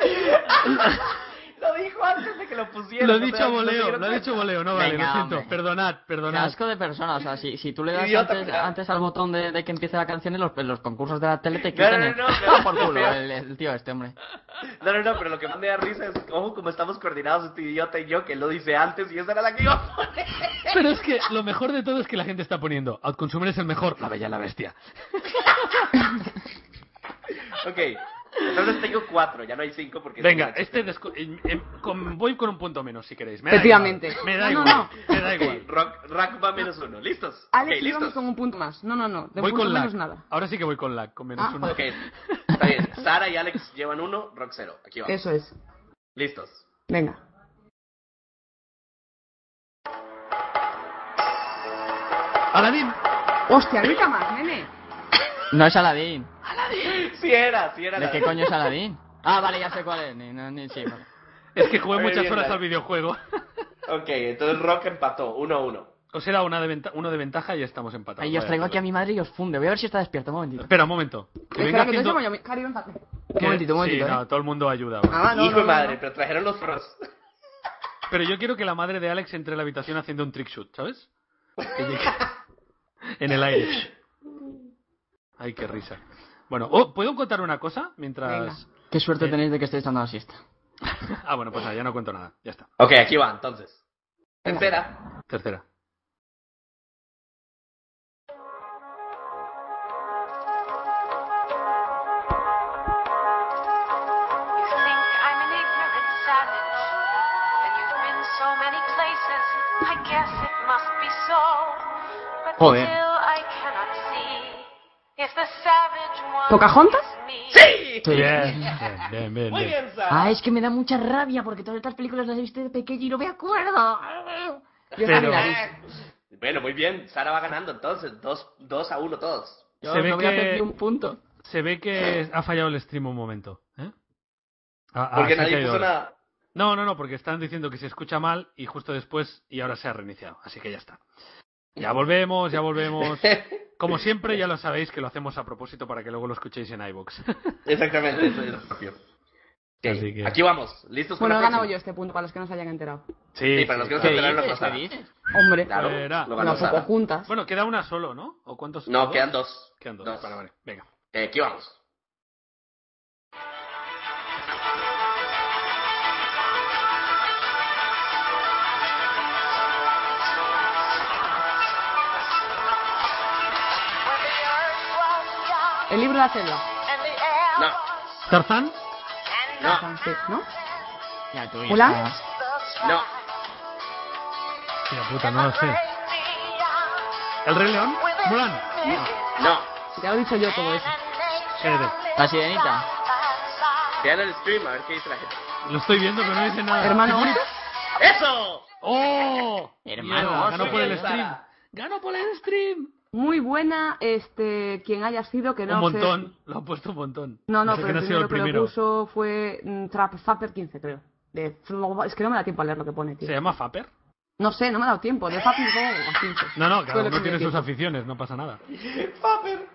Speaker 4: Lo dijo antes de que lo pusieran.
Speaker 3: Lo he dicho a voleo, lo he dicho a voleo, no vale, lo
Speaker 6: Venga,
Speaker 3: siento.
Speaker 6: hombre.
Speaker 3: Perdonad,
Speaker 6: Qué
Speaker 3: perdonad.
Speaker 6: asco de persona, o sea, si, si tú le das
Speaker 4: Idiota,
Speaker 6: antes,
Speaker 4: claro.
Speaker 6: antes al botón de, de que empiece la canción en los, en los concursos de la tele te
Speaker 4: No,
Speaker 6: quitan
Speaker 4: no,
Speaker 6: el-
Speaker 4: no, no,
Speaker 6: por
Speaker 4: no,
Speaker 6: culo
Speaker 4: no.
Speaker 6: el, el tío este, hombre.
Speaker 4: No, no, no, pero lo que más me da risa es, ojo, como estamos coordinados este idiota y yo, que él lo dice antes y esa era la que iba a poner.
Speaker 3: Pero es que lo mejor de todo es que la gente está poniendo Outconsumer es el mejor, la bella y la bestia.
Speaker 4: Ok, entonces tengo cuatro, ya no hay cinco porque...
Speaker 3: Venga, este desco- em- em- con- voy con un punto menos si queréis. Me da
Speaker 5: Efectivamente.
Speaker 3: igual, Me da
Speaker 5: No, no,
Speaker 3: igual.
Speaker 5: no.
Speaker 3: Me da igual.
Speaker 4: Rock, rock va menos uno, ¿listos?
Speaker 5: Alex,
Speaker 4: ok,
Speaker 5: y vamos
Speaker 4: listos.
Speaker 5: con un punto más. No, no, no, de
Speaker 3: voy
Speaker 5: punto
Speaker 3: con
Speaker 5: menos
Speaker 3: lag.
Speaker 5: nada.
Speaker 3: Ahora sí que voy con lag, con menos
Speaker 5: Ah,
Speaker 3: uno.
Speaker 4: Ok, está bien. Sara y Alex llevan uno, rock cero. Aquí vamos.
Speaker 5: Eso es.
Speaker 4: Listos.
Speaker 5: Venga.
Speaker 3: Aladín.
Speaker 5: Hostia, grita más, nene.
Speaker 6: No es Aladín.
Speaker 4: Sí era, sí era.
Speaker 6: ¿De
Speaker 4: la-
Speaker 6: qué coño es Aladín? Ah, vale, ya sé cuál es. Ni, no, ni, sí, vale.
Speaker 3: Es que jugué
Speaker 4: Muy
Speaker 3: muchas
Speaker 4: bien,
Speaker 3: horas
Speaker 4: Dani.
Speaker 3: al videojuego.
Speaker 4: Ok, entonces rock empató, uno a uno.
Speaker 3: Os era una de venta- uno de ventaja y estamos empatados.
Speaker 6: Ahí os
Speaker 3: Vaya,
Speaker 6: traigo aquí
Speaker 3: joder.
Speaker 6: a mi madre y os funde. Voy a ver si está despierto, un momentito.
Speaker 3: Espera, un momento. Que venga
Speaker 5: Espera, que te
Speaker 3: haciendo-
Speaker 5: llamo yo. mi- Cari, ven para acá.
Speaker 3: que-
Speaker 6: Un momentito, un momentito.
Speaker 3: Sí,
Speaker 6: ¿eh?
Speaker 3: no, todo el mundo ayuda.
Speaker 5: Ah, va, no,
Speaker 4: Hijo
Speaker 5: no,
Speaker 4: de
Speaker 5: no,
Speaker 4: madre,
Speaker 5: no.
Speaker 4: pero trajeron los pros.
Speaker 3: Pero yo quiero que la madre de Alex entre a la habitación haciendo un trick shoot, ¿sabes? Que llegue- en el aire. Ay, qué risa. Bueno, oh, ¿puedo contar una cosa? Mientras...
Speaker 6: ¿eh? Qué suerte
Speaker 3: Eh.
Speaker 6: tenéis de que estéis dando la siesta.
Speaker 3: Ah, bueno, pues nada, ya no cuento nada. Ya está.
Speaker 4: Ok, aquí va, entonces. Tercera.
Speaker 3: Tercera.
Speaker 1: You think I'm an ignorant savage, and you've been so many places. I guess it must be so, but
Speaker 6: Joder.
Speaker 1: still I cannot see if the savage one
Speaker 5: ¿Pocahontas?
Speaker 1: is me.
Speaker 4: ¡Sí!
Speaker 3: Bien, bien, bien, bien,
Speaker 4: Muy
Speaker 3: bien.
Speaker 4: bien, Sara.
Speaker 6: Ah, es que me da mucha rabia porque todas estas películas las he visto de pequeño y no me acuerdo.
Speaker 5: Yo
Speaker 3: Pero-
Speaker 5: también la vi.
Speaker 4: Ah, Bueno, muy bien. Sara va ganando entonces. Dos, dos a uno todos.
Speaker 6: Yo
Speaker 3: Se ve
Speaker 6: no voy a hacer
Speaker 3: que-
Speaker 6: ni un punto.
Speaker 3: Se ve que ha fallado el stream un momento. ¿eh? Ah, ah,
Speaker 4: Porque
Speaker 3: se ha
Speaker 4: nadie
Speaker 3: caído
Speaker 4: puso
Speaker 3: ahora.
Speaker 4: nada.
Speaker 3: No, no, no, porque están diciendo que se escucha mal y justo después y ahora se ha reiniciado. Así que ya está. Ya volvemos, ya volvemos. Como siempre, ya lo sabéis que lo hacemos a propósito para que luego lo escuchéis en iBox.
Speaker 4: Exactamente, eso es propio. Ok,
Speaker 3: Así que-
Speaker 4: Aquí vamos. ¿Listos
Speaker 5: Bueno, he
Speaker 4: para la
Speaker 5: ganado yo
Speaker 4: próxima?
Speaker 5: este punto para los que no se hayan enterado.
Speaker 3: Sí,
Speaker 4: Sí, para los que no
Speaker 3: sí.
Speaker 4: se enteraron, lo
Speaker 6: dices?
Speaker 4: pasó Sara.
Speaker 6: ¿Qué dices?
Speaker 5: Hombre,
Speaker 4: Claro,
Speaker 3: Fuera.
Speaker 4: lo ganó
Speaker 5: las
Speaker 4: Sara.
Speaker 5: juntas.
Speaker 3: Bueno, queda una solo, ¿no? ¿O cuántos?
Speaker 4: No,
Speaker 3: ¿Dos?
Speaker 4: quedan dos.
Speaker 3: Quedan dos.
Speaker 4: Dos.
Speaker 3: Vale, vale. Venga.
Speaker 4: Eh, aquí vamos.
Speaker 1: When the earth was young
Speaker 5: El libro de la selva.
Speaker 1: and the
Speaker 4: No,
Speaker 3: ¿Tarzán?
Speaker 4: no,
Speaker 5: Francés, ¿no?
Speaker 6: Ya, tú
Speaker 5: Hola.
Speaker 6: estás.
Speaker 4: no.
Speaker 3: Tía puta, no lo sé. ¿El Rey León? Mulan.
Speaker 4: No,
Speaker 5: Ya lo he dicho yo todo eso.
Speaker 3: Espérate.
Speaker 6: La sirenita.
Speaker 4: vean el stream a ver qué dice la gente.
Speaker 3: Lo estoy viendo, pero no dice nada.
Speaker 5: Hermano,
Speaker 4: ¡Eso!
Speaker 3: ¡Oh!
Speaker 6: Hermano,
Speaker 3: Mierda, ganó
Speaker 6: soy
Speaker 3: por el
Speaker 6: yo,
Speaker 3: stream.
Speaker 4: Sara.
Speaker 3: ¡Ganó por el stream!
Speaker 5: muy buena, este, quien haya sido, que no
Speaker 3: un
Speaker 5: sé-
Speaker 3: montón. Lo han puesto un montón.
Speaker 5: No, no,
Speaker 3: sé
Speaker 5: pero
Speaker 3: quién
Speaker 5: el
Speaker 3: ha sido
Speaker 5: primero,
Speaker 3: el
Speaker 5: que lo
Speaker 3: primero.
Speaker 5: puso fue mm, Trap Factor 15, creo. De- es que no me da tiempo a leer lo que pone, tío.
Speaker 3: ¿Se llama Faper?
Speaker 5: No sé, no me ha dado tiempo. De Factor o 15.
Speaker 3: No, no,
Speaker 5: Fue
Speaker 3: cada
Speaker 5: lo
Speaker 3: uno
Speaker 5: que me
Speaker 3: tiene
Speaker 5: dio
Speaker 3: sus aficiones, no pasa nada.
Speaker 4: Paper.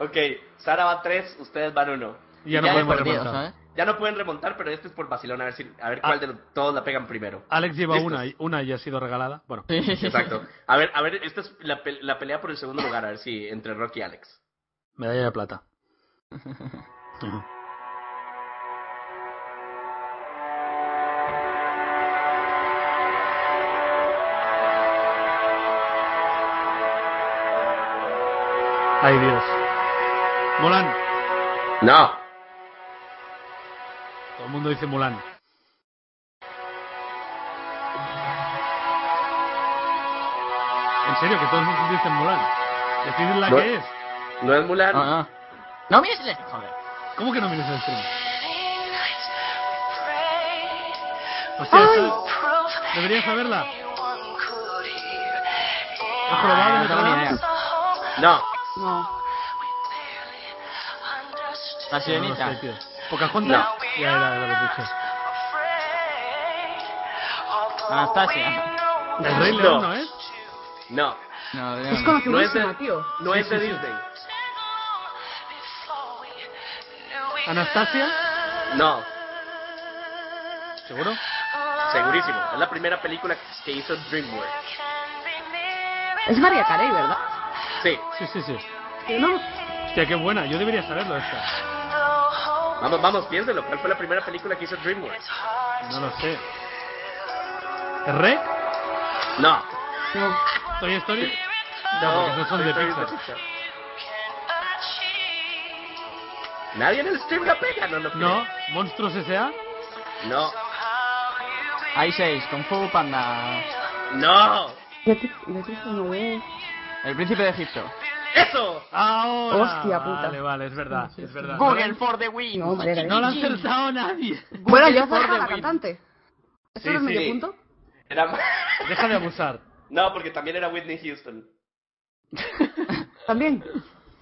Speaker 4: Ok, Sara va tres, ustedes van uno.
Speaker 3: Y ya no
Speaker 6: Ya
Speaker 3: podemos
Speaker 6: perdido,
Speaker 3: remontar.
Speaker 6: ¿sabes?
Speaker 4: Ya no pueden remontar, pero este es por Barcelona, a ver, si, a ver
Speaker 3: Ah.
Speaker 4: cuál de los- todos la pegan primero.
Speaker 3: Alex lleva
Speaker 4: Listos.
Speaker 3: una y una ya ha sido regalada. Bueno,
Speaker 4: Exacto. A ver, a ver, esta es la, pe- la pelea por el segundo lugar, a ver si entre Rocky y Alex.
Speaker 3: medalla de plata. Ujú. Ay Dios. Mulan.
Speaker 4: No.
Speaker 3: Todo el mundo dice Mulan. En serio, que todos nos dicen Mulan. Decidid la
Speaker 4: No.
Speaker 3: que es.
Speaker 4: No es Mulan.
Speaker 6: No,
Speaker 3: Ah,
Speaker 6: no. No mires el Joder.
Speaker 3: ¿Cómo que no mires el stream? O sea,
Speaker 1: Ay.
Speaker 3: esa- Pues Deberías saberla. Es
Speaker 6: Ah,
Speaker 3: probable,
Speaker 6: no tengo ni idea.
Speaker 3: ah.
Speaker 4: No.
Speaker 5: No.
Speaker 3: No,
Speaker 6: La
Speaker 3: no
Speaker 6: sirenita.
Speaker 3: sé, tío.
Speaker 4: No.
Speaker 3: Pocahontas. Ya era de lo que he dicho.
Speaker 6: Anastasia.
Speaker 3: El Rey
Speaker 4: No.
Speaker 3: León, ¿no es?
Speaker 4: No.
Speaker 6: No, no,
Speaker 5: Es
Speaker 6: no.
Speaker 4: No es de,
Speaker 5: conocidísima, tío.
Speaker 4: no
Speaker 3: Sí,
Speaker 4: es de
Speaker 3: sí, sí.
Speaker 4: Disney.
Speaker 3: Anastasia.
Speaker 4: No.
Speaker 3: ¿Seguro?
Speaker 4: Segurísimo. Es la primera película que hizo DreamWorks.
Speaker 5: Es María Carey, ¿verdad?
Speaker 4: Sí.
Speaker 3: Sí, sí, sí.
Speaker 5: Que no.
Speaker 3: Hostia, qué buena. Yo debería saberlo esta.
Speaker 4: Vamos, vamos, piénselo. ¿Cuál fue la primera película que hizo DreamWorks?
Speaker 3: No lo sé. ¿El Rey?
Speaker 4: No.
Speaker 5: No.
Speaker 3: ¿Toy Story? No,
Speaker 4: No,
Speaker 3: porque esos son
Speaker 4: Toy
Speaker 3: de
Speaker 4: Story es
Speaker 3: Pixar.
Speaker 4: Nadie en el stream la pega, no lo
Speaker 3: No.
Speaker 4: creo.
Speaker 3: ¿Monstruos S.A.?
Speaker 4: No.
Speaker 6: Hay seis. Con Fu Panda.
Speaker 4: No.
Speaker 5: Ya te, ya te no veo.
Speaker 6: El príncipe de Egipto.
Speaker 4: ¡Eso!
Speaker 3: ¡Ahora!
Speaker 5: Hostia puta.
Speaker 3: Vale, vale, es verdad, es verdad.
Speaker 6: Google for the win.
Speaker 5: No, madre,
Speaker 3: No lo ha acertado nadie.
Speaker 5: Bueno, ya
Speaker 6: for
Speaker 5: sabes
Speaker 6: the
Speaker 5: la
Speaker 6: win.
Speaker 5: cantante. ¿Eso
Speaker 3: Sí,
Speaker 5: no es medio
Speaker 4: sí.
Speaker 5: punto?
Speaker 4: Era...
Speaker 3: Deja de abusar.
Speaker 4: No, porque también era Whitney Houston.
Speaker 5: También.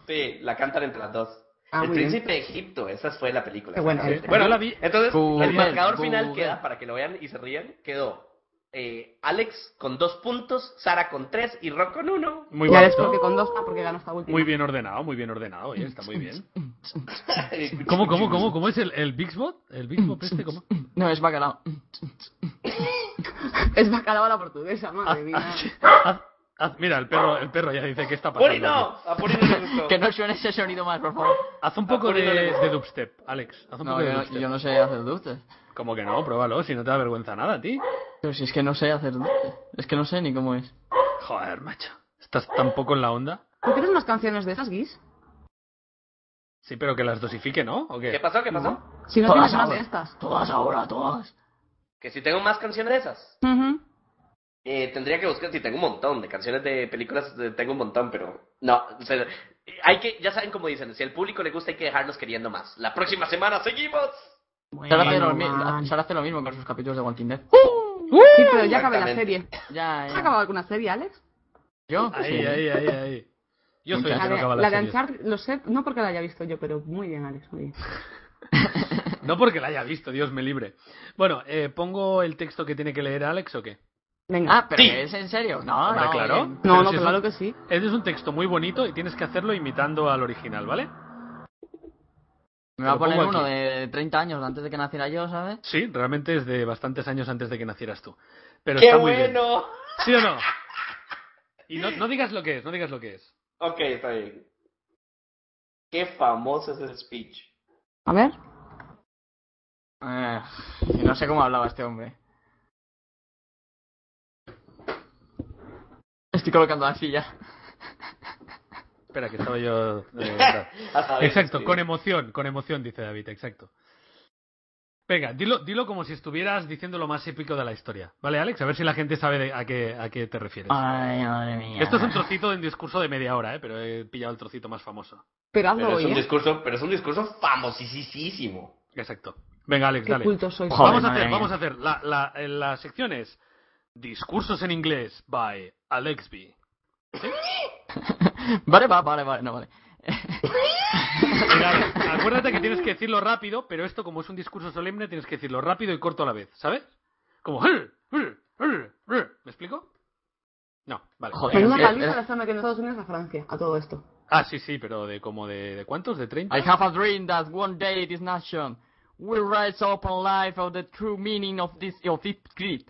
Speaker 4: Sí, la cantan entre las dos.
Speaker 5: Ah,
Speaker 4: el
Speaker 5: muy bien.
Speaker 4: Príncipe de Egipto, esa fue la película.
Speaker 5: Qué buena
Speaker 4: exactamente.
Speaker 5: es.
Speaker 4: Bueno,
Speaker 3: Yo la vi-
Speaker 4: entonces
Speaker 6: Google,
Speaker 4: el marcador final
Speaker 6: Google.
Speaker 4: queda, para que lo vean y se rían, quedó eh, Alex con dos puntos, Sara con tres y Rock con uno.
Speaker 3: Muy
Speaker 5: ya
Speaker 3: bonito.
Speaker 5: ves porque con dos. Ah, porque ganó esta última.
Speaker 3: Muy bien ordenado, muy bien ordenado, oye, está muy bien. ¿Cómo, cómo, cómo, cómo es el, el Bixbot? ¿El Bixbot este? ¿Cómo?
Speaker 6: No, es bacalao.
Speaker 5: Es bacalao a la portuguesa,
Speaker 3: Haz-
Speaker 5: madre mía.
Speaker 3: haz- haz- haz- mira, el perro, el perro ya dice que está pasando.
Speaker 4: ¡Puri no!
Speaker 3: aquí?
Speaker 4: ¡A Puri no le gustó!
Speaker 6: Que no suene ese sonido más, por favor.
Speaker 3: Haz un poco
Speaker 4: A Puri
Speaker 3: de,
Speaker 4: Ah, no le gusta.
Speaker 3: de dubstep, Alex. Haz un
Speaker 6: No,
Speaker 3: poco de
Speaker 6: yo,
Speaker 3: dubstep.
Speaker 6: yo no sé hacer dulces.
Speaker 3: Como que no, pruébalo, si no te da vergüenza nada a ti.
Speaker 6: Pero si es que no sé hacer dulces. Es que no sé ni cómo es.
Speaker 3: Joder, macho. Estás tan poco en la onda.
Speaker 5: ¿Tú tienes más canciones de esas, Guis?
Speaker 3: Sí, pero que las dosifique, ¿no? ¿O qué?
Speaker 4: ¿Qué pasó? ¿Qué pasó?
Speaker 5: Si no
Speaker 6: Todas
Speaker 5: tienes más de
Speaker 6: ahora.
Speaker 5: estas.
Speaker 6: Todas ahora, todas.
Speaker 4: Que si tengo más canciones de esas.
Speaker 5: Ujú.
Speaker 4: Eh, tendría que buscar, si tengo un montón de canciones de películas, eh, tengo un montón, pero no. o sea, hay que, ya saben cómo dicen, si al público le gusta hay que dejarnos queriendo más. La próxima semana seguimos.
Speaker 6: Sara hace, lo,
Speaker 5: Bueno, man.
Speaker 6: mi- Sara hace lo mismo con sus capítulos de Walking Dead.
Speaker 3: Uh,
Speaker 5: Sí, pero ya acabé la
Speaker 4: Exactamente.
Speaker 5: serie.
Speaker 6: Ya,
Speaker 5: ¿Has
Speaker 6: ya.
Speaker 5: acabado alguna serie, Alex?
Speaker 6: ¿Yo?
Speaker 3: Ahí,
Speaker 6: Sí.
Speaker 3: ahí, ahí, ahí. Yo soy el
Speaker 6: Muchas
Speaker 3: que no
Speaker 5: de-
Speaker 3: acaba
Speaker 5: la
Speaker 3: la
Speaker 5: de
Speaker 3: serie.
Speaker 5: Anchar, lo sé, no porque la haya visto yo, pero muy bien, Alex, muy bien.
Speaker 3: No porque la haya visto, Dios me libre. Bueno, eh, ¿pongo el texto que tiene que leer Alex o qué?
Speaker 5: Venga.
Speaker 6: Ah, pero ¿es en serio? No,
Speaker 3: Hombre,
Speaker 6: no.
Speaker 3: claro.
Speaker 6: bien.
Speaker 5: no,
Speaker 3: pero
Speaker 5: no,
Speaker 3: si es
Speaker 5: claro
Speaker 3: un-
Speaker 5: que sí.
Speaker 3: Este es un texto muy bonito y tienes que hacerlo imitando al original, ¿vale?
Speaker 6: Me va a
Speaker 3: Lo
Speaker 6: poner
Speaker 3: pongo
Speaker 6: uno
Speaker 3: aquí.
Speaker 6: de 30 años antes de que naciera yo, ¿sabes?
Speaker 3: Sí, realmente es de bastantes años antes de que nacieras tú. Pero
Speaker 4: ¡Qué
Speaker 3: está muy bien.
Speaker 4: bueno!
Speaker 3: ¿Sí o no? Y no, no digas lo que es, no digas lo que es.
Speaker 4: Ok, está bien. Qué famoso es el speech.
Speaker 5: A ver.
Speaker 6: Eh, no sé cómo hablaba este hombre. Estoy colocando la silla.
Speaker 3: espera, que estaba yo. eh,
Speaker 4: Hasta
Speaker 2: pues
Speaker 4: ver,
Speaker 3: exacto,
Speaker 4: sí.
Speaker 3: con emoción, con emoción, dice David, exacto. Venga, dilo, dilo como si estuvieras diciendo lo más épico de la historia. ¿Vale, Alex? A ver si la gente sabe de- a, qué, a qué te refieres.
Speaker 6: Ay, madre mía.
Speaker 3: Esto es un trocito de un discurso de media hora, ¿eh? pero he pillado el trocito más famoso.
Speaker 5: Pero hazlo
Speaker 4: Pero es
Speaker 5: hoy,
Speaker 4: un
Speaker 5: ¿eh?
Speaker 4: discurso, pero es un discurso famosísimo.
Speaker 3: Exacto. Venga, Alex,
Speaker 5: Qué
Speaker 3: dale.
Speaker 5: culto soy.
Speaker 6: Joder,
Speaker 3: vamos a
Speaker 6: madre
Speaker 3: hacer,
Speaker 6: mía.
Speaker 3: vamos a hacer. La, la, eh, la sección es Discursos en inglés by Alex B.
Speaker 6: Vale, va, vale, vale, no, vale.
Speaker 3: Mira, acuérdate que tienes que decirlo rápido, pero esto como es un discurso solemne, tienes que decirlo rápido y corto a la vez, ¿sabes? Como... "Hur, hur, hur, hur". ¿Me explico? No, vale.
Speaker 6: Joder.
Speaker 5: Menuda
Speaker 6: Eh,
Speaker 5: paliza
Speaker 6: eh.
Speaker 5: la están metiendo Estados Unidos a Francia, a todo esto.
Speaker 3: Ah, sí, sí, pero de como de, de cuántos, de 30.
Speaker 6: I have a dream that one day this nation will rise up and life of the true meaning of this of this creed.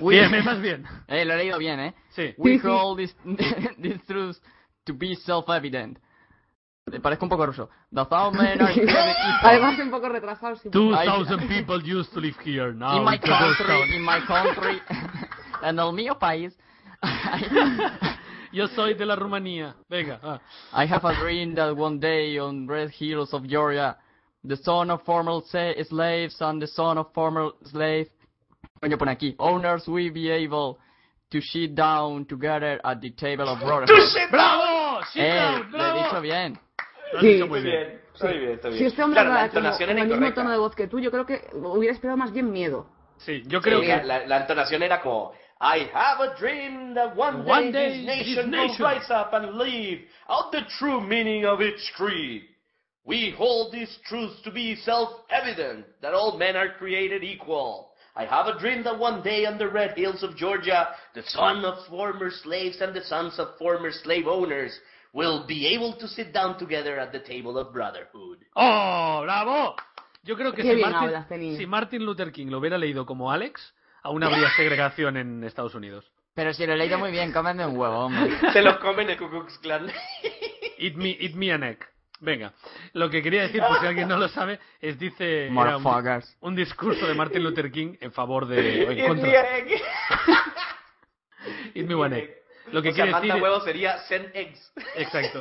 Speaker 6: We-
Speaker 3: Bien, más bien.
Speaker 6: Eh, lo he leído bien, eh.
Speaker 3: Sí.
Speaker 6: We
Speaker 5: Sí, sí.
Speaker 6: hold this, this truth to be self-evident. Eh, Parezco un poco ruso. The thou men are
Speaker 5: Además, un poco retrasado. sí.
Speaker 3: 2000 people used to live here. Now
Speaker 6: in my
Speaker 3: it's a ghost town.
Speaker 6: country, in my country, en el mío país.
Speaker 3: Yo soy de la Rumanía. Venga. ah.
Speaker 6: I have a dream that one day on red hills of Georgia, the son of former sa- slaves and the son of former slave, coño pone aquí, owners will be able to sit down together at the table of brotherhood.
Speaker 3: ¡Bravo! ¡Sí,
Speaker 6: eh,
Speaker 3: bravo,
Speaker 6: lo he dicho
Speaker 3: bravo!
Speaker 6: bien.
Speaker 3: Lo has
Speaker 5: Sí.
Speaker 3: dicho muy bien.
Speaker 4: está bien, está
Speaker 5: Si este hombre
Speaker 4: Claro, la
Speaker 5: hablara como
Speaker 4: entonación
Speaker 5: con
Speaker 4: era
Speaker 5: el mismo
Speaker 4: incorrecta.
Speaker 5: tono de voz que tú, yo creo que hubiera esperado más bien miedo.
Speaker 3: Sí, yo creo
Speaker 4: Sí,
Speaker 3: que...
Speaker 4: la, la entonación era como I have a dream that one day,
Speaker 3: One
Speaker 4: this
Speaker 3: day this
Speaker 4: nation,
Speaker 3: nation-
Speaker 4: will rise up and live out the true meaning of its creed. We hold these truths to be self-evident that all men are created equal. I have a dream that one day on the red hills of Georgia, the son of former slaves and the sons of former slave owners will be able to sit down together at the table of brotherhood.
Speaker 3: ¡Oh, bravo! Yo creo que
Speaker 5: Qué
Speaker 3: si
Speaker 5: bien
Speaker 3: Martin,
Speaker 5: habla este niño.
Speaker 3: si Martin Luther King lo hubiera leído como Alex, aún habría segregación en Estados Unidos.
Speaker 6: Pero si lo he leído muy bien, cómeme un huevo, hombre.
Speaker 4: Se los comen el Ku Klux Klan.
Speaker 3: Eat me, eat me an egg. Venga, lo que quería decir, por si alguien no lo sabe, es dice era un,
Speaker 6: Motherfuckers.
Speaker 3: un discurso de Martin Luther King en favor de... o en
Speaker 4: Y el
Speaker 3: contra.
Speaker 4: día de-
Speaker 3: Eat me one egg. Lo que
Speaker 4: o sea,
Speaker 3: quiere
Speaker 4: manda
Speaker 3: decir...
Speaker 4: huevo sería send eggs.
Speaker 3: Exacto.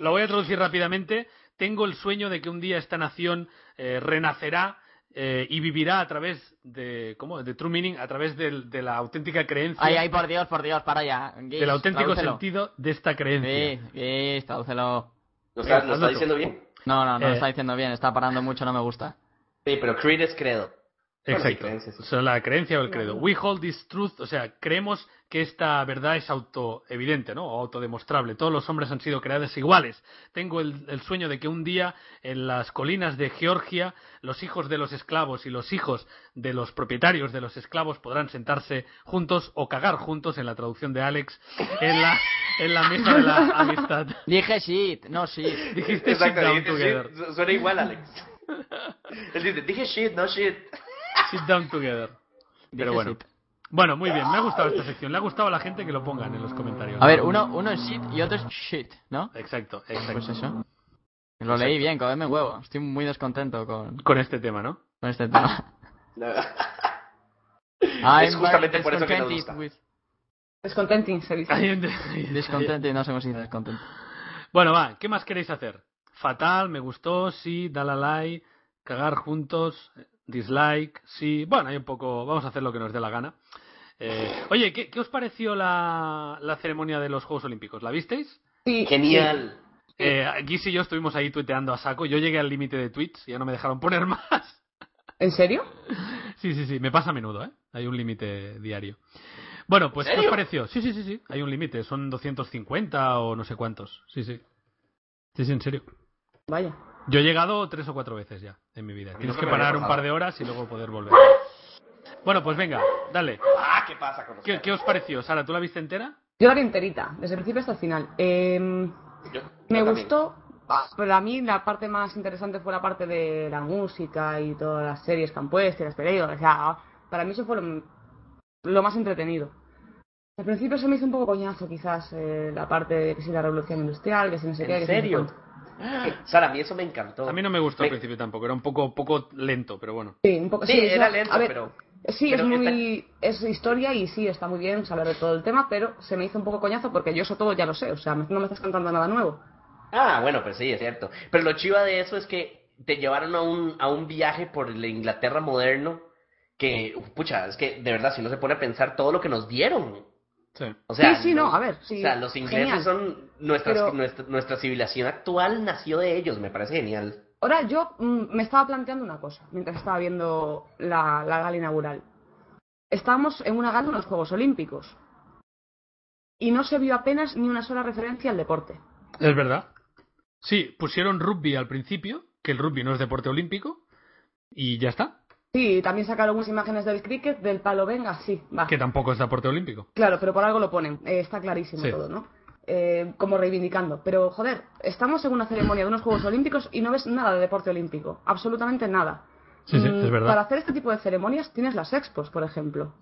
Speaker 3: Lo voy a traducir rápidamente. Tengo el sueño de que un día esta nación eh, renacerá eh, y vivirá a través de, ¿cómo? De true meaning, a través del- de, la auténtica creencia,
Speaker 6: Ay, ay, por Dios, por Dios, para ya.
Speaker 3: del auténtico sentido de esta
Speaker 6: Sí,
Speaker 3: creencia.
Speaker 6: sí, tradúcelo.
Speaker 4: ¿Lo
Speaker 3: Venga,
Speaker 4: está, lo está
Speaker 3: hazlo tú.
Speaker 4: diciendo bien?
Speaker 6: No, no, no
Speaker 3: Eh.
Speaker 6: lo está diciendo bien, está parando mucho, no me gusta.
Speaker 4: Sí, pero creed es credo. Bueno,
Speaker 3: Exacto.
Speaker 4: sí, creencia, sí.
Speaker 3: O sea, la creencia o el credo. We hold this truth, o sea, creemos que esta verdad es autoevidente, ¿no? O autodemostrable. Todos los hombres han sido creados iguales. Tengo el, el sueño de que un día en las colinas de Georgia los hijos de los esclavos y los hijos de los propietarios de los esclavos podrán sentarse juntos o cagar juntos, en la traducción de Alex, en la, en la mesa de la amistad.
Speaker 6: Dije shit, no shit.
Speaker 4: Este
Speaker 3: Dijiste sit down
Speaker 4: dijiste
Speaker 3: together.
Speaker 4: shit, su- suena igual, Alex. Él dice, dije shit, no shit.
Speaker 3: Sit down together.
Speaker 6: Dije
Speaker 3: Pero bueno.
Speaker 6: shit.
Speaker 3: Bueno, muy bien, me ha gustado esta sección. Le ha gustado a la gente que lo pongan en los comentarios.
Speaker 6: A ver, uno, uno es shit y otro es shit, ¿no?
Speaker 3: Exacto,
Speaker 6: Pues
Speaker 3: exacto.
Speaker 6: eso. Lo leí bien, cómeme huevo. Estoy muy descontento con,
Speaker 3: Con este tema, ¿no?
Speaker 6: con este tema.
Speaker 4: No.
Speaker 6: I'm
Speaker 4: es justamente
Speaker 6: very
Speaker 4: por eso que nos
Speaker 6: discontented
Speaker 4: gusta.
Speaker 6: with-
Speaker 5: Descontenting, se dice.
Speaker 3: Ahí ent- ahí ent-
Speaker 6: Discontented, no sé cómo se dice descontento.
Speaker 3: Bueno, va, ¿qué más queréis hacer? Fatal, me gustó, sí, dale a like, cagar juntos, dislike, sí. Bueno, hay un poco, vamos a hacer lo que nos dé la gana. Eh, oye, ¿qué, qué os pareció la, la ceremonia de los Juegos Olímpicos? ¿La visteis?
Speaker 5: Sí,
Speaker 4: Genial.
Speaker 3: Eh, Guis y yo estuvimos ahí tuiteando a saco. Yo llegué al límite de tweets, ya no me dejaron poner más.
Speaker 5: sí. ¿En serio?
Speaker 3: Sí, sí, sí, me pasa a menudo, ¿eh? Hay un límite diario. Bueno, pues, ¿qué os
Speaker 4: serio?
Speaker 3: pareció? Sí, sí, sí, sí, hay un límite, son 250 o no sé cuántos. Sí, sí. Sí, sí, en serio.
Speaker 5: Vaya.
Speaker 3: Yo he llegado tres o cuatro veces ya en mi vida. Tienes
Speaker 4: nunca
Speaker 3: que
Speaker 4: me había
Speaker 3: parar un
Speaker 4: pasado.
Speaker 3: par de horas y luego poder volver. Bueno, pues venga, dale.
Speaker 4: Ah, ¿qué pasa con
Speaker 3: ¿Qué,
Speaker 4: nosotros?
Speaker 3: qué os pareció? Sara, ¿tú la viste entera?
Speaker 5: Yo la vi enterita, desde el principio hasta el final. Eh, me
Speaker 4: Yo- yo también.
Speaker 5: gustó, pero a mí la parte más interesante fue la parte de la música y todas las series que han puesto y las películas. O sea, para mí eso fue lo, lo más entretenido. Al principio se me hizo un poco coñazo, quizás, eh, la parte de que si la revolución industrial, que si no sé qué.
Speaker 4: ¿En
Speaker 5: que si no sé
Speaker 4: serio?
Speaker 5: cuánto.
Speaker 4: Sara, a mí eso me encantó.
Speaker 3: A mí no me gustó al
Speaker 4: Me-
Speaker 3: principio tampoco, era un poco, poco lento, pero bueno.
Speaker 5: Sí, un poco.
Speaker 4: Sí,
Speaker 5: o sea,
Speaker 4: era lento,
Speaker 5: a ver,
Speaker 4: pero...
Speaker 5: Sí, es
Speaker 4: Pero
Speaker 5: muy. Es historia y sí, está muy bien saber de todo el tema, pero se me hizo un poco coñazo porque yo eso todo ya lo sé, o sea, no me estás cantando nada nuevo.
Speaker 4: Ah, bueno, pues sí, es cierto. Pero lo chiva de eso es que te llevaron a un, a un viaje por la Inglaterra moderno que, uf, pucha, es que de verdad, si no se pone a pensar todo lo que nos dieron.
Speaker 3: Sí.
Speaker 4: O sea,
Speaker 5: sí, sí, no, a ver, sí,
Speaker 4: O sea, los ingleses
Speaker 5: genial.
Speaker 4: son nuestras-
Speaker 5: Pero-
Speaker 4: nuestra, nuestra civilización actual nació de ellos, me parece genial.
Speaker 5: Ahora, yo mm, me estaba planteando una cosa mientras estaba viendo la, la gala inaugural. Estábamos en una gala de los Juegos Olímpicos y no se vio apenas ni una sola referencia al deporte.
Speaker 3: Es verdad. Sí, pusieron rugby al principio, que el rugby no es deporte olímpico, y ya está,
Speaker 5: Sí, y también sacaron unas imágenes del cricket, del palo, venga, sí, va.
Speaker 3: que tampoco es deporte olímpico.
Speaker 5: Claro, pero por algo lo ponen, eh, está clarísimo
Speaker 3: Sí.
Speaker 5: todo, ¿no? Eh, como reivindicando. Pero, joder, estamos en una ceremonia de unos Juegos Olímpicos y no ves nada de deporte olímpico, absolutamente nada.
Speaker 3: Sí, sí,
Speaker 5: Mm,
Speaker 3: es verdad.
Speaker 5: Para hacer este tipo de ceremonias tienes las expos, por ejemplo.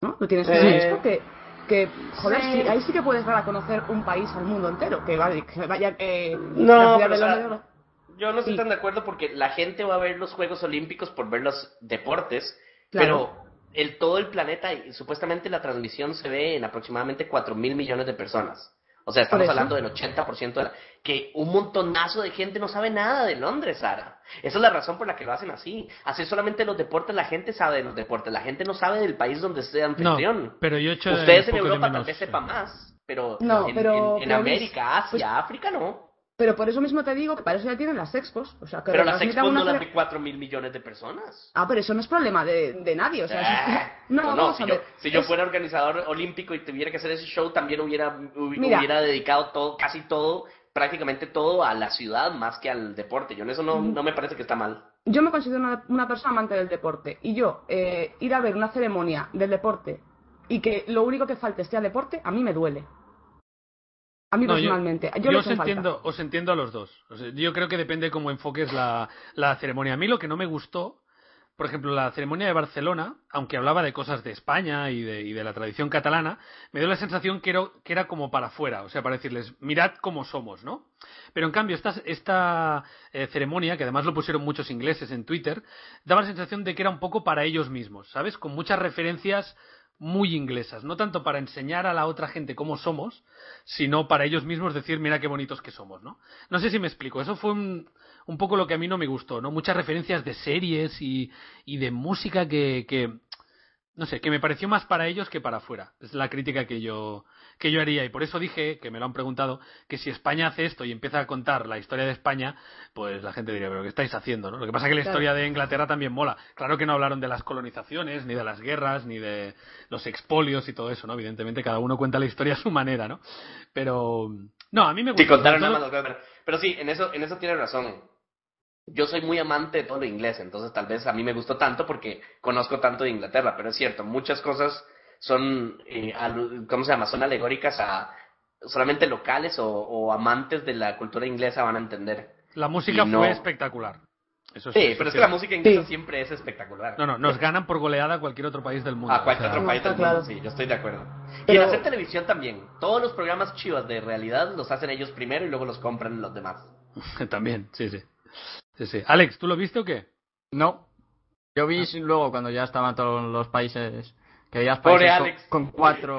Speaker 5: ¿No? Tú tienes
Speaker 4: Sí.
Speaker 5: una expo que, que, joder,
Speaker 4: Sí.
Speaker 5: sí, ahí sí que puedes dar a conocer un país al mundo entero. Que vaya, que vaya, eh,
Speaker 4: No, pues, ah.
Speaker 5: la ciudad
Speaker 4: pero,
Speaker 5: de
Speaker 4: o sea,
Speaker 5: Londres, ¿no?
Speaker 4: Yo no estoy
Speaker 5: Sí.
Speaker 4: tan de acuerdo porque la gente va a ver los Juegos Olímpicos por ver los deportes,
Speaker 5: Claro.
Speaker 4: pero el todo el planeta y supuestamente la transmisión se ve en aproximadamente 4 mil millones de personas. O sea, estamos
Speaker 5: eso.
Speaker 4: hablando del 80% de la... Que un montonazo de gente no sabe nada de Londres, Sara. Esa es la razón por la que lo hacen así. Así solamente los deportes, la gente sabe de los deportes. La gente no sabe del país donde sea anfitrión.
Speaker 3: No, pero yo he hecho de
Speaker 4: Ustedes en
Speaker 3: poco de
Speaker 4: Europa
Speaker 3: menos,
Speaker 4: tal vez
Speaker 3: sí.
Speaker 4: sepan más, pero
Speaker 5: No,
Speaker 4: en,
Speaker 5: pero-
Speaker 4: en- en
Speaker 5: pero
Speaker 4: América, Asia,
Speaker 5: pues-
Speaker 4: África no.
Speaker 5: Pero por eso mismo te digo que para eso ya tienen las expos. O sea, que
Speaker 4: Pero las
Speaker 5: retransmitan
Speaker 4: expos
Speaker 5: una
Speaker 4: no las
Speaker 5: cere-
Speaker 4: de 4 mil millones de personas.
Speaker 5: Ah, pero eso no es problema de, de nadie. O sea, eso-
Speaker 4: Ah,
Speaker 5: no, vamos
Speaker 4: si,
Speaker 5: a
Speaker 4: yo,
Speaker 5: ver.
Speaker 4: si yo
Speaker 5: Es-
Speaker 4: fuera organizador olímpico y tuviera que hacer ese show, también hubiera, hubi-
Speaker 5: Mira.
Speaker 4: hubiera dedicado todo, casi todo, prácticamente todo a la ciudad más que al deporte. Yo en eso no, no me parece que está mal.
Speaker 5: Yo me considero una, una persona amante del deporte y yo eh, ir a ver una ceremonia del deporte y que lo único que falte sea deporte, a mí me duele. A mí
Speaker 3: No, yo-
Speaker 5: personalmente. Yo,
Speaker 3: Yo,
Speaker 5: lo
Speaker 3: os,
Speaker 5: echo en falta.
Speaker 3: entiendo, os entiendo a los dos. O sea, yo creo que depende cómo enfoques la, la ceremonia. A mí lo que no me gustó, por ejemplo, la ceremonia de Barcelona, aunque hablaba de cosas de España y de, y de la tradición catalana, me dio la sensación que era, que era como para afuera, o sea, para decirles, mirad cómo somos, ¿no? Pero en cambio, esta, esta eh, ceremonia, que además lo pusieron muchos ingleses en Twitter, daba la sensación de que era un poco para ellos mismos, ¿sabes? Con muchas referencias muy inglesas, no tanto para enseñar a la otra gente cómo somos, sino para ellos mismos decir, mira qué bonitos que somos, ¿no? No sé si me explico, eso fue un, un poco lo que a mí no me gustó, ¿no? Muchas referencias de series y, y de música que, que, no sé, que me pareció más para ellos que para afuera. Es la crítica que yo, que yo haría y por eso dije, que me lo han preguntado, que si España hace esto y empieza a contar la historia de España, pues la gente diría, pero ¿qué estáis haciendo? ¿no? Lo que pasa es que la
Speaker 5: Claro.
Speaker 3: historia de Inglaterra también mola. Claro que no hablaron de las colonizaciones, ni de las guerras, ni de los expolios y todo eso, ¿no? Evidentemente cada uno cuenta la historia a su manera, ¿no? Pero... No, a mí me gusta.
Speaker 4: Sí, contaron
Speaker 3: sobre
Speaker 4: nada
Speaker 3: todo-
Speaker 4: más las cosas, Pero, pero sí, en eso, en eso tiene razón. Yo soy muy amante de todo lo inglés, entonces tal vez a mí me gustó tanto porque conozco tanto de Inglaterra, pero es cierto, muchas cosas son, eh, alu- ¿cómo se llama? Son alegóricas a solamente locales o, o amantes de la cultura inglesa van a entender.
Speaker 3: La música
Speaker 4: Y no-
Speaker 3: fue espectacular. Eso
Speaker 4: Sí,
Speaker 3: eso
Speaker 4: pero es
Speaker 3: Pues sí.
Speaker 4: que la música inglesa
Speaker 5: Sí.
Speaker 4: siempre es espectacular.
Speaker 3: No, no, nos ganan por goleada a cualquier otro país del mundo.
Speaker 4: a cualquier
Speaker 3: o sea,
Speaker 4: otro
Speaker 5: No,
Speaker 4: país
Speaker 5: está
Speaker 4: del mundo,
Speaker 5: claro.
Speaker 4: sí, yo estoy de acuerdo. Y
Speaker 5: Pero-
Speaker 4: en hacer televisión también. Todos los programas chivas de realidad los hacen ellos primero y luego los compran los demás.
Speaker 3: También, sí, sí. Sí, sí. Alex, ¿tú lo viste o qué?
Speaker 6: No. Yo vi luego cuando ya estaban todos los países. Que ya
Speaker 4: Pobre
Speaker 6: países con-
Speaker 4: Alex.
Speaker 6: con cuatro.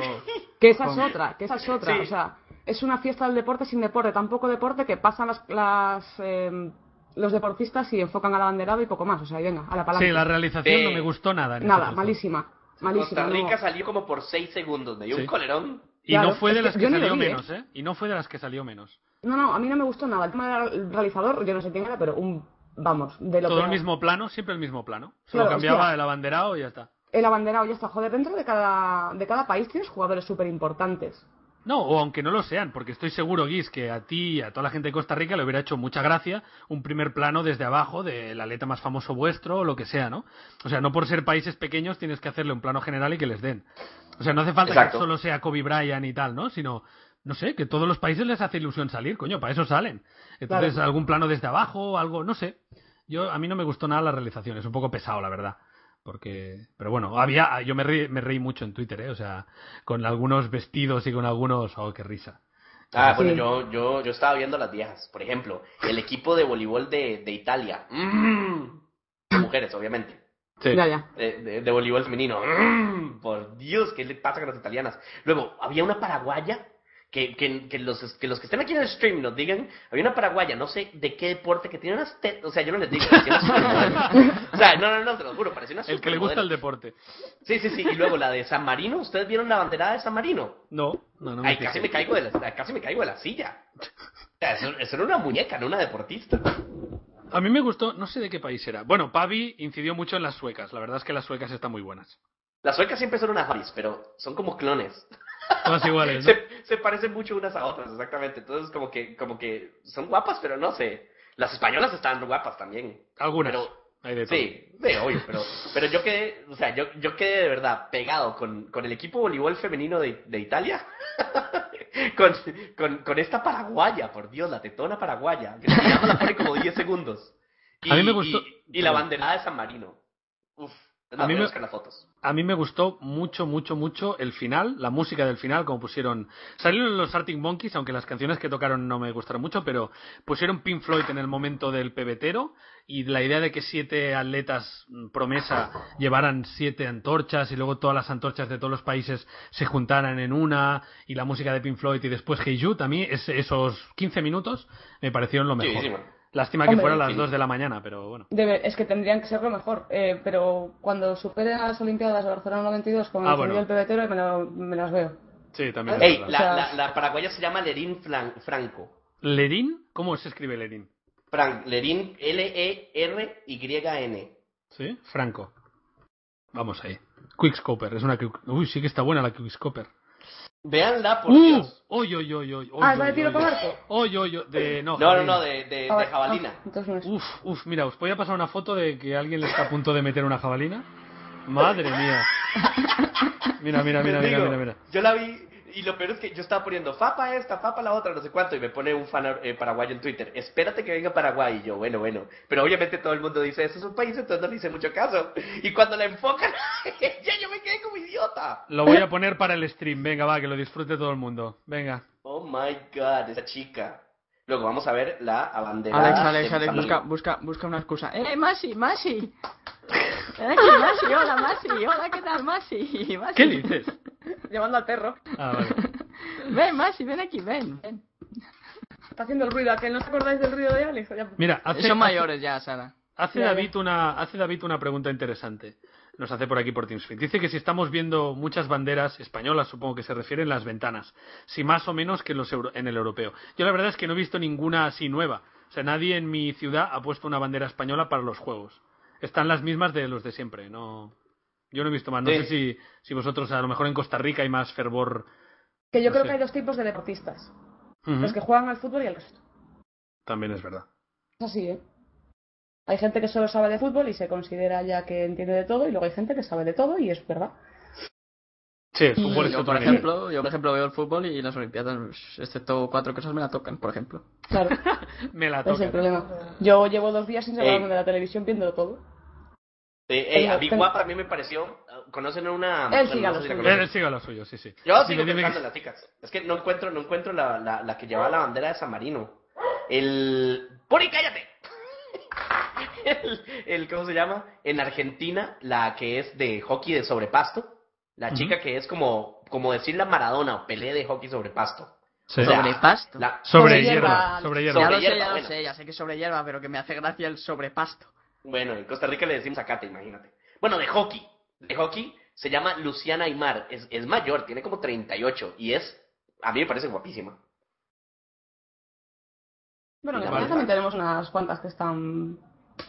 Speaker 5: Que esa es
Speaker 6: Con-
Speaker 5: otra, que esa es otra.
Speaker 4: Sí.
Speaker 5: O sea, es una fiesta del deporte sin deporte, tampoco deporte que pasan las, las, eh, los deportistas y enfocan al abanderado y poco más. O sea, y venga, a la palabra.
Speaker 3: Sí, la realización
Speaker 4: Sí.
Speaker 3: no me gustó nada. en
Speaker 5: Nada,
Speaker 3: ese
Speaker 5: malísima. Malísima.
Speaker 4: Costa
Speaker 5: no.
Speaker 4: Rica salió como por 6 segundos, me dio
Speaker 3: Sí.
Speaker 4: un colerón.
Speaker 3: Y
Speaker 5: Claro,
Speaker 3: no fue de
Speaker 5: es que
Speaker 3: las que
Speaker 5: yo ni lo
Speaker 3: salió
Speaker 5: vi, ¿eh?
Speaker 3: menos, ¿eh? Y no fue de las que salió menos.
Speaker 5: No, no, a mí no me gustó nada. El tema del realizador, yo no sé quién era, pero un. Vamos, de lo
Speaker 3: Todo el
Speaker 5: peor.
Speaker 3: mismo plano, siempre el mismo plano. Solo
Speaker 5: Claro,
Speaker 3: cambiaba
Speaker 5: hostia.
Speaker 3: el abanderado y ya está.
Speaker 5: El abanderado ya está. Joder, dentro de cada, de cada país tienes jugadores súper importantes.
Speaker 3: No, o aunque no lo sean, porque estoy seguro, Guis, que a ti y a toda la gente de Costa Rica le hubiera hecho mucha gracia un primer plano desde abajo del atleta más famoso vuestro o lo que sea, ¿no? O sea, no por ser países pequeños tienes que hacerle un plano general y que les den. O sea, no hace falta
Speaker 4: Exacto.
Speaker 3: que solo sea Kobe Bryant y tal, ¿no? Sino, no sé, que todos los países les hace ilusión salir, coño, para eso salen. Entonces,
Speaker 5: Claro.
Speaker 3: algún plano desde abajo, algo, no sé. Yo, a mí no me gustó nada la realización, es un poco pesado, la verdad. Porque, pero bueno, había, yo me reí, me reí mucho en Twitter, ¿eh? O sea, con algunos vestidos y con algunos, oh, qué risa.
Speaker 4: Ah,
Speaker 5: Sí.
Speaker 4: bueno, yo, yo, yo estaba viendo las viejas. Por ejemplo, el equipo de voleibol de, de Italia. Mm. De mujeres, obviamente.
Speaker 3: Sí.
Speaker 5: Ya, ya.
Speaker 4: de, de- de voleibol femenino. ¡Mm! Por Dios, ¿qué le pasa con las italianas? Luego, había una paraguaya. Que, que, que los, que los que estén aquí en el stream nos digan, había una paraguaya, no sé de qué deporte, que tiene unas tetas, o sea, yo no les digo, parecía una supermodelo. o sea, no, no, no, se lo juro, parecía una
Speaker 3: El que le gusta el
Speaker 4: supermodelo.
Speaker 3: deporte.
Speaker 4: Sí, sí, sí, y luego la de San Marino, ¿ustedes vieron la banderada de San Marino?
Speaker 3: No, no, no me
Speaker 4: Ay,
Speaker 3: fijé.
Speaker 4: casi me caigo de la, casi me caigo de la silla. O sea, eso, eso era una muñeca, no una deportista.
Speaker 3: A mí me gustó, no sé de qué país era. Bueno, Pavi incidió mucho en las suecas. La verdad es que las suecas están muy buenas.
Speaker 4: Las suecas siempre son unas Harris, pero son como clones.
Speaker 3: Todas iguales, ¿no?
Speaker 4: Se, se parecen mucho unas a otras, exactamente. Entonces, como que, como que son guapas, pero no sé. Las españolas están guapas también.
Speaker 3: Algunas.
Speaker 4: Pero-
Speaker 3: Hay de todo.
Speaker 4: Sí, sí, obvio, pero, pero yo quedé, o sea, yo, yo quedé de verdad pegado con, con el equipo de voleibol femenino de, de Italia, con, con, con esta paraguaya, por Dios, la tetona paraguaya, que la llama la pone como 10 segundos. Y,
Speaker 3: A mí me gustó-
Speaker 4: Y, y la banderada de San Marino. Uf, es
Speaker 3: A
Speaker 4: más,
Speaker 3: mí
Speaker 4: voy a
Speaker 3: me-
Speaker 4: buscar las fotos.
Speaker 3: A mí me gustó mucho, mucho, mucho el final, la música del final, como pusieron. Salieron los Arctic Monkeys, aunque las canciones que tocaron no me gustaron mucho, pero pusieron Pink Floyd en el momento del pebetero y la idea de que siete atletas mm, promesa llevaran siete antorchas y luego todas las antorchas de todos los países se juntaran en una y la música de Pink Floyd y después Hey Jude, a mí es- esos 15 minutos me parecieron lo mejor.
Speaker 4: Chidísimo.
Speaker 3: Lástima que
Speaker 5: Hombre,
Speaker 3: fueran las
Speaker 4: sí.
Speaker 3: 2 de la mañana, pero bueno.
Speaker 5: Debe- es que tendrían que ser lo mejor, eh, pero cuando supere las Olimpiadas de Barcelona 92 con
Speaker 3: Ah,
Speaker 5: el sonido
Speaker 3: bueno.
Speaker 5: del pebetero me, lo- me las veo.
Speaker 3: Sí, también. es
Speaker 4: Ey,
Speaker 3: verdad.
Speaker 4: la, la, la paraguaya se llama Lerín Flan- Franco.
Speaker 3: ¿Lerín? ¿Cómo se escribe Lerín?
Speaker 4: Frank, Lerín, E L-E-R-Y-N.
Speaker 3: ¿Sí? Franco. Vamos ahí. Quickscoper, es una quick- Uy, sí que está buena la Quickscoper.
Speaker 4: Veanla, por
Speaker 3: ¡Uh!
Speaker 4: Dios.
Speaker 3: ¡Oy, oy, oy, oy!
Speaker 5: Ah,
Speaker 3: oy,
Speaker 5: ¿la de
Speaker 3: oy,
Speaker 5: tiro
Speaker 3: oy,
Speaker 5: con
Speaker 3: oy.
Speaker 5: arco?
Speaker 3: Oy, oy, oy, de... No,
Speaker 4: No, no,
Speaker 3: jardín.
Speaker 4: no, de, de, de
Speaker 5: Ah, vale.
Speaker 4: jabalina.
Speaker 5: Ah, entonces no es.
Speaker 3: Uf, uf, mira, os voy a pasar una foto de que alguien le está a punto de meter una jabalina. ¡Madre mía! Mira, mira, mira, mira,
Speaker 4: Digo,
Speaker 3: mira, mira.
Speaker 4: Yo la vi y lo peor es que yo estaba poniendo fapa esta, fapa la otra, no sé cuánto, y me pone un fan eh, paraguayo en Twitter. Espérate que venga Paraguay. Y yo, bueno, bueno. Pero obviamente todo el mundo dice, eso es un país, entonces no le hice mucho caso. Y cuando la enfocan, ya yo me quedé como idiota.
Speaker 3: Lo voy a poner para el stream. Venga, va, que lo disfrute todo el mundo. Venga.
Speaker 4: Oh my god, esa chica. Luego vamos a ver la abanderada.
Speaker 6: Alex, Alex,
Speaker 4: de
Speaker 6: Alex,
Speaker 4: San
Speaker 6: busca,
Speaker 4: Marino.
Speaker 6: busca, busca una excusa. ¡Eh, Masi, Masi! ¡Eh, Masi, hola, Masi! ¡Hola, qué tal, Masi! Masi.
Speaker 3: ¿Qué dices?
Speaker 5: Llevando al perro.
Speaker 3: Ah, vale.
Speaker 6: Ven, Masi, ven aquí, ven. ven.
Speaker 5: Está haciendo el ruido. ¿A que no os acordáis del ruido de Alex? Ya-
Speaker 3: Mira, hace,
Speaker 6: Son mayores ya, Sara.
Speaker 3: Hace
Speaker 5: Ya, ya.
Speaker 3: David, una, hace David una pregunta interesante. Nos hace por aquí por Teamspeak. Dice que si estamos viendo muchas banderas españolas, supongo que se refieren las ventanas. Si más o menos que en, los euro- en el europeo. Yo la verdad es que no he visto ninguna así nueva. O sea, nadie en mi ciudad ha puesto una bandera española para los juegos. Están las mismas de los de siempre. No, yo no he visto más. No
Speaker 4: Sí.
Speaker 3: sé si, si vosotros, a lo mejor en Costa Rica hay más fervor.
Speaker 5: Que yo
Speaker 3: No
Speaker 5: creo
Speaker 3: sé.
Speaker 5: que hay dos tipos de deportistas.
Speaker 3: Ujú.
Speaker 5: Los que juegan al fútbol y el resto.
Speaker 3: También es verdad.
Speaker 5: Es así, ¿eh? Hay gente que solo sabe de fútbol y se considera ya que entiende de todo, y luego hay gente que sabe de todo y es verdad.
Speaker 3: Sí, el fútbol es
Speaker 6: Yo,
Speaker 3: otro
Speaker 6: por
Speaker 3: nivel.
Speaker 6: ejemplo, yo, por ejemplo, veo el fútbol y las Olimpiadas, excepto cuatro cosas, me la tocan, por ejemplo.
Speaker 5: Claro, ese
Speaker 3: Me la
Speaker 5: es el
Speaker 3: toca.
Speaker 5: problema. Yo llevo dos días sin
Speaker 4: Sí.
Speaker 5: separarme de la televisión viéndolo todo.
Speaker 4: Sí, ey, a mí
Speaker 5: Tengo-
Speaker 4: guapa también me pareció. uh, ¿Conocen una.?
Speaker 5: Él siga los
Speaker 4: no sé si la
Speaker 5: suyos.
Speaker 4: conocen.
Speaker 3: Él sigue lo suyo, sí, sí.
Speaker 4: Yo
Speaker 3: Sí,
Speaker 4: sigo
Speaker 3: dime que-
Speaker 4: pensando en las chicas. Es que no encuentro, no encuentro la, la, la que llevaba la bandera de San Marino. El. ¡Puri, cállate! El, el- ¿Cómo se llama? En Argentina, la que es de hockey de sobre pasto. La chica que es como, como decir la Maradona o Pelé de hockey sobre pasto.
Speaker 3: Sí.
Speaker 4: O sea,
Speaker 6: Sobre pasto.
Speaker 4: la-
Speaker 3: Sobre
Speaker 5: Sobre
Speaker 3: hierba,
Speaker 5: hierba.
Speaker 3: sobre
Speaker 6: Ya
Speaker 3: hierba.
Speaker 6: lo
Speaker 4: Sobre
Speaker 6: sé,
Speaker 4: hierba,
Speaker 6: ya lo
Speaker 4: bueno.
Speaker 6: sé, ya sé que sobre hierba, pero que me hace gracia el sobrepasto.
Speaker 4: Bueno, en Costa Rica le decimos acate, imagínate. Bueno, de hockey. De hockey se llama Luciana Aymar. Es, es mayor, tiene como 38 y es. A mí me parece guapísima.
Speaker 5: Bueno, en
Speaker 4: Vale,
Speaker 5: España
Speaker 4: vale.
Speaker 5: también tenemos unas cuantas que están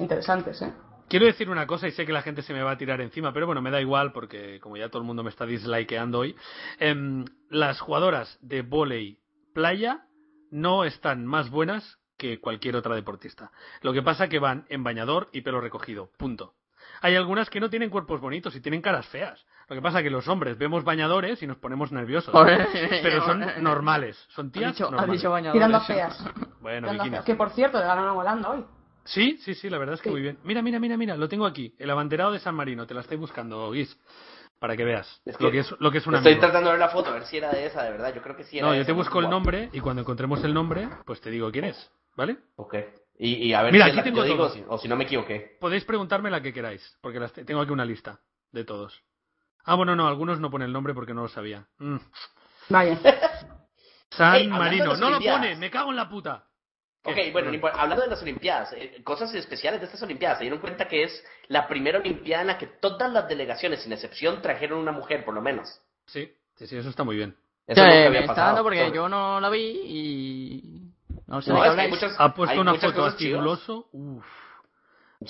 Speaker 5: interesantes, ¿eh?
Speaker 3: Quiero decir una cosa y sé que la gente se me va a tirar encima, pero bueno, me da igual porque como ya todo el mundo me está dislikeando hoy, em, las jugadoras de volei playa no están más buenas que cualquier otra deportista. Lo que pasa que van en bañador y pelo recogido, punto. Hay algunas que no tienen cuerpos bonitos y tienen caras feas. Lo que pasa que los hombres vemos bañadores y nos ponemos nerviosos. Pero son normales, son
Speaker 6: Ha
Speaker 3: tías
Speaker 6: dicho, ha
Speaker 3: normales.
Speaker 6: dicho bañador.
Speaker 5: Tirando a
Speaker 6: eso.
Speaker 5: feas.
Speaker 3: Bueno,
Speaker 5: Tirando a
Speaker 3: bikinis.
Speaker 5: feas. Que por cierto, le ganaron a Holanda hoy.
Speaker 3: Sí, sí, sí, la verdad es que
Speaker 5: Sí.
Speaker 3: muy bien. Mira, mira, mira, mira, lo tengo aquí. El abanderado de San Marino, te la estoy buscando, Guis, para que veas
Speaker 4: Es
Speaker 3: lo,
Speaker 4: que
Speaker 3: que es, lo que es un
Speaker 4: Estoy
Speaker 3: amigo.
Speaker 4: tratando de ver la foto, a ver si era de esa, de verdad. Yo creo que sí era
Speaker 3: No,
Speaker 4: de
Speaker 3: yo
Speaker 4: esa,
Speaker 3: te busco el
Speaker 4: guapa.
Speaker 3: nombre y cuando encontremos el nombre, pues te digo quién es, ¿vale?
Speaker 4: Ok. Y, y a ver
Speaker 3: Mira,
Speaker 4: si es
Speaker 3: aquí
Speaker 4: la que
Speaker 3: tengo
Speaker 4: yo digo
Speaker 3: todo.
Speaker 4: o si- o si no me equivoqué.
Speaker 3: Podéis preguntarme la que queráis, porque las te- tengo aquí una lista de todos. Ah, bueno, no, algunos no pone el nombre porque no lo sabía. Mm.
Speaker 5: Vaya.
Speaker 3: San
Speaker 4: Ey, Eh, hablando de
Speaker 3: Marino,
Speaker 4: las
Speaker 3: no lo
Speaker 4: Olimpiadas.
Speaker 3: pone, me cago en la puta.
Speaker 4: Ok,
Speaker 3: ¿Qué?
Speaker 4: bueno,
Speaker 3: Perdón.
Speaker 4: no importa. hablando de las Olimpiadas, eh, cosas especiales de estas Olimpiadas, se dieron cuenta que es la primera Olimpiada en la que todas las delegaciones, sin excepción, trajeron una mujer, por lo menos.
Speaker 3: Sí, sí, sí, eso está muy bien.
Speaker 4: Eso
Speaker 6: Sí,
Speaker 4: nunca
Speaker 6: me
Speaker 4: había
Speaker 6: eh, está
Speaker 4: pasado.
Speaker 6: dando porque yo no la vi y. No sé
Speaker 4: No,
Speaker 6: de qué
Speaker 4: es que hay
Speaker 6: habláis.
Speaker 4: muchas-
Speaker 3: Ha puesto
Speaker 4: Pues hay
Speaker 3: una
Speaker 4: muchas
Speaker 3: foto
Speaker 4: cosas
Speaker 3: así
Speaker 4: chivas.
Speaker 3: guloso. Uf.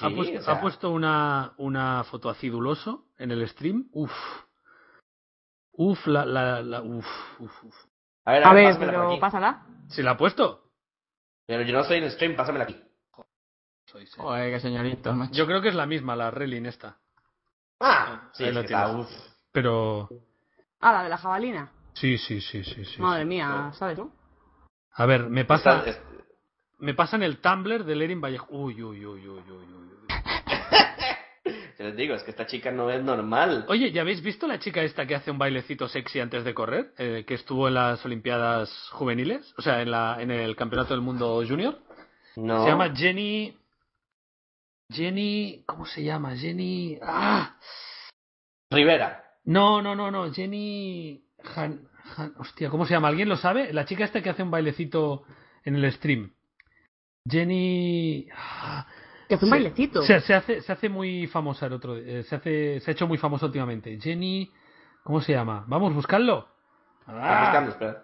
Speaker 3: ha
Speaker 4: Sí,
Speaker 3: puesto,
Speaker 4: o sea,
Speaker 3: ha puesto una, una foto aciduloso en el stream. Uf. Uf, la, la, la- uf, uf, uf.
Speaker 4: A ver,
Speaker 5: A ver,
Speaker 4: pásamela por
Speaker 5: pero
Speaker 4: aquí.
Speaker 5: pásala.
Speaker 3: ¿Se la ha puesto?
Speaker 4: Pero yo no soy en stream, pásamela aquí.
Speaker 6: Joder, qué señorito, macho.
Speaker 3: Yo creo que es la misma, la Relin esta.
Speaker 4: Ah, sí,
Speaker 3: Ahí
Speaker 4: es
Speaker 3: lo
Speaker 4: que está,
Speaker 3: tienes.
Speaker 4: uf.
Speaker 3: Pero.
Speaker 5: Ah, la de la jabalina.
Speaker 3: Sí, sí, sí, sí, sí.
Speaker 5: Madre mía, ¿sabes?
Speaker 3: A ver, me pasa,
Speaker 4: Está- es-
Speaker 3: me pasan el Tumblr de Lerin Vallejo. Uy, uy, uy, uy, uy, uy. uy.
Speaker 4: te les digo, es que esta chica no es normal.
Speaker 3: Oye, ¿ya habéis visto la chica esta que hace un bailecito sexy antes de correr? Eh, que estuvo en las Olimpiadas Juveniles, o sea, en, la, en el Campeonato del Mundo Junior.
Speaker 4: No.
Speaker 3: Se llama Jenny. Jenny. ¿Cómo se llama? Jenny. ¡Ah!
Speaker 4: Rivera.
Speaker 3: No, no, no, no. Jenny. Han- Han- Hostia, ¿cómo se llama? ¿Alguien lo sabe? La chica esta que hace un bailecito en el stream. Jenny. ah,
Speaker 5: Que hace un
Speaker 3: Sí.
Speaker 5: bailecito.
Speaker 3: Se, se hace, se hace muy famosa el otro. eh, se, hace, se ha hecho muy famosa últimamente. Jenny. ¿Cómo se llama? Vamos, buscarlo.
Speaker 4: Ah, buscando, espera.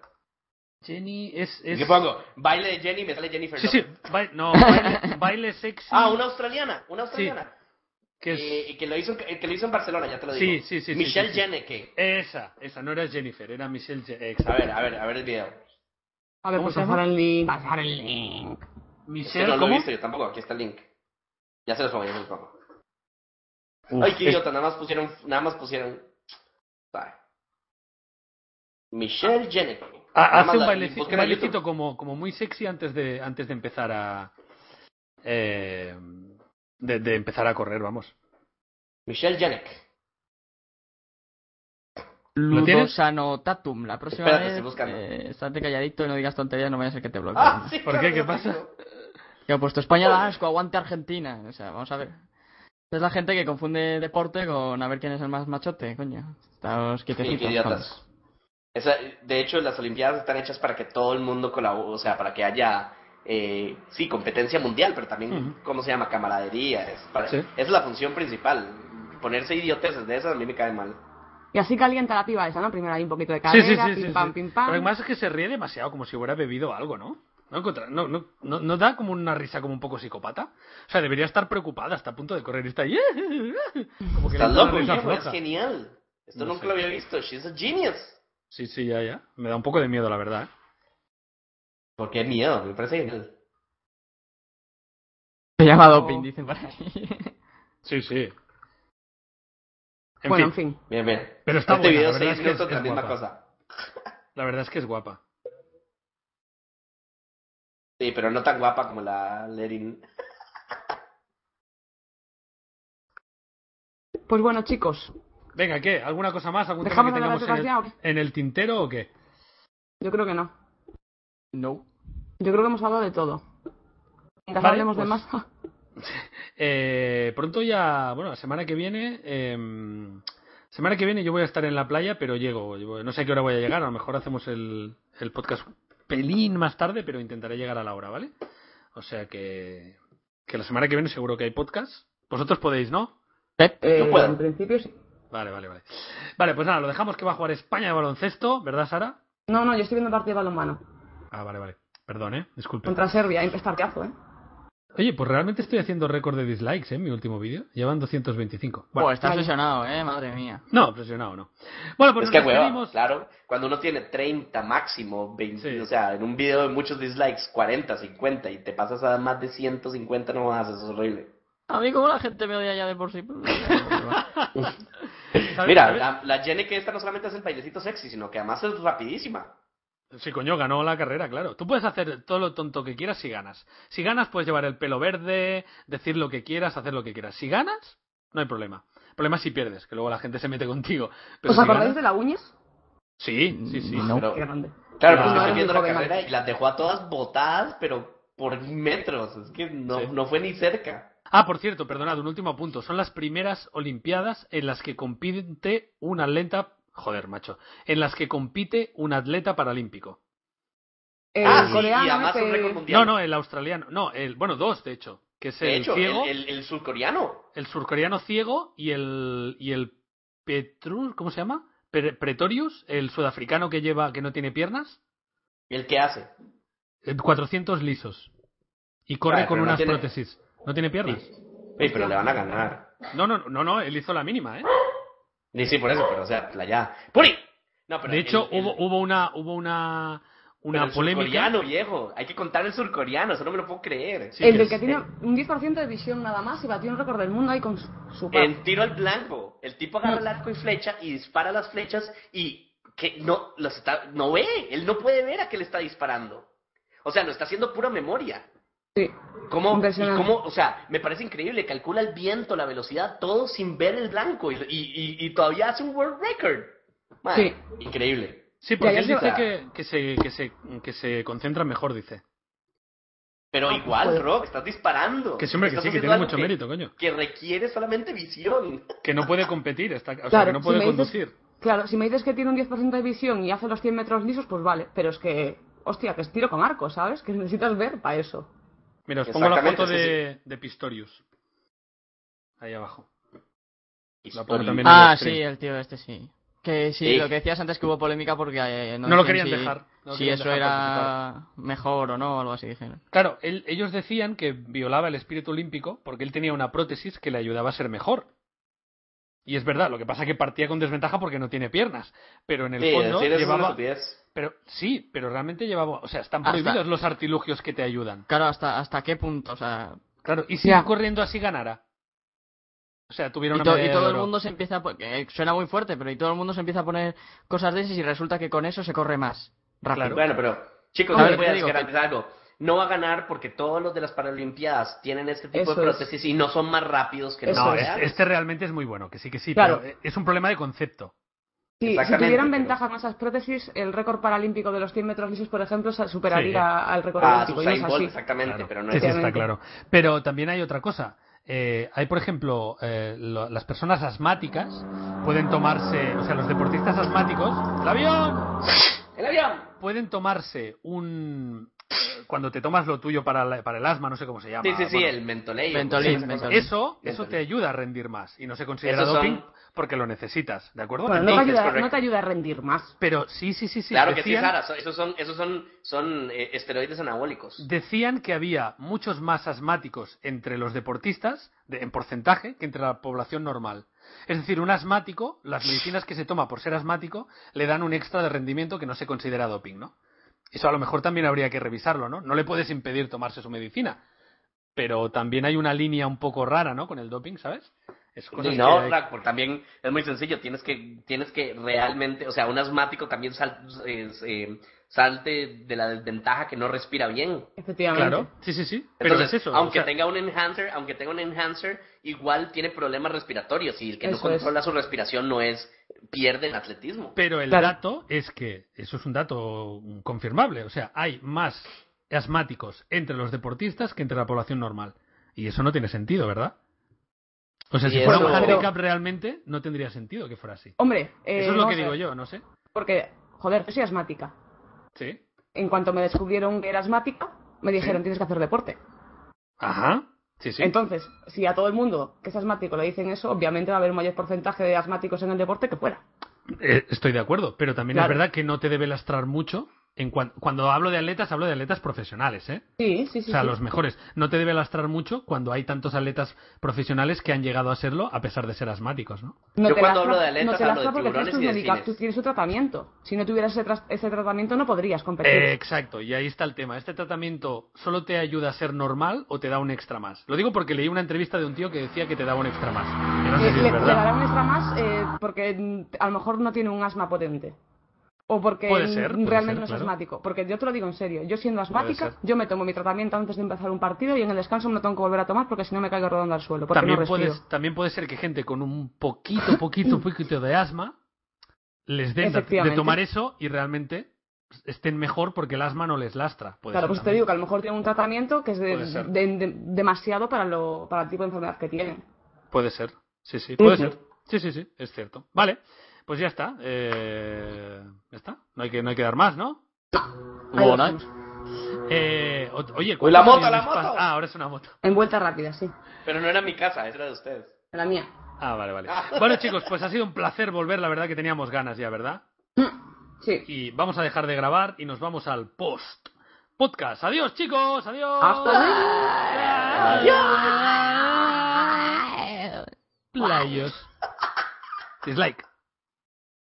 Speaker 3: Jenny es. es-
Speaker 4: ¿Qué pongo? Baile de Jenny, me sale Jennifer.
Speaker 3: Sí, sí.
Speaker 4: Lopez.
Speaker 3: bail- no, baile, baile sexy.
Speaker 4: Ah, una australiana, una australiana.
Speaker 3: que es-
Speaker 4: Eh, y que lo, hizo, en- que lo hizo en Barcelona, ya te lo
Speaker 3: Sí,
Speaker 4: digo.
Speaker 3: sí, sí, sí,
Speaker 4: Michelle
Speaker 3: sí, sí.
Speaker 4: Jeneke.
Speaker 3: Esa, esa no era Jennifer, era Michelle. Je- eh,
Speaker 4: A
Speaker 3: exacto.
Speaker 4: ver, a ver, a ver el video.
Speaker 5: A ver,
Speaker 3: ¿Cómo
Speaker 5: pues
Speaker 3: se llama?
Speaker 5: pasar el link. Pasar el link.
Speaker 4: Es que
Speaker 3: Michelle,
Speaker 4: no lo he
Speaker 3: ¿cómo?
Speaker 4: visto yo tampoco, aquí está el link. Ya se los pongo, ya se los pongo.
Speaker 3: Uf,
Speaker 4: Ay, qué
Speaker 3: es-
Speaker 4: idiota, nada más pusieron, nada más pusieron. Bye. Michelle Jeneke.
Speaker 3: ha-
Speaker 4: Nada más
Speaker 3: Ah, hace un
Speaker 4: la-
Speaker 3: bailecito,
Speaker 4: busquen en
Speaker 3: un bailecito
Speaker 4: YouTube.
Speaker 3: como, como muy sexy antes de, antes de empezar a. eh, de, de empezar a correr, vamos.
Speaker 4: Michelle Jeneke.
Speaker 3: ¿Lo tienes?
Speaker 6: Ludosano Tatum. La próxima
Speaker 4: Espérate, estoy
Speaker 6: vez.
Speaker 4: buscando.
Speaker 6: eh, estate calladito y no digas tonterías, no vaya a ser que te bloqueen.
Speaker 4: Ah, sí,
Speaker 3: ¿Por
Speaker 4: claro,
Speaker 3: qué? ¿Qué
Speaker 4: ya te
Speaker 3: pasa?
Speaker 4: digo.
Speaker 6: Que ha puesto España da asco, aguante Argentina. O sea, vamos a ver. Es la gente que confunde deporte con a ver quién es el más machote, coño. Estamos
Speaker 4: Sí,
Speaker 6: quietecitos.
Speaker 4: qué idiotas.
Speaker 6: vamos.
Speaker 4: Esa- de hecho, las Olimpiadas están hechas para que todo el mundo colabore, o sea, para que haya, eh, sí, competencia mundial, pero también,
Speaker 3: Ujú.
Speaker 4: ¿cómo se llama? Camaradería. Es, para-
Speaker 3: Sí.
Speaker 4: esa es la función principal. Ponerse idioteces de esas a mí me cae mal.
Speaker 5: Y así calienta la piba esa, ¿no? Primero hay un poquito de
Speaker 3: Sí, sí,
Speaker 5: cadera,
Speaker 3: sí, sí,
Speaker 5: pim pam,
Speaker 3: sí.
Speaker 5: pim
Speaker 3: Pero
Speaker 5: pam.
Speaker 3: además es que se ríe demasiado, como si hubiera bebido algo, ¿no? ¿No, encontra- no, no, no- no da como una risa como un poco psicópata? O sea, debería estar preocupada hasta a punto de correr y está ahí.
Speaker 4: Estás
Speaker 3: Como que le entra la
Speaker 4: loco,
Speaker 3: risa
Speaker 4: viejo, es
Speaker 3: floja.
Speaker 4: genial. Esto
Speaker 3: No
Speaker 4: nunca
Speaker 3: sé.
Speaker 4: lo había visto. She's a genius.
Speaker 3: Sí, sí, ya, ya. Me da un poco de miedo, la verdad. ¿eh?
Speaker 4: Porque es miedo, me parece genial.
Speaker 6: Se llama doping, dicen por ahí.
Speaker 3: Sí, sí. En
Speaker 5: Bueno,
Speaker 3: fin.
Speaker 5: en fin.
Speaker 4: Bien, bien.
Speaker 3: Pero está
Speaker 4: este
Speaker 3: buena,
Speaker 4: video
Speaker 3: la verdad
Speaker 4: seis
Speaker 3: es que es-
Speaker 4: minutos de la
Speaker 3: es
Speaker 4: misma
Speaker 3: guapa.
Speaker 4: cosa.
Speaker 3: La verdad es que es guapa.
Speaker 4: Sí, pero no tan guapa como la Lerin.
Speaker 5: Pues bueno, chicos.
Speaker 3: Venga, ¿qué? ¿Alguna cosa más? ¿Algún tema
Speaker 5: ¿Dejamos
Speaker 3: que
Speaker 5: de hablar
Speaker 3: tengamos
Speaker 5: de
Speaker 3: en el,
Speaker 5: las ya
Speaker 3: en el tintero o qué?
Speaker 5: Yo creo que no.
Speaker 6: No.
Speaker 5: Yo creo que hemos hablado de todo. Mientras
Speaker 3: Vale,
Speaker 5: hablemos de
Speaker 3: pues-
Speaker 5: más.
Speaker 3: Eh, pronto ya, bueno, la semana que viene, em, semana que viene yo voy a estar en la playa, pero llego, yo no sé a qué hora voy a llegar, a lo mejor hacemos el, el podcast un pelín más tarde, pero intentaré llegar a la hora, ¿vale? O sea que, que la semana que viene seguro que hay podcast. Vosotros podéis, ¿no?
Speaker 6: Pep,
Speaker 5: Eh,
Speaker 4: puedo.
Speaker 5: En principio sí.
Speaker 3: Vale, vale, vale. Vale, pues nada, lo dejamos que va a jugar España de baloncesto, ¿verdad, Sara?
Speaker 5: No, no, yo estoy viendo partido de balonmano.
Speaker 3: Ah, vale, vale. Perdón, ¿eh? Disculpe.
Speaker 5: Contra Serbia, hay estarteazo, ¿eh?
Speaker 3: Oye, pues realmente estoy haciendo récord de dislikes, ¿eh? En mi último vídeo. Llevan 225. Bueno,
Speaker 6: Pues estás
Speaker 5: vale.
Speaker 6: lesionado, eh, madre mía.
Speaker 3: No, presionado no. Bueno, pues
Speaker 4: es
Speaker 3: nos
Speaker 4: que hueva,
Speaker 3: despedimos.
Speaker 4: claro. Cuando uno tiene 30 máximo, 20,
Speaker 3: Sí.
Speaker 4: o sea, en un video de muchos dislikes, 40, 50, y te pasas a más de 150, no más, eso es horrible.
Speaker 6: A mí como la gente me odia ya de por sí. pues,
Speaker 3: ¿Sabes-
Speaker 4: Mira,
Speaker 3: sabes?
Speaker 4: la, la Jenny que esta no solamente hace el bailecito sexy, sino que además es rapidísima.
Speaker 3: Sí, coño, ganó la carrera, claro. Tú puedes hacer todo lo tonto que quieras si ganas. Si ganas, puedes llevar el pelo verde, decir lo que quieras, hacer lo que quieras. Si ganas, no hay problema. El problema es si pierdes, que luego la gente se mete contigo. Pero
Speaker 5: ¿Os
Speaker 3: si
Speaker 5: acordáis
Speaker 3: ganas-
Speaker 5: de la Uñes?
Speaker 3: Sí, sí, sí.
Speaker 6: No.
Speaker 4: Pero,
Speaker 5: Qué grande.
Speaker 4: claro,
Speaker 3: No,
Speaker 4: pero
Speaker 3: no,
Speaker 4: estoy
Speaker 5: no,
Speaker 4: viendo
Speaker 5: no,
Speaker 4: la
Speaker 5: no,
Speaker 4: carrera y las dejó a todas botadas, pero por metros. Es que no,
Speaker 3: Sí.
Speaker 4: no fue ni cerca.
Speaker 3: Ah, por cierto, perdonad, un último punto. Son las primeras Olimpiadas en las que compite un atleta. Joder, macho. En las que compite un atleta paralímpico.
Speaker 5: El
Speaker 4: ah, sí, y
Speaker 5: coreano este,
Speaker 4: además un
Speaker 5: ese-
Speaker 4: récord mundial.
Speaker 3: No, no, el australiano. No, el. Bueno, dos, de hecho. Que es
Speaker 4: De
Speaker 3: el
Speaker 4: hecho,
Speaker 3: ciego,
Speaker 4: el,
Speaker 3: el,
Speaker 4: el- el surcoreano.
Speaker 3: surcoreano ciego y el. Y el Petrus, ¿cómo se llama? Pre- Pretorius, el sudafricano que lleva, que no tiene piernas.
Speaker 4: ¿El que hace?
Speaker 3: eh, 400 lisos. Y corre
Speaker 4: Vale,
Speaker 3: con
Speaker 4: pero no
Speaker 3: unas
Speaker 4: tiene-
Speaker 3: prótesis. No tiene piernas.
Speaker 4: Ey, pero le van a ganar.
Speaker 3: No, no, no, no, él hizo la mínima, ¿eh?
Speaker 4: Y sí, por eso, pero o sea, la ya. ¡Puri! No, pero
Speaker 3: De
Speaker 4: el-
Speaker 3: hecho,
Speaker 4: el-
Speaker 3: hubo, hubo una, hubo una,
Speaker 4: pero
Speaker 3: una
Speaker 4: el
Speaker 3: polémica.
Speaker 4: surcoreano, viejo. Hay que contar el surcoreano, eso no me lo puedo creer.
Speaker 3: Sí,
Speaker 5: El del
Speaker 3: es-
Speaker 5: que tiene un 10% de visión nada más y batió un récord del mundo ahí con su, su par.
Speaker 4: En tiro al blanco. El tipo agarra el arco y flecha y dispara las flechas y que no los está, no ve, él no puede ver a qué le está disparando. O sea, lo está haciendo pura memoria.
Speaker 5: Sí.
Speaker 4: ¿Cómo, y
Speaker 5: Impresionante.
Speaker 4: cómo- o sea, me parece increíble, calcula el viento, la velocidad, todo sin ver el blanco y, y- y- y todavía hace un world record. Madre, Increíble.
Speaker 3: Sí, porque
Speaker 5: Ya,
Speaker 3: él
Speaker 5: ya
Speaker 3: dice
Speaker 4: se-
Speaker 3: que, que, se, que, se, que se concentra mejor, dice.
Speaker 4: Pero
Speaker 5: Ah,
Speaker 4: igual,
Speaker 5: joder.
Speaker 4: Rob, estás disparando.
Speaker 3: Que sí, hombre, que
Speaker 4: Estás
Speaker 3: sí, que
Speaker 4: haciendo
Speaker 3: tiene
Speaker 4: algo
Speaker 3: mucho mérito, coño.
Speaker 4: Que requiere solamente visión.
Speaker 3: Que no puede competir, está, o sea,
Speaker 5: Claro,
Speaker 3: que no
Speaker 5: si
Speaker 3: puede
Speaker 5: me dices-
Speaker 3: conducir.
Speaker 5: Claro, si me dices que tiene un 10% de visión y hace los 100 metros lisos, pues vale. Pero es que, hostia, que es tiro con arco, ¿sabes? Que necesitas ver para eso.
Speaker 3: Mira, os pongo la
Speaker 4: Exactamente,
Speaker 3: foto
Speaker 4: sí,
Speaker 3: de, de Pistorius. Ahí abajo. La pongo
Speaker 4: Historia.
Speaker 3: también en
Speaker 6: Ah,
Speaker 3: el
Speaker 6: sí,
Speaker 3: screen.
Speaker 6: el tío este sí. Que sí,
Speaker 4: Sí.
Speaker 6: lo que decías antes que hubo polémica porque eh, no,
Speaker 3: No lo
Speaker 6: decían
Speaker 3: querían
Speaker 6: si-
Speaker 3: dejar, no lo
Speaker 6: si
Speaker 3: querían
Speaker 6: eso
Speaker 3: dejar
Speaker 6: era mejor o no, o algo así dijeron.
Speaker 3: Claro, él- ellos decían que violaba el espíritu olímpico porque él tenía una prótesis que le ayudaba a ser mejor. Y es verdad, lo que pasa es que partía con desventaja porque no tiene piernas. Pero en el
Speaker 4: Sí,
Speaker 3: fondo
Speaker 4: decir eso es una
Speaker 3: llevaba,
Speaker 4: estupidez.
Speaker 3: Pero sí, pero realmente llevamos, o sea, están
Speaker 6: Hasta-
Speaker 3: prohibidos los artilugios que te ayudan.
Speaker 6: Claro, hasta hasta qué punto, o sea,
Speaker 3: Claro, y si
Speaker 5: Ya.
Speaker 3: corriendo así ganara. O sea, tuviera
Speaker 6: y,
Speaker 3: una
Speaker 6: to- y
Speaker 3: medalla de
Speaker 6: todo el
Speaker 3: oro.
Speaker 6: mundo se empieza a po- eh, suena muy fuerte, pero y todo el mundo se empieza a poner cosas de esas y resulta que con eso se corre más rápido.
Speaker 4: Bueno, pero chicos,
Speaker 6: A
Speaker 4: yo
Speaker 6: ver,
Speaker 4: les voy
Speaker 6: te
Speaker 4: a
Speaker 6: digo
Speaker 4: garantizar algo. No va a ganar porque todos los de las Paralimpiadas tienen este tipo
Speaker 5: Eso
Speaker 4: de
Speaker 5: es.
Speaker 4: prótesis y no son más rápidos que
Speaker 5: Eso
Speaker 3: No,
Speaker 5: es.
Speaker 4: los
Speaker 3: este,
Speaker 6: ¿eh?
Speaker 4: reales.
Speaker 3: este realmente es muy bueno, que sí que sí,
Speaker 5: Claro.
Speaker 3: pero eh, es un problema de concepto.
Speaker 5: Sí, si
Speaker 4: Exactamente,
Speaker 5: tuvieran
Speaker 4: pero-
Speaker 5: ventaja con esas prótesis, el récord paralímpico de los 100 metros lisos, por ejemplo, se- superaría
Speaker 3: Sí.
Speaker 5: a- al récord
Speaker 4: Ah,
Speaker 5: olímpico. Y no es
Speaker 4: Usain Bolt,
Speaker 5: así.
Speaker 4: exactamente,
Speaker 3: Claro.
Speaker 4: pero no
Speaker 3: sí,
Speaker 4: es
Speaker 3: sí, está
Speaker 5: Obviamente.
Speaker 3: claro. Pero también hay otra cosa. Eh, hay, por ejemplo, eh, lo- las personas asmáticas pueden tomarse, o sea, los deportistas asmáticos, ¡el avión!
Speaker 4: ¡El avión!
Speaker 3: Pueden tomarse un... eh, Cuando te tomas lo tuyo para, la- para el asma, no sé cómo se llama.
Speaker 4: Sí, sí, sí,
Speaker 3: bueno,
Speaker 4: el mentoleo.
Speaker 6: Mentolín,
Speaker 4: Sí, esa cosa.
Speaker 6: mentolín.
Speaker 3: Eso,
Speaker 4: Ya
Speaker 3: eso
Speaker 4: está
Speaker 3: te
Speaker 4: bien.
Speaker 3: ayuda a rendir más y no se considera
Speaker 4: Esos
Speaker 3: doping
Speaker 4: son-
Speaker 3: porque lo necesitas, ¿de acuerdo?
Speaker 5: Bueno, no, te
Speaker 4: Entonces,
Speaker 5: ayuda,
Speaker 4: correcto.
Speaker 5: no te ayuda a rendir más.
Speaker 3: Pero sí, sí, sí, sí.
Speaker 4: Claro que sí,
Speaker 3: decían,
Speaker 4: Sara. so- Esos son, esos son, son eh, esteroides anabólicos.
Speaker 3: decían que había muchos más asmáticos entre los deportistas de- en porcentaje que entre la población normal. Es decir, un asmático, las medicinas que se toma por ser asmático le dan un extra de rendimiento que no se considera doping, ¿no? Eso a lo mejor también habría que revisarlo, ¿no? No le puedes impedir tomarse su medicina. Pero también hay una línea un poco rara, ¿no? Con el doping, ¿sabes? Es cosas
Speaker 4: Y
Speaker 3: que
Speaker 4: no,
Speaker 3: hay-
Speaker 4: Rack, porque también es muy sencillo. Tienes que, tienes que realmente, o sea, un asmático también sal- eh, eh, salte de la desventaja que no respira bien.
Speaker 5: Efectivamente.
Speaker 3: Claro, sí, sí, sí. Pero
Speaker 4: Entonces,
Speaker 3: es eso.
Speaker 4: Aunque
Speaker 3: o sea,
Speaker 4: tenga un enhancer, aunque tenga un enhancer, igual tiene problemas respiratorios y el que no
Speaker 5: Eso es.
Speaker 4: controla su respiración no es pierde en atletismo.
Speaker 3: Pero el
Speaker 5: Claro.
Speaker 3: dato es que, eso es un dato confirmable, o sea, hay más asmáticos entre los deportistas que entre la población normal. Y eso no tiene sentido, ¿verdad? O sea,
Speaker 4: Y
Speaker 3: si fuera un
Speaker 4: eso-
Speaker 3: handicap realmente, no tendría sentido que fuera así.
Speaker 5: Hombre, eh,
Speaker 3: eso es lo
Speaker 5: vamos
Speaker 3: que
Speaker 5: a
Speaker 3: digo
Speaker 5: ver,
Speaker 3: yo, no sé.
Speaker 5: Porque, joder, yo soy asmática.
Speaker 3: Sí.
Speaker 5: En cuanto me descubrieron que era asmática, me dijeron tienes que hacer deporte.
Speaker 3: Ajá. Sí, sí.
Speaker 5: Entonces, si a todo el mundo que es asmático le dicen eso, obviamente va a haber un mayor porcentaje de asmáticos en el deporte que fuera.
Speaker 3: Eh, estoy de acuerdo, pero también
Speaker 5: Claro.
Speaker 3: es verdad que no te debe lastrar mucho. En cuan- cuando hablo de atletas, hablo de atletas profesionales, ¿eh?
Speaker 5: Sí, sí, sí.
Speaker 3: O sea,
Speaker 5: sí.
Speaker 3: los mejores. No te debe lastrar mucho cuando hay tantos atletas profesionales que han llegado a serlo a pesar de ser asmáticos, ¿no?
Speaker 5: No
Speaker 4: Yo
Speaker 5: te
Speaker 4: cuando
Speaker 5: lastra-
Speaker 4: hablo de aletas,
Speaker 5: no te
Speaker 4: hablo de
Speaker 5: lastra porque tienes
Speaker 4: tiburones
Speaker 5: tus
Speaker 4: y delfines.
Speaker 5: medica- tú tienes tu tratamiento. Si no tuvieras ese, tras- ese tratamiento, no podrías competir.
Speaker 3: Eh, exacto, y ahí está el tema. ¿Este tratamiento solo te ayuda a ser normal o te da un extra más? Lo digo porque leí una entrevista de un tío que decía que te daba un extra más. Que no
Speaker 5: Eh, Le,
Speaker 3: sé si es
Speaker 5: le- le
Speaker 3: verdad.
Speaker 5: dará un extra más eh, porque mm, a lo mejor no tiene un asma potente. O porque
Speaker 3: Puede ser,
Speaker 5: mm,
Speaker 3: puede
Speaker 5: realmente
Speaker 3: ser,
Speaker 5: no es
Speaker 3: claro.
Speaker 5: asmático. Porque yo te lo digo en serio. Yo siendo
Speaker 3: ser.
Speaker 5: asmática, yo me tomo mi tratamiento antes de empezar un partido y en el descanso me lo tengo que volver a tomar porque si no me caigo rodando al suelo. Porque
Speaker 3: También,
Speaker 5: no respiro.
Speaker 3: puedes- también puede ser que gente con un poquito, poquito, poquito de asma les den de- de
Speaker 5: Efectivamente.
Speaker 3: tomar eso y realmente estén mejor porque el asma no les lastra. Puede
Speaker 5: Claro,
Speaker 3: ser
Speaker 5: pues te
Speaker 3: también.
Speaker 5: digo que a lo mejor tiene un tratamiento que es de-
Speaker 3: Puede ser.
Speaker 5: de- de- demasiado para, lo, para el tipo de enfermedad que tiene.
Speaker 3: Puede ser. Sí, sí, puede
Speaker 5: Ujú.
Speaker 3: ser. Sí, sí, sí, es cierto. Vale, pues ya está. Eh, ya está. No hay que, no hay que dar más, ¿no?
Speaker 5: Ahí lo
Speaker 6: Bueno,
Speaker 5: tenemos.
Speaker 3: Eh, o- oye,
Speaker 4: Uy, la
Speaker 3: ¿cuántos
Speaker 4: moto, la
Speaker 3: aviones pas-
Speaker 4: moto.
Speaker 3: Ah, ahora es una moto.
Speaker 5: En vuelta rápida, sí.
Speaker 4: Pero no era mi casa, esa era de ustedes.
Speaker 5: De la mía.
Speaker 3: Ah, vale, vale. Bueno, chicos, pues ha sido un placer volver. La verdad que teníamos ganas ya, ¿verdad?
Speaker 5: Sí.
Speaker 3: Y vamos a dejar de grabar y nos vamos al post podcast. Adiós, chicos. Adiós.
Speaker 5: Hasta luego.
Speaker 3: Playos. Dislike.